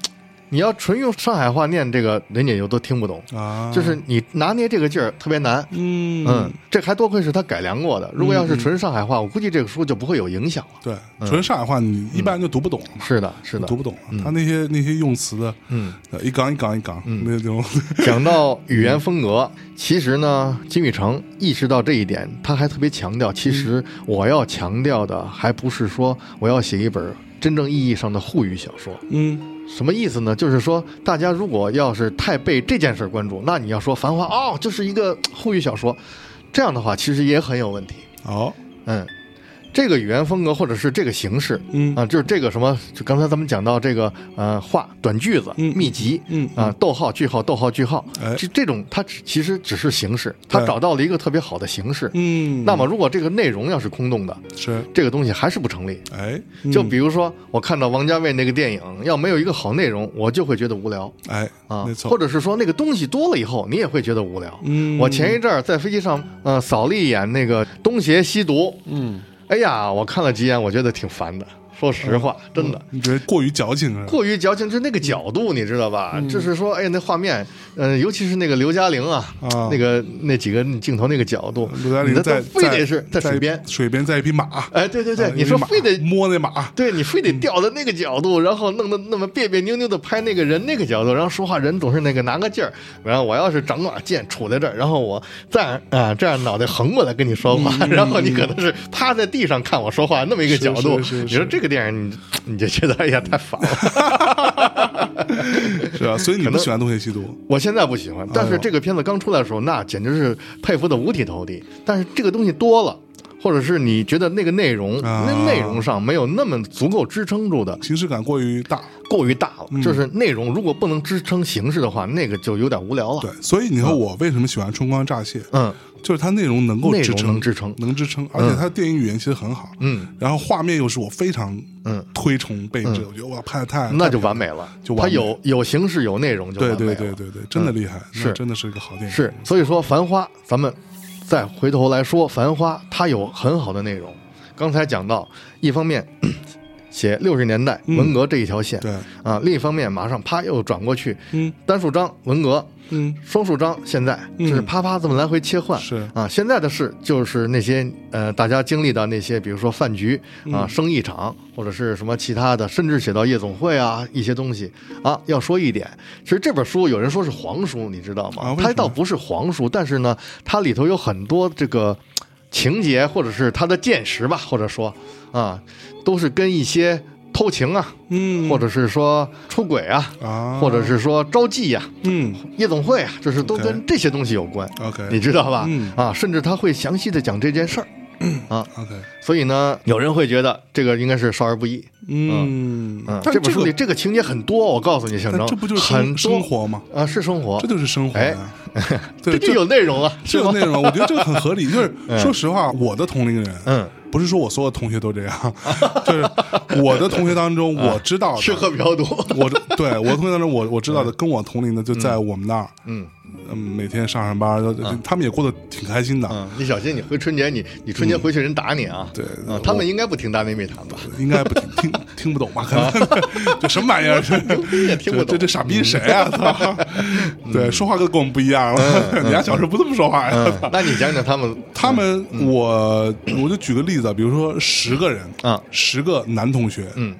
Speaker 4: 你要纯用上海话念这个，人家就都听不懂。
Speaker 3: 啊，
Speaker 4: 就是你拿捏这个劲儿特别难，
Speaker 3: 嗯
Speaker 4: 嗯，这还多亏是他改良过的。如果要是纯上海话，我估计这个书就不会有影响了。
Speaker 3: 对，纯上海话你一般就读不懂了嘛，
Speaker 4: 是的，嗯是的
Speaker 3: 读。不懂了，他那些那些用词的，
Speaker 4: 嗯，
Speaker 3: 呃一杠一杠一杠，那种
Speaker 4: 讲到语言风格，其实呢，金宇澄意识到这一点，他还特别强
Speaker 3: 嗯
Speaker 4: 调，其实我要强调的还不是说我要写一本真正意义上的沪语小说，
Speaker 3: 嗯
Speaker 4: 什么意思呢？就是说，大家如果要是太被这件事儿关注，那你要说《繁花》哦，这是一个沪语小说，这样的话其实也很有问题。
Speaker 3: 好，
Speaker 4: 嗯，这个语言风格或者是这个形式，
Speaker 3: 嗯
Speaker 4: 啊，就是这个什么，就刚才咱们讲到这个呃话短句子、
Speaker 3: 嗯
Speaker 4: 密集，
Speaker 3: 嗯
Speaker 4: 啊，逗号、句号、逗号、句号，
Speaker 3: 哎
Speaker 4: 这这种它只其实只是形式，它
Speaker 3: 对
Speaker 4: 找到了一个特别好的形式。
Speaker 3: 嗯，
Speaker 4: 那么如果这个内容要是空洞的，
Speaker 3: 是
Speaker 4: 这个东西还是不成立。
Speaker 3: 哎
Speaker 4: 就比如说，我看到王家卫那个电影，要没有一个好内容，我就会觉得无聊。
Speaker 3: 哎
Speaker 4: 啊
Speaker 3: 没，错，
Speaker 4: 或者是说那个东西多了以后，你也会觉得无聊。
Speaker 3: 嗯
Speaker 4: 我前一阵儿在飞机上，呃，扫了一眼那个《东邪西毒》，嗯，哎呀，我看了几眼，我觉得挺烦的。说实话，
Speaker 3: 嗯
Speaker 4: 真的
Speaker 3: 你觉得过于矫情了，
Speaker 4: 过于矫情，就那个角度，你知道吧？就是说，哎，那画面，呃，尤其是那个刘嘉玲啊，
Speaker 3: 啊
Speaker 4: 那个那几个镜头那个角度，
Speaker 3: 刘嘉玲
Speaker 4: 你
Speaker 3: 在
Speaker 4: 那都非得是在
Speaker 3: 在啊
Speaker 4: 水边，
Speaker 3: 水边在一匹马，
Speaker 4: 哎，对对
Speaker 3: 啊
Speaker 4: 对，
Speaker 3: 一
Speaker 4: 你
Speaker 3: 匹
Speaker 4: 说
Speaker 3: 马
Speaker 4: 非得
Speaker 3: 摸那马，
Speaker 4: 对你非得调到那个角度，然后弄得那么别别扭扭的拍那个人那个角度，然后说话人总是那个拿个劲儿，然后我要是掌把剑杵在这儿，然后我这样啊这样脑袋横过来跟你说
Speaker 3: 嗯
Speaker 4: 话，然后你可能是趴在地上看我说话那么一个角度，
Speaker 3: 是是是
Speaker 4: 你说
Speaker 3: 是
Speaker 4: 这个电影你你就觉得哎呀太烦 了。
Speaker 3: 是吧？所以你
Speaker 4: 可
Speaker 3: 不
Speaker 4: 能
Speaker 3: 喜欢东邪西毒，
Speaker 4: 我现在不喜欢，但是这个片子刚出来的时候，那简直是佩服的五体投地。但是这个东西多了，或者是你觉得那个内容，
Speaker 3: 啊
Speaker 4: 那内容上没有那么足够支撑住的，
Speaker 3: 形式感过于大，
Speaker 4: 过于大了。
Speaker 3: 嗯
Speaker 4: 就是内容如果不能支撑形式的话，那个就有点无聊了。
Speaker 3: 对，，所以你
Speaker 4: 啊
Speaker 3: 看我为什么喜欢《春光乍泄》？
Speaker 4: 嗯，
Speaker 3: 就是它内容能够
Speaker 4: 内
Speaker 3: 支
Speaker 4: 容
Speaker 3: 撑，
Speaker 4: 能支撑
Speaker 3: 能支撑，而且它电影语言其实很好，
Speaker 4: 嗯，
Speaker 3: 然后画面又是我非常
Speaker 4: 嗯
Speaker 3: 推崇备至，我觉得哇拍的太
Speaker 4: 那就完美了。
Speaker 3: 嗯就完
Speaker 4: 它
Speaker 3: 美
Speaker 4: 有有形式有内容就完
Speaker 3: 对
Speaker 4: 美了。嗯
Speaker 3: 对对对对，真的厉害，那
Speaker 4: 是
Speaker 3: 真的是一个好电影，
Speaker 4: 是，所以说《繁花》，咱们再回头来说，《繁花》它有很好的内容。刚才讲到，一方面 写六十年代文革这一条线，
Speaker 3: 嗯对
Speaker 4: 啊，另一方面马上啪又转过去，
Speaker 3: 嗯，
Speaker 4: 单数章文革，
Speaker 3: 嗯，
Speaker 4: 双数章现在就是
Speaker 3: 嗯
Speaker 4: 啪啪这么来回切换，
Speaker 3: 是
Speaker 4: 啊，现在的事就是那些呃大家经历到那些，比如说饭局
Speaker 3: 嗯
Speaker 4: 啊、生意场或者是什么其他的，甚至写到夜总会啊一些东西啊。要说一点，其实这本书有人说是黄书，你知道
Speaker 3: 啊
Speaker 4: 吗
Speaker 3: 为？什么
Speaker 4: 它倒不是黄书，但是呢，它里头有很多这个情节或者是它的见识吧，或者说啊，都是跟一些偷情啊，
Speaker 3: 嗯
Speaker 4: 或者是说出轨啊，
Speaker 3: 啊，
Speaker 4: 或者是说招妓呀、
Speaker 3: 嗯
Speaker 4: 夜总会啊，就是都
Speaker 3: OK
Speaker 4: 跟这些东西有关
Speaker 3: OK
Speaker 4: 你知道吧？
Speaker 3: 嗯
Speaker 4: 啊，甚至他会详细的讲这件事儿，
Speaker 3: OK
Speaker 4: 所以呢，有人会觉得这个应该是少儿不宜。
Speaker 3: 嗯
Speaker 4: 嗯，
Speaker 3: 但
Speaker 4: 这本
Speaker 3: 这
Speaker 4: 书里
Speaker 3: 个
Speaker 4: 这个情节很多，我告诉你，象
Speaker 3: 但
Speaker 4: 征
Speaker 3: 这不就是
Speaker 4: 很
Speaker 3: 生
Speaker 4: 多
Speaker 3: 生活吗？
Speaker 4: 啊？是生活，
Speaker 3: 这就是生活呀，对，
Speaker 4: 这就有内容啊，
Speaker 3: 这
Speaker 4: 是
Speaker 3: 有
Speaker 4: 吗？
Speaker 3: 内容，我觉得这个很合理。就是说实话，我的同龄人，
Speaker 4: 嗯，
Speaker 3: 不是说我所有同学都这 样，就是我的同学当中，
Speaker 4: 嗯
Speaker 3: 我知道的
Speaker 4: 吃喝比较多，
Speaker 3: 我对我的同学当中，我我知道的跟我同龄的就在我们那儿，
Speaker 4: 嗯
Speaker 3: 嗯，每天上上班，他们也过得挺开心的，
Speaker 4: 嗯，你小心，你回春节你你春节回去人打你啊！
Speaker 3: 嗯对
Speaker 4: 啊，他们应该不听大内密谈吧？
Speaker 3: 应该不听听听不懂吧？可 能这什么玩 意儿？这
Speaker 4: 逼嗯也听不懂嗯
Speaker 3: 这这这傻逼是谁啊？操！对，说话跟跟我们不一样 了。你家小时候不这么说话呀？
Speaker 4: 嗯那你讲讲他们，
Speaker 3: 他们，
Speaker 4: 嗯
Speaker 3: 我我就举个例子，啊比如说十个人
Speaker 4: 啊
Speaker 3: 十个男同学，
Speaker 4: 嗯，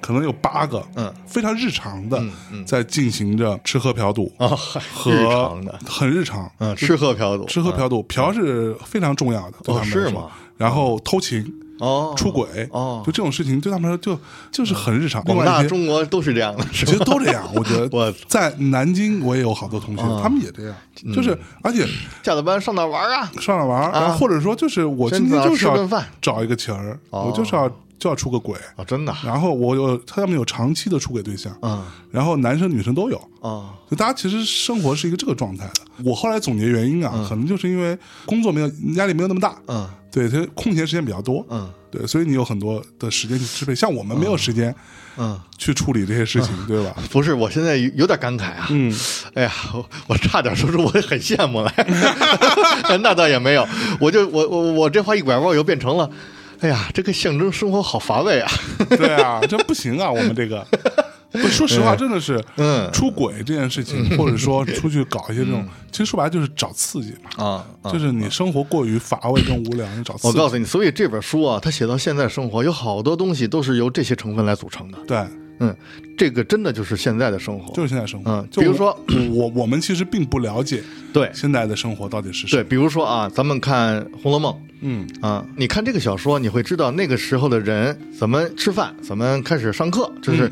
Speaker 3: 可能有八个，
Speaker 4: 嗯，
Speaker 3: 非常日常的在进行着吃喝嫖赌
Speaker 4: 啊，
Speaker 3: 和
Speaker 4: 日常的，
Speaker 3: 很日常，
Speaker 4: 嗯，吃喝嫖赌，
Speaker 3: 吃喝嫖赌，嫖是非常重要的，对
Speaker 4: 哦
Speaker 3: 他们来说
Speaker 4: 是吗？
Speaker 3: 然后偷情。
Speaker 4: 哦，
Speaker 3: 出轨
Speaker 4: 哦嗯
Speaker 3: 就这种事情对他们来说就就是很日常。
Speaker 4: 我
Speaker 3: 另
Speaker 4: 们
Speaker 3: 外一
Speaker 4: 那
Speaker 3: 些
Speaker 4: 中国都是这样的，是
Speaker 3: 其实
Speaker 4: 吧？
Speaker 3: 都这样，我觉得
Speaker 4: 我嗯
Speaker 3: 在南京我也有好多同学，他们也这样，就是而且
Speaker 4: 下了班上哪儿玩啊？
Speaker 3: 上了玩儿，然后或者说就是我今天就是
Speaker 4: 真的吃
Speaker 3: 要
Speaker 4: 顿饭
Speaker 3: 找一个情儿，
Speaker 4: 哦
Speaker 3: 我就是要就要出个轨，
Speaker 4: 啊，真的啊，
Speaker 3: 然后我有他们有长期的出轨对象，
Speaker 4: 嗯
Speaker 3: 然后男生女生都有。
Speaker 4: 啊，
Speaker 3: 就大家其实生活是一个这个状态的。我后来总结原因啊，可能就是因为工作没有压力没有那么大，
Speaker 4: 嗯
Speaker 3: 对他空闲时间比较多，
Speaker 4: 嗯，
Speaker 3: 对，所以你有很多的时间去支配。像我们没有时间
Speaker 4: 嗯。
Speaker 3: 去处理这些事情，对吧？
Speaker 4: 不是，我现在有有点感慨啊。嗯，哎呀，我我差点说出我很羡慕来， 那倒也没有。我就我我我这话一拐弯，我又变成了，哎呀，这个象征生活好乏味啊。
Speaker 3: 对啊，这不行啊，我们这 个。不，说实话，真的是，
Speaker 4: 嗯
Speaker 3: 出轨这件事情，或者说出去搞一些这种，其实说白了就是找刺激嘛，
Speaker 4: 啊，
Speaker 3: 就是你生活过于乏味跟无聊，你找刺
Speaker 4: 我
Speaker 3: 激。
Speaker 4: 告诉你，所以这本书啊，它写到现在生活，有好多东西都是由这些成分来组成的。
Speaker 3: 对，
Speaker 4: 嗯，这个真的就是现在的生活，
Speaker 3: 就是现在生活。
Speaker 4: 嗯
Speaker 3: 就
Speaker 4: 比如
Speaker 3: 我
Speaker 4: 说，
Speaker 3: 我我们其实并不了解
Speaker 4: 对
Speaker 3: 现在的生活到底是什
Speaker 4: 对，
Speaker 3: 么。
Speaker 4: 比如说啊，咱们看《红楼梦》，
Speaker 3: 嗯
Speaker 4: 啊，你看这个小说，你会知道那个时候的人怎么吃饭，怎么开始上课，就是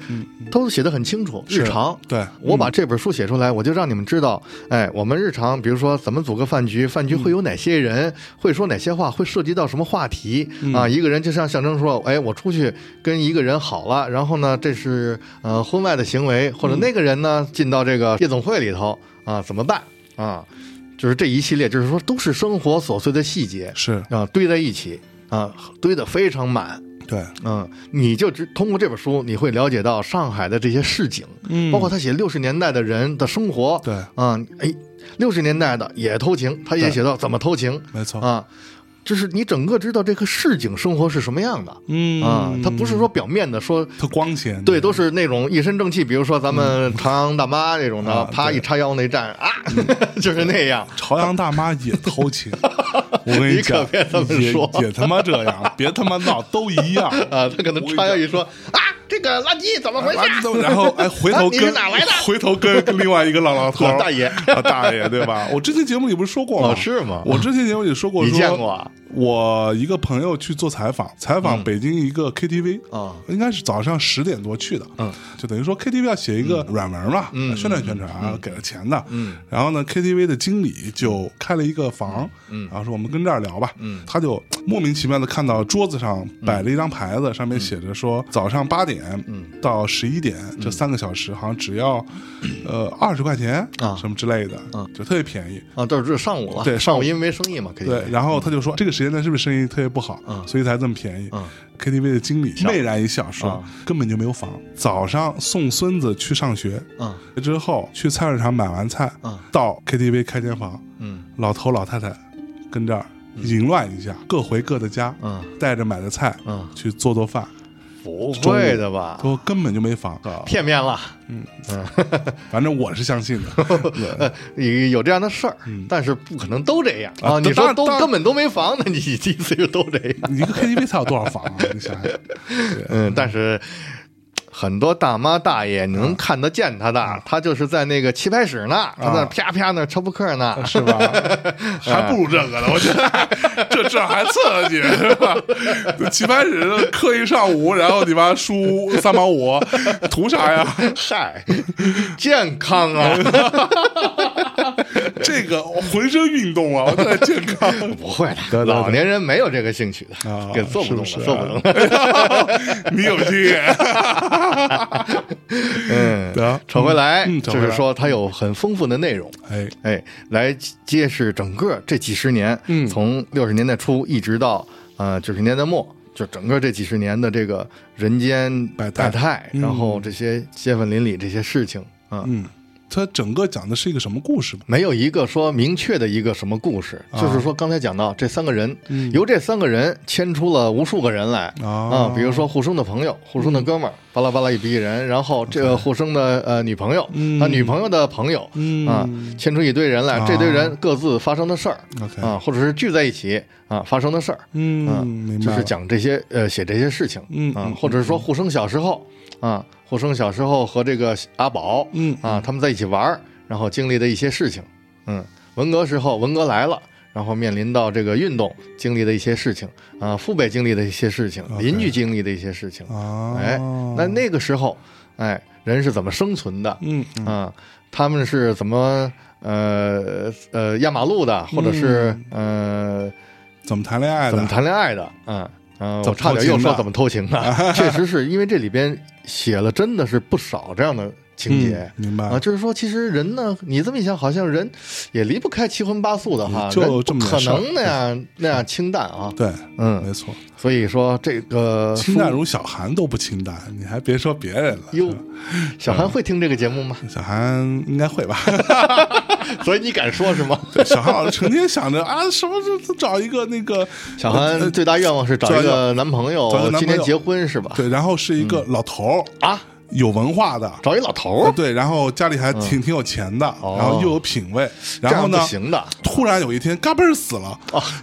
Speaker 4: 都写的很清楚，
Speaker 3: 嗯是
Speaker 4: 日常。
Speaker 3: 对
Speaker 4: 我把这本书写出来，我就让你们知道，哎，我们日常，比如说怎么组个饭局，饭局会有哪些
Speaker 3: 嗯
Speaker 4: 人，会说哪些话，会涉及到什么话题啊？一个人就像象征说，哎，我出去跟一个人好了，然后呢，这是呃婚外的行为，或者那个人呢
Speaker 3: 嗯
Speaker 4: 进到这个夜总会里头啊，怎么办啊？就是这一系列，就是说都是生活琐碎的细节，
Speaker 3: 是，
Speaker 4: 啊堆在一起啊，堆得非常满。
Speaker 3: 对，
Speaker 4: 嗯，你就只通过这本书，你会了解到上海的这些市井，
Speaker 3: 嗯
Speaker 4: 包括他写六十年代的人的生活。
Speaker 3: 对
Speaker 4: 啊，哎，六十年代的也偷情，他也写到怎么偷情
Speaker 3: 没错。
Speaker 4: 啊，就是你整个知道这个市井生活是什么样的。
Speaker 3: 嗯
Speaker 4: 啊，他不是说表面的说
Speaker 3: 它光鲜，
Speaker 4: 对，都是那种一身正气，比如说咱们朝阳大妈这种的，
Speaker 3: 嗯啊
Speaker 4: 啪
Speaker 3: 对嗯
Speaker 4: 一叉腰那站啊， 就是那样。
Speaker 3: 朝阳大妈也偷情。 我跟
Speaker 4: 你可
Speaker 3: 讲，
Speaker 4: 别这么说
Speaker 3: 也也他妈这样，别他妈闹，都一样。
Speaker 4: 啊，他可能叉腰一说啊，这个垃圾怎么回事？
Speaker 3: 完了之后然后哎，回头
Speaker 4: 啊你是
Speaker 3: 跟
Speaker 4: 哪来的
Speaker 3: 回头 跟跟另外一个老老头
Speaker 4: 老大爷
Speaker 3: 啊大爷对吧？我之前节目里不是说过
Speaker 4: 哦
Speaker 3: 吗？
Speaker 4: 是吗
Speaker 3: 我之前节目里说过，
Speaker 4: 你
Speaker 3: 说
Speaker 4: 见过啊？
Speaker 3: 我一个朋友去做采访，采访北京一个 KTV
Speaker 4: 嗯啊
Speaker 3: 应该是早上十点多去的，
Speaker 4: 嗯，
Speaker 3: 就等于说 KTV 要写一个软文嘛，
Speaker 4: 嗯
Speaker 3: 宣传宣传啊，给了钱的，
Speaker 4: 嗯，
Speaker 3: 然后呢，KTV 的经理就开了一个房，嗯，然后说我们跟这儿聊吧，
Speaker 4: 嗯
Speaker 3: 他就莫名其妙的看到桌子上摆了一张牌子，上面写着
Speaker 4: 嗯
Speaker 3: 说早上八点到十一点这三个小时，好像只要呃二十块钱
Speaker 4: 啊
Speaker 3: 什么之类的，就特别便宜。
Speaker 4: 啊，这是上午了，
Speaker 3: 对
Speaker 4: 上
Speaker 3: 上
Speaker 4: 午
Speaker 3: 午
Speaker 4: 因为没生意嘛，肯定
Speaker 3: 对，然后他
Speaker 4: 嗯
Speaker 3: 就说这个时间段是不是生意特别不好，所以才这么便宜。KTV 的经理媚然一笑说
Speaker 4: 啊，
Speaker 3: 根本就没有房。早上送孙子去上学，
Speaker 4: 啊，
Speaker 3: 之后去菜市场买完菜
Speaker 4: 啊，
Speaker 3: 到 KTV 开间房，
Speaker 4: 嗯
Speaker 3: 老头老太太跟这儿淫乱一下，各回各的家
Speaker 4: 嗯，
Speaker 3: 带着买的菜
Speaker 4: 嗯
Speaker 3: 去做做饭，
Speaker 4: 不会的吧？
Speaker 3: 说根本就没房。
Speaker 4: 片面了，
Speaker 3: 反正我是相信 的。
Speaker 4: 呃，有有这样的事儿，但是不可能都这样啊！
Speaker 3: 嗯啊
Speaker 4: 你
Speaker 3: 当
Speaker 4: 说
Speaker 3: 然
Speaker 4: 都
Speaker 3: 当然
Speaker 4: 根本都没房，那你你第一次就都这样，
Speaker 3: 你一个 KTV 才有多少房啊？你想想，
Speaker 4: 嗯，但是。很多大妈大
Speaker 3: 啊
Speaker 4: 爷，你能看得见他的，他就是在那个棋牌室
Speaker 3: 啊
Speaker 4: 呢，他在啪啪那敲扑克 呢，
Speaker 3: 是吧？ 还不如这个呢，我觉 得这这还刺激，是吧？棋牌室刻一上午，然后你妈输三毛五，图啥呀？
Speaker 4: 嗨，健康啊！
Speaker 3: 这个浑身运动啊，我在健康。
Speaker 4: 不会
Speaker 3: 得得
Speaker 4: 的，老年人没有这个兴趣的
Speaker 3: 啊，
Speaker 4: 给做不动的，
Speaker 3: 是不是啊
Speaker 4: 做不动的。
Speaker 3: 你有经验，
Speaker 4: 嗯，
Speaker 3: 得
Speaker 4: 扯回来，
Speaker 3: 嗯嗯扯
Speaker 4: 就
Speaker 3: 回来
Speaker 4: 是说它有很丰富的内容，
Speaker 3: 哎，
Speaker 4: 哎，来揭示整个这几十年，
Speaker 3: 嗯
Speaker 4: 从六十年代初一直到呃九十年代末，就整个这几十年的这个人间
Speaker 3: 百态
Speaker 4: 态，
Speaker 3: 嗯
Speaker 4: 然后这些街坊邻里这些事情啊。
Speaker 3: 嗯，它整个讲的是一个什么故事吧？
Speaker 4: 没有一个说明确的一个什么故事，
Speaker 3: 啊
Speaker 4: 就是说刚才讲到这三个人，
Speaker 3: 嗯
Speaker 4: 由这三个人牵出了无数个人来
Speaker 3: 啊
Speaker 4: 啊，比如说互生的朋友、互
Speaker 3: 嗯
Speaker 4: 生的哥们儿，巴拉巴拉一逼人，然后这个互生的呃女朋友
Speaker 3: 嗯
Speaker 4: 啊，女朋友的朋友
Speaker 3: 嗯
Speaker 4: 啊，牵出一堆人来
Speaker 3: 啊，
Speaker 4: 这堆人各自发生的事儿
Speaker 3: OK
Speaker 4: 啊，或者是聚在一起啊发生的事儿，
Speaker 3: 嗯，
Speaker 4: 嗯，
Speaker 3: 明
Speaker 4: 就
Speaker 3: 白了。
Speaker 4: 是讲这些呃写这些事情，
Speaker 3: 嗯
Speaker 4: 啊
Speaker 3: 嗯，
Speaker 4: 或者是说互生小时候啊，互生小时候和这个阿宝，
Speaker 3: 嗯
Speaker 4: 啊，他们在一起玩儿，然后经历的一些事情，嗯，文革时候文革来了。然后面临到这个运动经历的一些事情啊，父辈经历的一些事情，
Speaker 3: OK
Speaker 4: 邻居经历的一些事情，
Speaker 3: 啊，
Speaker 4: 哎，那那个时候，哎，人是怎么生存的？
Speaker 3: 嗯嗯
Speaker 4: 啊，他们是怎么呃呃压马路的，或者是呃
Speaker 3: 怎么谈恋嗯爱的？
Speaker 4: 怎么谈恋爱的？嗯嗯，
Speaker 3: 怎么
Speaker 4: 我差
Speaker 3: 偷
Speaker 4: 点
Speaker 3: 情
Speaker 4: 又说
Speaker 3: 的
Speaker 4: 怎么偷情 的，确实是因为这里边写了真的是不少这样的情节
Speaker 3: 嗯。明白
Speaker 4: 啊，就是说，其实人呢，你这么一想，好像人也离不开七荤八素的哈，
Speaker 3: 嗯就
Speaker 4: 人
Speaker 3: 这么
Speaker 4: 不
Speaker 3: 点
Speaker 4: 可
Speaker 3: 事儿
Speaker 4: 能那样那样清淡啊。
Speaker 3: 对，没
Speaker 4: 嗯，呃
Speaker 3: 错，
Speaker 4: 所以说这个
Speaker 3: 清淡
Speaker 4: 书
Speaker 3: 如小韩都不清淡，你还别说别人了。
Speaker 4: 哟，小
Speaker 3: 嗯
Speaker 4: 韩会听这个节目吗？
Speaker 3: 小韩应该会吧？
Speaker 4: 所以你敢说是吗？
Speaker 3: 小韩老师成天想着啊，什么时候找一个那个呃
Speaker 4: 小韩最大愿望是找一个男朋友
Speaker 3: 找一个，男朋友
Speaker 4: 今年结婚是吧？
Speaker 3: 对，然后是一个老头儿，
Speaker 4: 啊，
Speaker 3: 有文化的，
Speaker 4: 嗯
Speaker 3: 呃
Speaker 4: 找一老头儿，嗯
Speaker 3: 对，然后家里还挺挺有钱的，
Speaker 4: 哦
Speaker 3: 然后又有品位，然后
Speaker 4: 这
Speaker 3: 呢
Speaker 4: 样不，行啊的。
Speaker 3: 突然有一天嘎嘣儿死了，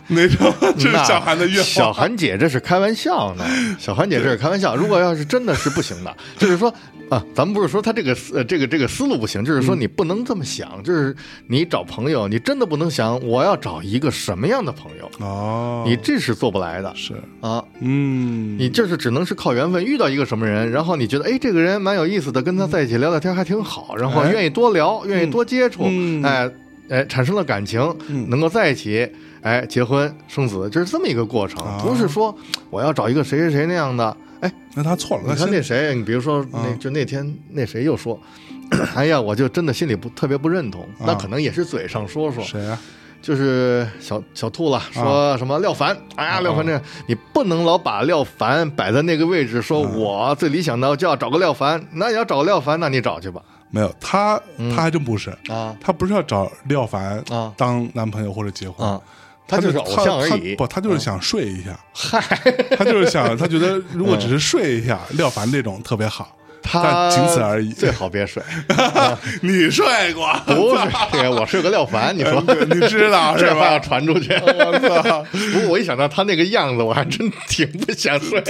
Speaker 3: 那 种这是
Speaker 4: 那
Speaker 3: 小韩的愿
Speaker 4: 小
Speaker 3: 望。
Speaker 4: 韩姐这是开玩笑 呢，小韩姐这是开玩笑。如果要是真的是不行的，就是说啊，咱们不是说他这个思呃这个这个思路不行，就是
Speaker 3: 嗯
Speaker 4: 说你不能这么想，就是你找朋友，你真的不能想我要找一个什么样的朋友，
Speaker 3: 哦，
Speaker 4: 你这是做不来的
Speaker 3: 是
Speaker 4: 啊。
Speaker 3: 嗯，
Speaker 4: 你就是只能是靠缘分，遇到一个什么人，然后你觉得哎这个人蛮有意思的，跟他在一起聊聊天还挺好，然后
Speaker 3: 哎
Speaker 4: 愿意多聊，愿意多接触，
Speaker 3: 嗯
Speaker 4: 哎哎产生了感情，
Speaker 3: 嗯
Speaker 4: 能够在一起，哎结婚生子，就是这么一个过程，
Speaker 3: 啊
Speaker 4: 不是说我要找一个谁谁谁那样的。哎，
Speaker 3: 那他错了，
Speaker 4: 你
Speaker 3: 他
Speaker 4: 看
Speaker 3: 现
Speaker 4: 那
Speaker 3: 在
Speaker 4: 谁，你比如说那
Speaker 3: 啊
Speaker 4: 就那天那谁又说， 哎呀，我就真的心里不特别不认同，
Speaker 3: 啊
Speaker 4: 那可能也是嘴上说说，
Speaker 3: 谁啊？
Speaker 4: 就是小小兔了，说什么廖凡，哎
Speaker 3: 啊
Speaker 4: 呀，廖凡这你不能老把廖凡摆在那个位置，
Speaker 3: 啊
Speaker 4: 说我最理想的就要找个廖凡，那你要找个廖凡，那你找去吧，
Speaker 3: 没有他，他还真不是，
Speaker 4: 嗯啊
Speaker 3: 他不是要找廖凡
Speaker 4: 啊
Speaker 3: 当男朋友或者结婚，
Speaker 4: 啊，他就是偶像而已，
Speaker 3: 他他
Speaker 4: 嗯
Speaker 3: 不，他就是想睡一下，嗨，他就是 想，他觉得如果只是睡一下，廖凡这种特别好，
Speaker 4: 嗯他
Speaker 3: 但仅此而已。
Speaker 4: 最好别睡，
Speaker 3: 你睡 过？
Speaker 4: 不是，这个我是个廖凡，你 说
Speaker 3: 你知道是
Speaker 4: 这话要
Speaker 3: 吧？
Speaker 4: 传 出去，我操！ 不过我一想到他那个样子，我还真挺不想 睡。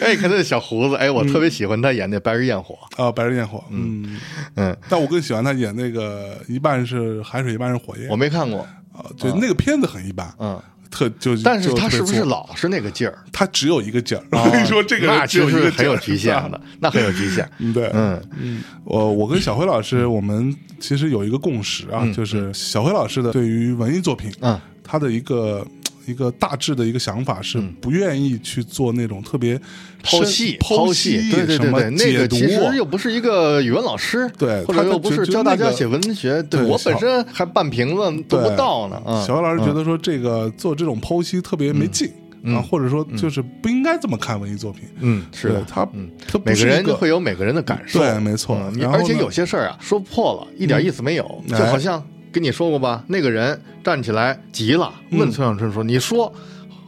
Speaker 4: 哎，看他那小胡子，哎，我特别喜欢他演那《白日焰火》，
Speaker 3: 啊，白日焰火，嗯，
Speaker 4: 嗯，
Speaker 3: 但我更喜欢他演那个一半是海水，一半是火焰
Speaker 4: 我，没看过，
Speaker 3: 啊，就那个片子很一般，
Speaker 4: 嗯。
Speaker 3: 特就，
Speaker 4: 但是
Speaker 3: 就
Speaker 4: 他
Speaker 3: 特别
Speaker 4: 是不是
Speaker 3: 作？
Speaker 4: 老是那个劲儿？
Speaker 3: 他只有一个劲儿，我 跟你 说，这个
Speaker 4: 那
Speaker 3: 人只
Speaker 4: 其
Speaker 3: 有一
Speaker 4: 实
Speaker 3: 个
Speaker 4: 很有局限
Speaker 3: 的。
Speaker 4: 的，那很有局限。
Speaker 3: 嗯 对，呃
Speaker 4: 嗯，
Speaker 3: 我我跟小辉老师，我们其实有一个共识啊，就是小辉老师的对于文艺作品，
Speaker 4: 嗯，
Speaker 3: 他的一个一个大致的一个想法是不愿意去做那种特别
Speaker 4: 嗯剖
Speaker 3: 深
Speaker 4: 析
Speaker 3: 剖
Speaker 4: 析，对对
Speaker 3: 什
Speaker 4: 对
Speaker 3: 么
Speaker 4: 对，那
Speaker 3: 解
Speaker 4: 个
Speaker 3: 读，啊
Speaker 4: 其实又不是一个语文老师，
Speaker 3: 对
Speaker 4: 或
Speaker 3: 他
Speaker 4: 者
Speaker 3: 就
Speaker 4: 又不
Speaker 3: 觉
Speaker 4: 是
Speaker 3: 就
Speaker 4: 教
Speaker 3: 那
Speaker 4: 大家
Speaker 3: 个
Speaker 4: 写文学，对
Speaker 3: 对
Speaker 4: 我
Speaker 3: 小
Speaker 4: 本身还半瓶子都不
Speaker 3: 对
Speaker 4: 到呢。嗯
Speaker 3: 小辉老师觉得说这个做这种剖析特别没劲。啊，或者说就是不应该这么看文艺作品，
Speaker 4: 嗯是的
Speaker 3: 对他
Speaker 4: 嗯，
Speaker 3: 他不
Speaker 4: 每
Speaker 3: 是
Speaker 4: 个
Speaker 3: 一
Speaker 4: 人都会有每个人的感受，
Speaker 3: 对没错
Speaker 4: 嗯
Speaker 3: 然后呢
Speaker 4: 而且有些事儿啊，说破了一点意思没有，
Speaker 3: 哎
Speaker 4: 就好像跟你说过吧，那个人站起来急了，
Speaker 3: 嗯
Speaker 4: 问村上春树：“你说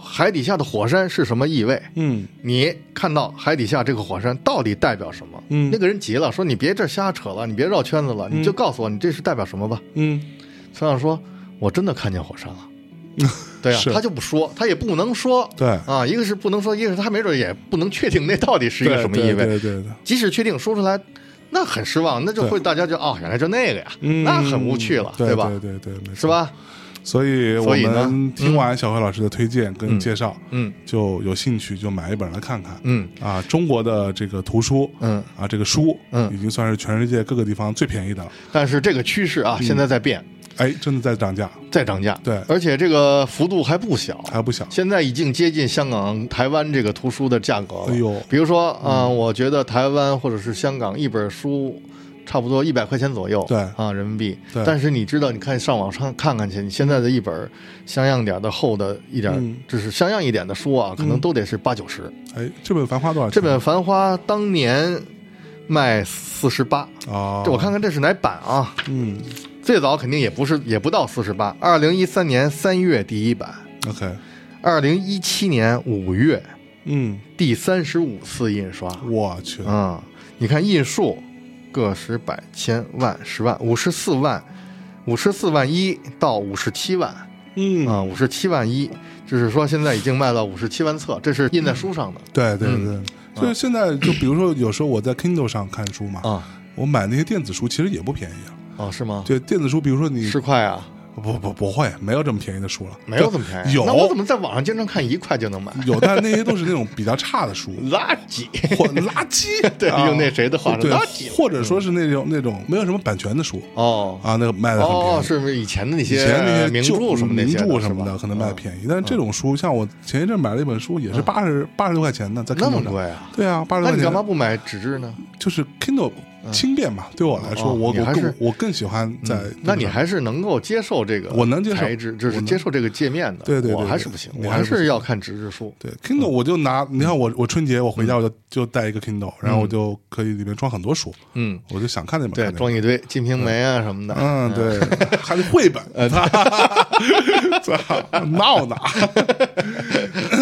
Speaker 4: 海底下的火山是什么意味？”
Speaker 3: 嗯，
Speaker 4: 你看到海底下这个火山到底代表什么？
Speaker 3: 嗯
Speaker 4: 那个人急了，说：“你别这瞎扯了，你别绕圈子了，你就告诉我你这是代表什么吧。
Speaker 3: 嗯，”
Speaker 4: 村上说：“我真的看见火山 了。”对啊
Speaker 3: 是，
Speaker 4: 他就不说，他也不能说。
Speaker 3: 对
Speaker 4: 啊，一个是不能说，一个是他没准也不能确定那到底是一个
Speaker 3: 对
Speaker 4: 什么
Speaker 3: 对
Speaker 4: 意味。
Speaker 3: 对对对，
Speaker 4: 即使确定说出来，那很失望，那就会大家就哦，原来就那个呀，
Speaker 3: 嗯
Speaker 4: 那很无趣了，
Speaker 3: 对
Speaker 4: 吧？
Speaker 3: 对对对，没错
Speaker 4: 是？吧？
Speaker 3: 所以我
Speaker 4: 所以呢
Speaker 3: 们听完小辉老师的推荐跟介绍，
Speaker 4: 嗯
Speaker 3: 就有兴趣就买一本来看看。
Speaker 4: 嗯
Speaker 3: 啊，中国的这个图书，
Speaker 4: 嗯
Speaker 3: 啊，这个书，
Speaker 4: 嗯
Speaker 3: 已经算是全世界各个地方最便宜的了。
Speaker 4: 但是这个趋势啊，现在在变，
Speaker 3: 哎，真的在涨价，
Speaker 4: 在涨价，
Speaker 3: 嗯对
Speaker 4: 而且这个幅度还不小，
Speaker 3: 还不小。
Speaker 4: 现在已经接近香港、台湾这个图书的价格了。
Speaker 3: 哎呦嗯
Speaker 4: 比如说，啊，我觉得台湾或者是香港一本书。差不多一百块钱左右，
Speaker 3: 对
Speaker 4: 啊，人民币。
Speaker 3: 对
Speaker 4: 但是你知道，你看上网上看看去，你现在的一本像样点儿的厚的一点儿，
Speaker 3: 嗯
Speaker 4: 就是像样一点的书啊，可能都得是八九十。
Speaker 3: 哎，这本《繁花》多少钱？
Speaker 4: 这本《繁花》当年卖四十八，
Speaker 3: 啊，
Speaker 4: 这我看看这是哪版啊？
Speaker 3: 嗯
Speaker 4: 最早肯定也不是，也不到四十八。二零一三年三月第一版，
Speaker 3: ，OK，
Speaker 4: 二零一七年五月
Speaker 3: 嗯，
Speaker 4: 第三十五次印刷。
Speaker 3: 我去，
Speaker 4: 啊、你看印数，个十百千万十万，五十四万，五十四万一到五十七万
Speaker 3: 嗯，
Speaker 4: 啊，五十七万一，就是说现在已经卖到五十七万册，这是印在书上的
Speaker 3: 对对对，
Speaker 4: 嗯
Speaker 3: 就是现在，就比如说，有时候我在 Kindle 上看书嘛，
Speaker 4: 啊
Speaker 3: 我买那些电子书其实也不便宜啊。
Speaker 4: 啊，是吗？
Speaker 3: 对电子书，比如说你
Speaker 4: 十块啊，
Speaker 3: 不不不会，没有这么便宜的书了，
Speaker 4: 没有这么便宜。
Speaker 3: 有
Speaker 4: 那我怎么在网上经常看一块就能买？
Speaker 3: 有，但是那些都是那种比较差的 书，
Speaker 4: 垃圾，
Speaker 3: 或垃圾，
Speaker 4: 对
Speaker 3: 啊
Speaker 4: 用那谁的话说
Speaker 3: 对
Speaker 4: 垃圾
Speaker 3: 或者说是那种那种没有什么版权的书
Speaker 4: 哦
Speaker 3: 啊，那个卖的很便宜。
Speaker 4: 哦，是不是以前的那
Speaker 3: 以
Speaker 4: 些
Speaker 3: 前那些
Speaker 4: 名
Speaker 3: 旧
Speaker 4: 著什么那些
Speaker 3: 名著什
Speaker 4: 是
Speaker 3: 么
Speaker 4: 吧
Speaker 3: 的可能卖
Speaker 4: 嗯
Speaker 3: 便宜，但是这种书像我前一阵买了一本书，也是八十八十多块钱呢，在 Kindle
Speaker 4: 那么
Speaker 3: 上
Speaker 4: 贵啊？
Speaker 3: 对啊，八十
Speaker 4: 那
Speaker 3: 多块
Speaker 4: 你
Speaker 3: 钱
Speaker 4: 干嘛不买纸质呢？
Speaker 3: 就是 Kindle 轻便嘛，对我来说，
Speaker 4: 哦
Speaker 3: 我我
Speaker 4: 你还是
Speaker 3: 更我更喜欢在
Speaker 4: 嗯那你还是能够接受这个，
Speaker 3: 哎我能接受
Speaker 4: 材质，就
Speaker 3: 我
Speaker 4: 是
Speaker 3: 能
Speaker 4: 接受这个界面的。
Speaker 3: 对对对
Speaker 4: 我
Speaker 3: 对
Speaker 4: 还是不行，
Speaker 3: 你
Speaker 4: 我
Speaker 3: 还
Speaker 4: 还
Speaker 3: 是不
Speaker 4: 是要看纸质书。
Speaker 3: 对 Kindle，我就
Speaker 4: 嗯
Speaker 3: 拿你看我我春节我回家我就就带一个 Kindle，然后我就可以里面装很多书，
Speaker 4: 嗯，
Speaker 3: 我就想看那本
Speaker 4: 对，
Speaker 3: 看那本
Speaker 4: 装一堆《金瓶梅》啊什么的。
Speaker 3: 嗯，对，还得绘本，
Speaker 4: 嗯
Speaker 3: 操，闹 呢，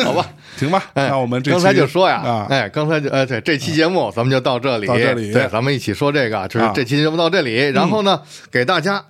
Speaker 4: 好吧。
Speaker 3: 行吧，
Speaker 4: 哎，
Speaker 3: 那我们这
Speaker 4: 刚才
Speaker 3: 期
Speaker 4: 就说呀
Speaker 3: 啊，，
Speaker 4: 哎，刚才就哎，对，这期节目咱们就到这里，
Speaker 3: 到这里
Speaker 4: 对，咱们一起说这个啊，就是
Speaker 3: 啊
Speaker 4: 这期节目到这里，然后呢，给大家。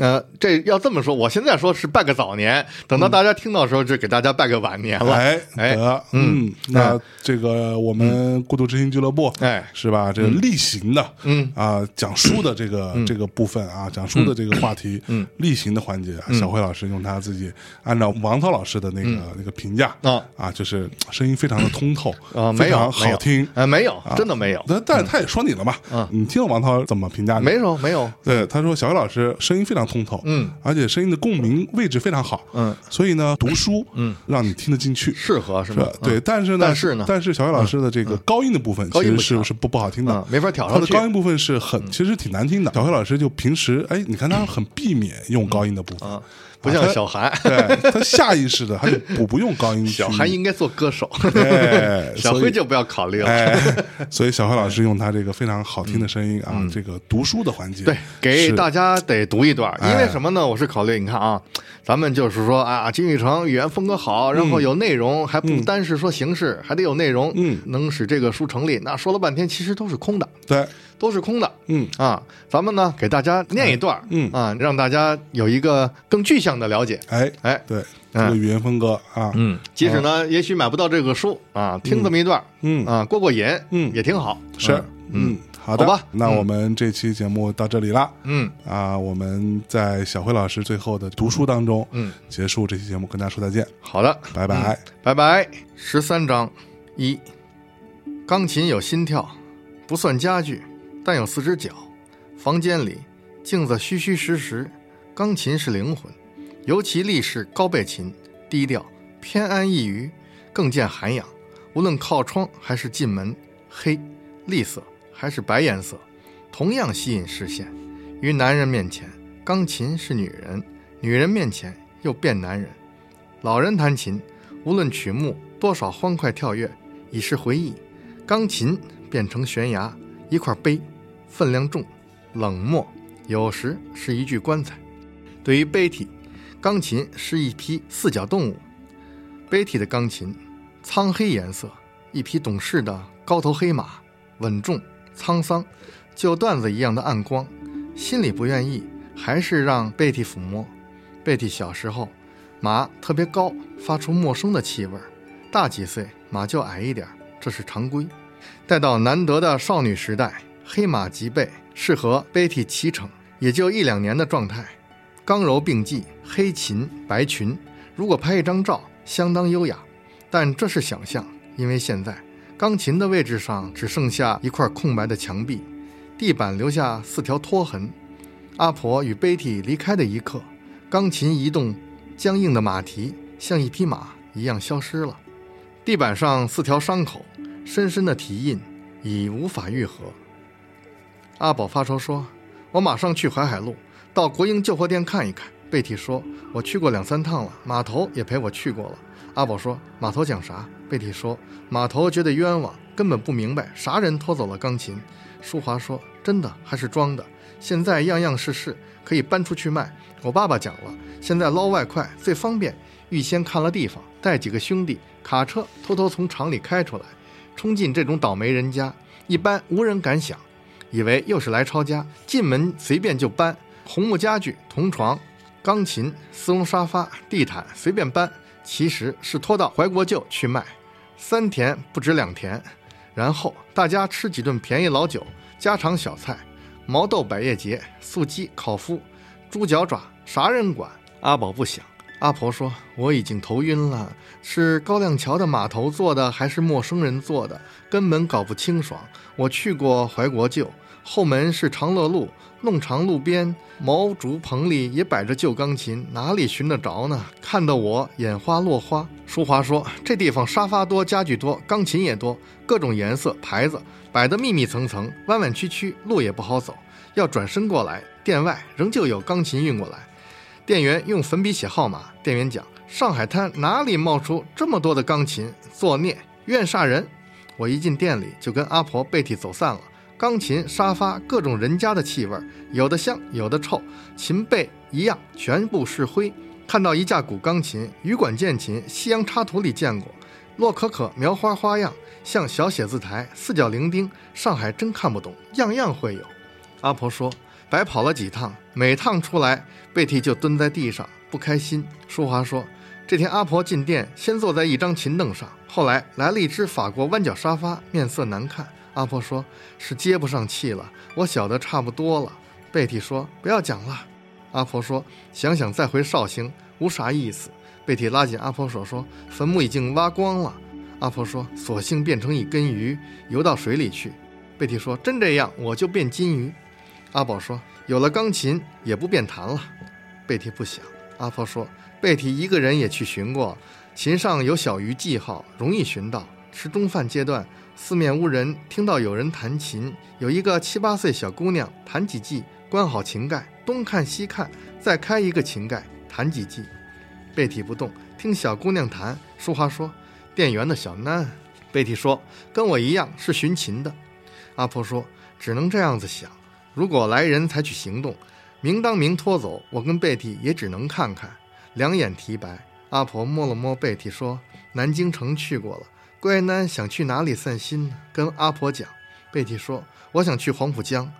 Speaker 4: 呃，这要这么说，我现在说是拜个早年，等到大家听到的时候，就给大家拜个晚年了。
Speaker 3: 嗯哎
Speaker 4: 哎
Speaker 3: 得，
Speaker 4: 嗯
Speaker 3: 嗯，那这个我们孤独之心俱乐部，
Speaker 4: 哎
Speaker 3: 是吧？这个例行的，
Speaker 4: 嗯
Speaker 3: 啊，讲书的这个这个部分啊，讲书的这个话题，嗯，例行的环节啊，
Speaker 4: 嗯
Speaker 3: 小辉老师用他自己按照王涛老师的那个那个评价
Speaker 4: 啊
Speaker 3: 啊，就是声音非常的通透
Speaker 4: 啊，
Speaker 3: 非
Speaker 4: 没有，
Speaker 3: 常
Speaker 4: 没
Speaker 3: 好
Speaker 4: 有
Speaker 3: 听。
Speaker 4: 哎，没有，
Speaker 3: 啊
Speaker 4: 真的没有，
Speaker 3: 但但是他也说你了嘛，你听了王涛怎么评价你？
Speaker 4: 没有，没有，
Speaker 3: 对，他说小岳老师声音非常通透，
Speaker 4: 嗯，
Speaker 3: 而且声音的共鸣位置非常好，
Speaker 4: 嗯，
Speaker 3: 所以呢，读书，嗯，让你听得进去，
Speaker 4: 适合是
Speaker 3: 是
Speaker 4: 吗
Speaker 3: 吧？？对，
Speaker 4: 嗯
Speaker 3: 但是呢，
Speaker 4: 但是呢嗯
Speaker 3: 但是小岳老师的这个高音的部分
Speaker 4: 高
Speaker 3: 其
Speaker 4: 音
Speaker 3: 实
Speaker 4: 不
Speaker 3: 是
Speaker 4: 强
Speaker 3: 是不不好听的
Speaker 4: 嗯，没法挑
Speaker 3: 他
Speaker 4: 上
Speaker 3: 的
Speaker 4: 去嗯
Speaker 3: 高音部分是很其实挺难听的。小岳老师就平时哎，你看 他很避免用高音的部分
Speaker 4: 啊，不像小韩，
Speaker 3: 对他下意识的他就不不用高音去，
Speaker 4: 小韩应该做 歌手，
Speaker 3: 哎，
Speaker 4: 小
Speaker 3: 嗯所以
Speaker 4: 辉就不要考虑了。
Speaker 3: 哎，所以小辉老师用他这个非常好听的声音啊，这个读书的环节，
Speaker 4: 嗯对，给
Speaker 3: 是
Speaker 4: 大家得读一段儿，
Speaker 3: 哎
Speaker 4: 因为什么呢？我是考虑，你看啊，咱们就是说啊，金宇澄语言风格好，
Speaker 3: 嗯
Speaker 4: 然后有内容，还不单是说形式，还得有内容，
Speaker 3: 嗯
Speaker 4: 能使这个书成立。那说了半天，其实都是空的，
Speaker 3: 对，
Speaker 4: 都是空的。
Speaker 3: 嗯
Speaker 4: 啊，咱们呢给大家念一段儿，
Speaker 3: 嗯
Speaker 4: 啊，让大家有一个更具象的了解。
Speaker 3: 哎
Speaker 4: 哎
Speaker 3: 对，这
Speaker 4: 嗯
Speaker 3: 个语言风格啊，
Speaker 4: 嗯，即使呢，也许买不到这个书啊，听这么一段儿，
Speaker 3: 嗯
Speaker 4: 啊，过过瘾，
Speaker 3: 嗯
Speaker 4: 也挺好。
Speaker 3: 是
Speaker 4: 嗯，
Speaker 3: 嗯，好的，
Speaker 4: 好吧
Speaker 3: 那我们这期节目到这里啦。
Speaker 4: 嗯，
Speaker 3: 啊，我们在小辉老师最后的读书当中，
Speaker 4: 嗯，
Speaker 3: 结束这期节目，跟大家说再见，
Speaker 4: 好的，
Speaker 3: 拜拜。
Speaker 4: 拜拜。十三章一，钢琴有心跳，不算家具，但有四只脚。房间里，镜子虚虚实实，钢琴是灵魂，尤其立式高背琴，低调偏安一隅，更见涵养。无论靠窗还是进门，黑、栗色还是白颜色，同样吸引视线。于男人面前，钢琴是女人；女人面前又变男人。老人弹琴，无论曲目多少欢快跳跃，已是回忆；钢琴变成悬崖，一块碑，分量重，冷漠，有时是一具棺材。对于贝体，钢琴是一批四脚动物。贝体的钢琴，苍黑颜色，一匹懂事的高头黑马，稳重沧桑，旧段子一样的暗光，心里不愿意，还是让贝蒂抚摸。贝蒂小时候，马特别高，发出陌生的气味儿；大几岁，马就矮一点儿，这是常规。待到难得的少女时代，黑马及备，适合贝蒂骑乘，也就一两年的状态。刚柔并济，黑裙、白裙，如果拍一张照，相当优雅。但这是想象，因为现在钢琴的位置上只剩下一块空白的墙壁，地板留下四条拖痕。阿婆与贝蒂离开的一刻，钢琴移动僵硬的马蹄，像一匹马一样消失了。地板上四条伤口，深深的蹄印已无法愈合。阿宝发愁说：“我马上去淮海路，到国营旧货店看一看。”贝蒂说：“我去过两三趟了，码头也陪我去过了。”阿宝说：“码头讲啥？”贝蒂说：“码头觉得冤枉，根本不明白啥人偷走了钢琴。”淑华说：“真的还是装的？现在样样事事可以搬出去卖。我爸爸讲了，现在捞外快最方便，预先看了地方，带几个兄弟卡车偷偷从厂里开出来，冲进这种倒霉人家，一般无人敢想。”以为又是来抄家，进门随便就搬红木家具、铜床、钢琴、丝绒沙发、地毯，随便搬，其实是拖到怀国舅去卖，三田不止两田。然后大家吃几顿便宜老酒、家常小菜，毛豆百叶结、素鸡、烤麸、猪脚爪，啥人管？阿宝不想。阿婆说：“我已经头晕了，是高亮桥的码头做的，还是陌生人做的？根本搞不清爽。我去过怀国旧，后门是长乐路，弄长路边毛竹棚里也摆着旧钢琴，哪里寻得着呢？看得我眼花落花。”淑华说：“这地方沙发多，家具多，钢琴也多，各种颜色、牌子摆得密密层层，弯弯曲曲，路也不好走。要转身过来，店外仍旧有钢琴运过来。”店员用粉笔写号码。店员讲：“上海滩哪里冒出这么多的钢琴？作孽，怨煞人！”我一进店里就跟阿婆、贝蒂走散了。钢琴、沙发，各种人家的气味，有的香，有的臭，琴背一样，全部是灰。看到一架古钢琴，羽管键琴，西洋插图里见过。洛可可描花花样，像小写字台，四角伶仃。上海真看不懂，样样会有。阿婆说：“白跑了几趟，每趟出来，贝蒂就蹲在地上不开心。”淑华说：“这天阿婆进店，先坐在一张琴凳上，后来来了一只法国弯角沙发，面色难看。”阿婆说：“是接不上气了，我晓得差不多了。”贝蒂说：“不要讲了。”阿婆说：“想想再回绍兴，无啥意思。”贝蒂拉紧阿婆手说：“坟墓已经挖光了。”阿婆说：“索性变成一根鱼，游到水里去。”贝蒂说：“真这样，我就变金鱼。”阿宝说：“有了钢琴，也不便弹了。”贝蒂不想。阿婆说：“贝蒂一个人也去寻过，琴上有小鱼记号，容易寻到。吃中饭阶段，四面无人，听到有人弹琴，有一个七八岁小姑娘弹几记，关好琴盖，东看西看，再开一个琴盖，弹几记。”贝蒂不动，听小姑娘弹。淑华说：“店员的小囡。”贝蒂说：“跟我一样是寻琴的。”阿婆说：“只能这样子想。”如果来人采取行动，明当明拖走，我跟贝蒂也只能看看，两眼提白。阿婆摸了摸贝蒂，说：“南京城去过了，乖囡想去哪里散心呢？”跟阿婆讲，贝蒂说：“我想去黄浦江。”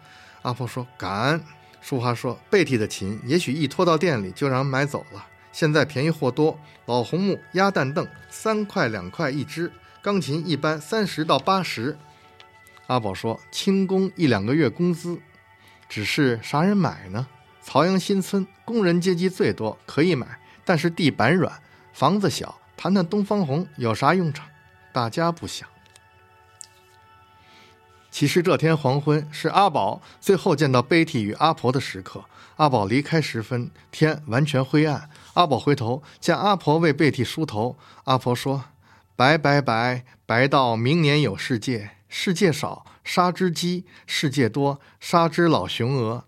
Speaker 4: 阿婆说：“感恩。”淑华说：“贝蒂的琴也许一拖到店里就让人买走了，现在便宜货多，老红木鸭蛋凳三块两块一只，钢琴一般三十到八十。”阿宝说：“轻工一两个月工资。”只是啥人买呢？曹阳新村工人阶级最多，可以买，但是地板软，房子小。谈谈东方红有啥用场？大家不想。其实这天黄昏是阿宝最后见到贝蒂与阿婆的时刻。阿宝离开时分，天完全灰暗。阿宝回头见阿婆为贝蒂梳头，阿婆说：“白白白白到明年有世界。”世界少，杀只鸡；世界多，杀只老雄鹅。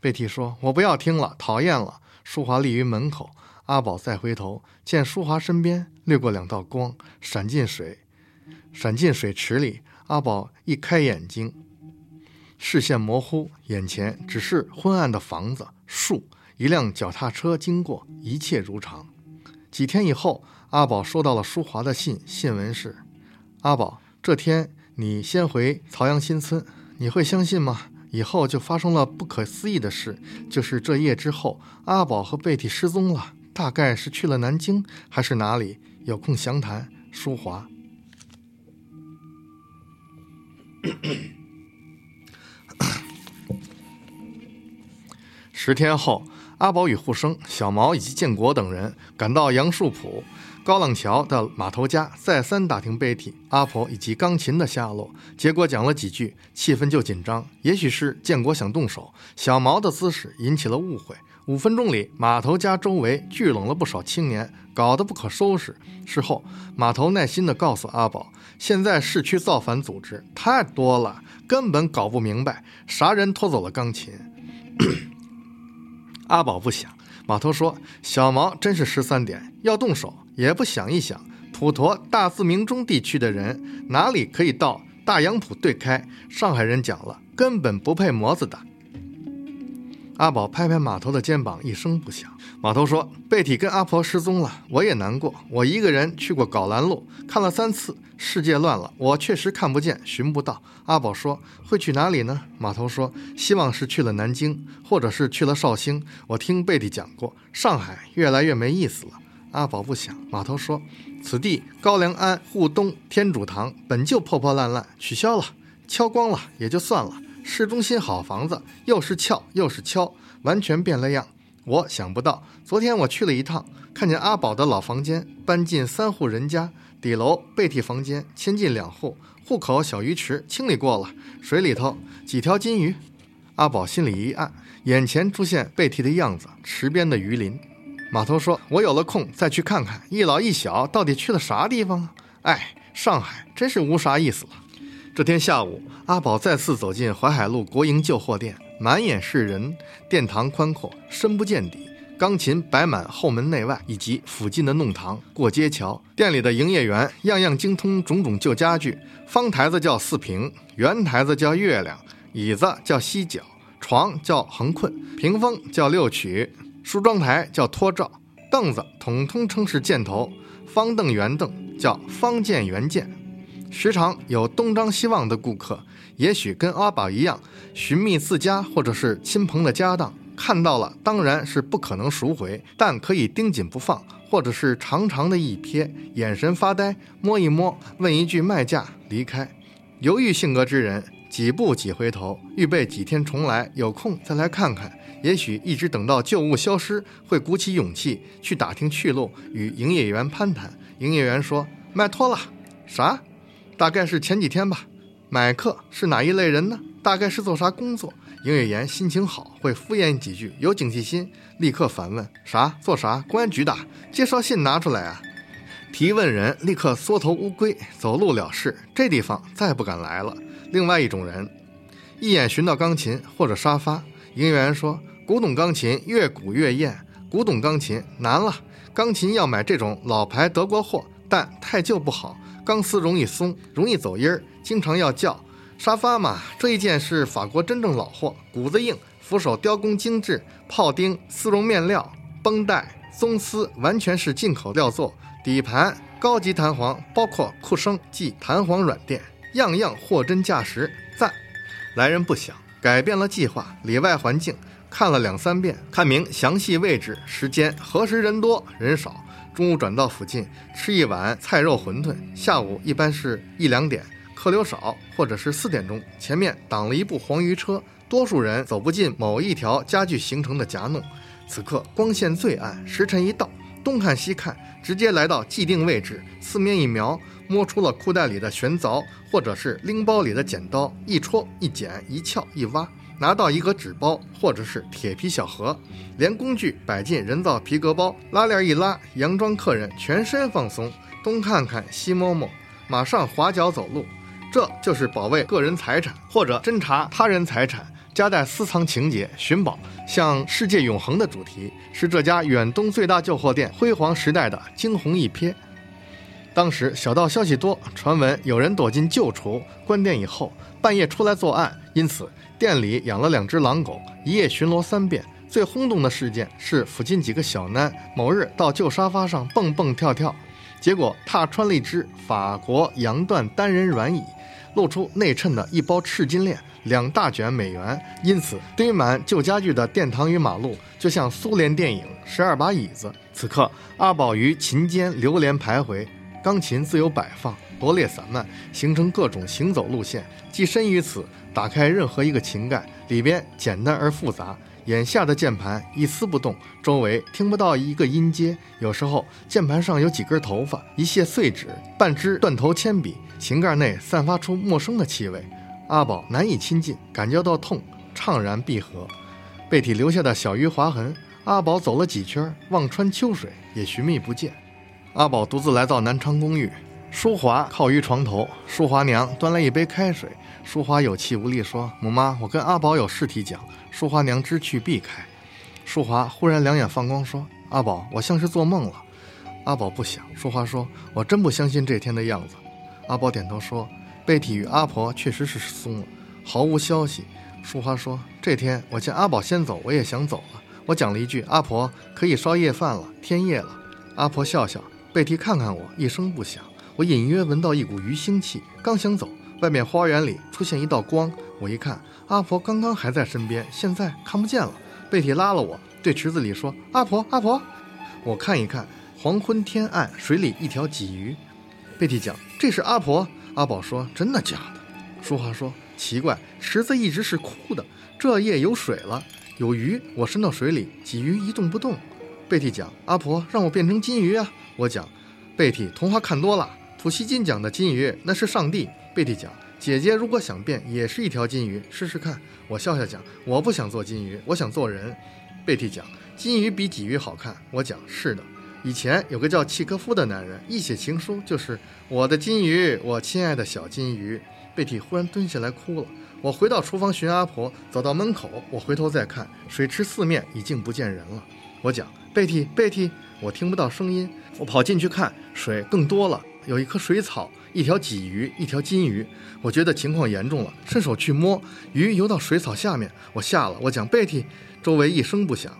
Speaker 4: 贝蒂说：“我不要听了，讨厌了。”淑华立于门口，阿宝再回头，见淑华身边掠过两道光，闪进水，闪进水池里。阿宝一开眼睛，视线模糊，眼前只是昏暗的房子、树，一辆脚踏车经过，一切如常。几天以后，阿宝收到了淑华的信，信文是：“阿宝，这天。”你先回曹阳新村，你会相信吗？以后就发生了不可思议的事，就是这夜之后，阿宝和贝蒂失踪了，大概是去了南京还是哪里。有空详谈。淑华。十天后，阿宝与护生、小毛以及建国等人赶到杨树浦、高浪桥的码头家，再三打听贝蒂、阿婆以及钢琴的下落。结果讲了几句，气氛就紧张。也许是建国想动手，小毛的姿势引起了误会。五分钟里，码头家周围聚拢了不少青年，搞得不可收拾。事后，码头耐心地告诉阿宝，现在市区造反组织太多了，根本搞不明白啥人偷走了钢琴。阿宝不想，码头说：“小毛真是十三点，要动手也不想一想，普陀、大自明中地区的人哪里可以到大洋浦对开？上海人讲了，根本不配模子打。”阿宝拍拍码头的肩膀，一声不响。码头说：“贝体跟阿婆失踪了，我也难过。我一个人去过皋兰路，看了三次。世界乱了，我确实看不见，寻不到。”阿宝说：“会去哪里呢？”码头说：“希望是去了南京，或者是去了绍兴。我听贝蒂讲过，上海越来越没意思了。”阿宝不想，码头说：“此地高粱庵、沪东、天主堂本就破破烂烂，取消了，敲光了也就算了。”市中心好房子，又是撬又是敲，完全变了样。我想不到，昨天我去了一趟，看见阿宝的老房间搬进三户人家，底楼被替房间迁进两户，户口小鱼池清理过了，水里头几条金鱼。阿宝心里一暗，眼前出现被替的样子，池边的鱼鳞。码头说：“我有了空再去看看，一老一小到底去了啥地方啊？哎，上海真是无啥意思了。”这天下午，阿宝再次走进淮海路国营旧货店，满眼是人，殿堂宽阔，深不见底，钢琴摆满后门内外以及附近的弄堂、过街桥。店里的营业员样样精通种种旧家具，方台子叫四平，圆台子叫月亮，椅子叫犀角，床叫横困，屏风叫六曲，梳妆台叫托罩，凳子统统称是箭头，方凳圆凳叫方箭圆箭。时常有东张西望的顾客，也许跟阿宝一样寻觅自家或者是亲朋的家当，看到了当然是不可能赎回，但可以盯紧不放，或者是长长的一瞥，眼神发呆，摸一摸，问一句卖价，离开。犹豫性格之人，几步几回头，预备几天重来，有空再来看看。也许一直等到旧物消失，会鼓起勇气去打听去路，与营业员攀谈。营业员说：“卖脱了，啥？”大概是前几天吧。买客是哪一类人呢？大概是做啥工作？营业员心情好会敷衍几句，有警惕心，立刻反问：啥做啥？公安局的，介绍信拿出来啊！提问人立刻缩头乌龟，走路了事。这地方再不敢来了。另外一种人，一眼寻到钢琴或者沙发。营业员说：古董钢琴越古越艳，古董钢琴难了，钢琴要买这种老牌德国货，但太旧不好。钢丝容易松，容易走音儿，经常要叫。沙发嘛，这一件是法国真正老货，骨子硬，扶手雕工精致，泡钉、丝绒面料、绷带、棕丝，完全是进口料做。底盘高级弹簧，包括库声即弹簧软垫，样样货真价实，赞。来人不小，改变了计划，里外环境看了两三遍，看明详细位置、时间，何时人多人少。中午转到附近吃一碗菜肉馄饨，下午一般是一两点，客流少或者是四点钟，前面挡了一部黄鱼车，多数人走不进某一条家具形成的夹弄。此刻光线最暗，时辰一到，东看西看，直接来到既定位置，四面一瞄，摸出了裤袋里的悬凿或者是拎包里的剪刀，一戳一剪一撬一挖。拿到一个纸包或者是铁皮小盒，连工具摆进人造皮革包，拉链一拉，佯装客人全身放松，东看看西摸摸，马上滑脚走路。这就是保卫个人财产或者侦查他人财产，夹带私藏情节，寻宝向世界永恒的主题，是这家远东最大旧货店辉煌时代的惊鸿一瞥。当时小道消息多，传闻有人躲进旧厨，关店以后半夜出来作案，因此店里养了两只狼狗，一夜巡逻三遍。最轰动的事件是附近几个小囡某日到旧沙发上蹦蹦跳跳，结果踏穿了一只法国洋缎单人软椅，露出内衬的一包赤金链。两大卷美元，因此堆满旧家具的殿堂与马路，就像苏联电影《十二把椅子》。此刻，阿宝于琴间流连徘徊，钢琴自由摆放，罗列散漫，形成各种行走路线。寄身于此，打开任何一个琴盖，里边简单而复杂，眼下的键盘一丝不动，周围听不到一个音阶。有时候键盘上有几根头发，一屑碎纸，半支断头铅笔，琴盖内散发出陌生的气味。阿宝难以亲近，感觉到痛，怅然闭合。背体留下的小鱼划痕，阿宝走了几圈，望穿秋水也寻觅不见。阿宝独自来到南昌公寓，淑华靠于床头，淑华娘端来一杯开水。淑华有气无力说：“母妈，我跟阿宝有事体讲。”淑华娘知趣避开。淑华忽然两眼放光说：“阿宝，我像是做梦了。”阿宝不想。淑华说：“我真不相信这天的样子。”阿宝点头说：“贝体与阿婆确实是失踪了，毫无消息。”淑华说：“这天我见阿宝先走，我也想走了。我讲了一句：‘阿婆可以烧夜饭了，天夜了。’阿婆笑笑。”贝蒂看看我，一声不响。我隐约闻到一股鱼腥气，刚想走，外面花园里出现一道光。我一看，阿婆刚刚还在身边，现在看不见了。贝蒂拉了我，对池子里说：“阿婆，阿婆！”我看一看，黄昏天暗，水里一条鲫鱼。贝蒂讲：“这是阿婆。”阿宝说：“真的假的？”淑华说：“奇怪，池子一直是枯的，这夜有水了，有鱼。我伸到水里，鲫鱼一动不动。”贝蒂讲：“阿婆让我变成金鱼啊！”我讲：“贝蒂，童话看多了。普希金讲的金鱼那是上帝。”贝蒂讲：“姐姐如果想变，也是一条金鱼，试试看。”我笑笑讲：“我不想做金鱼，我想做人。”贝蒂讲：“金鱼比鲫鱼好看。”我讲：“是的。”以前有个叫契科夫的男人，一写情书就是“我的金鱼，我亲爱的小金鱼”。贝蒂忽然蹲下来哭了。我回到厨房寻阿婆，走到门口，我回头再看，水池四面已经不见人了。我讲：“贝蒂，贝蒂！”我听不到声音，我跑进去看，水更多了，有一棵水草，一条鲫鱼，一条金鱼。我觉得情况严重了，伸手去摸，鱼游到水草下面，我吓了。我讲：“贝蒂！”周围一声不响。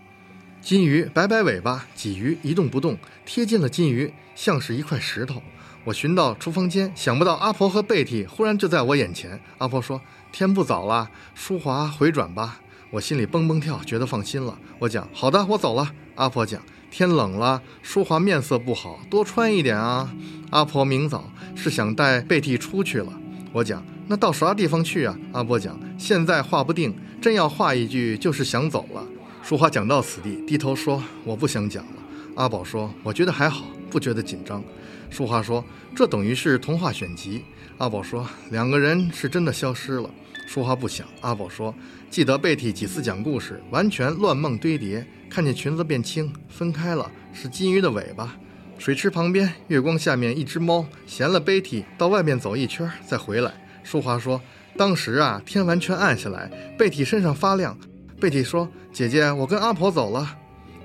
Speaker 4: 金鱼摆摆尾巴，鲫鱼一动不动，贴近了金鱼，像是一块石头。我寻到厨房间，想不到阿婆和贝蒂忽然就在我眼前。阿婆说：“天不早了，淑华回转吧。”我心里蹦蹦跳，觉得放心了。我讲：“好的，我走了。”阿婆讲：“天冷了，淑华面色不好，多穿一点啊。”阿婆明早是想带贝蒂出去了。我讲：“那到啥地方去啊？”阿婆讲：“现在话不定，真要话一句，就是想走了。”淑华讲到此地，低头说：“我不想讲了。”阿宝说：“我觉得还好，不觉得紧张。”淑华说：“这等于是童话选集。”阿宝说：“两个人是真的消失了。”淑华不想。阿宝说：“记得贝蒂几次讲故事，完全乱梦堆叠，看见裙子变青，分开了，是金鱼的尾巴。水池旁边，月光下面一只猫衔了贝蒂到外面走一圈，再回来。”淑华说：“当时啊，天完全暗下来，贝蒂身上发亮。”贝蒂说：“姐姐，我跟阿婆走了。”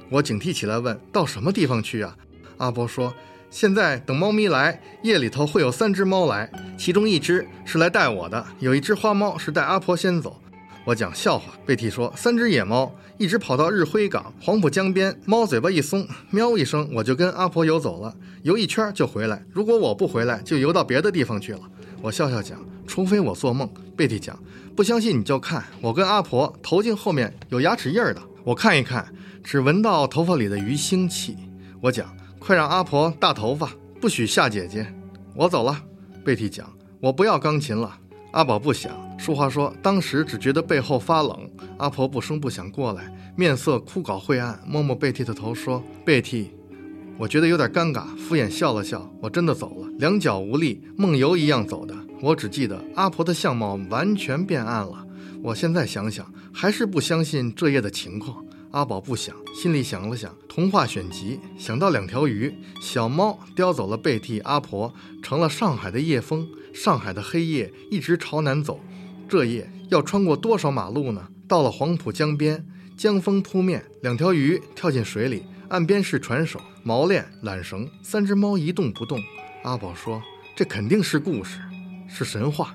Speaker 4: 我警惕起来问：“到什么地方去啊？”阿婆说：“现在等猫咪来，夜里头会有三只猫来，其中一只是来带我的，有一只花猫是带阿婆先走。”我讲笑话。贝蒂说：“三只野猫，一直跑到日晖港黄浦江边，猫嘴巴一松，喵一声，我就跟阿婆游走了，游一圈就回来。如果我不回来，就游到别的地方去了。”我笑笑讲：“除非我做梦。”贝蒂讲：“不相信你就看，我跟阿婆头颈后面有牙齿印儿的，我看一看，只闻到头发里的鱼腥气。”我讲：“快让阿婆大头发，不许吓姐姐。”我走了。贝蒂讲：“我不要钢琴了。”阿宝不想。淑华说：“当时只觉得背后发冷。”阿婆不声不响过来，面色枯槁晦暗，摸摸贝蒂的头说：“贝蒂。”我觉得有点尴尬，敷衍笑了笑。我真的走了，两脚无力，梦游一样走的。我只记得阿婆的相貌完全变暗了。我现在想想，还是不相信这夜的情况。阿宝不想，心里想了想，童话选集，想到两条鱼，小猫叼走了贝蒂，阿婆成了上海的夜风。上海的黑夜一直朝南走，这夜要穿过多少马路呢？到了黄浦江边，江风扑面，两条鱼跳进水里。岸边是船手、锚链、缆绳，三只猫一动不动。阿宝说：“这肯定是故事，是神话。”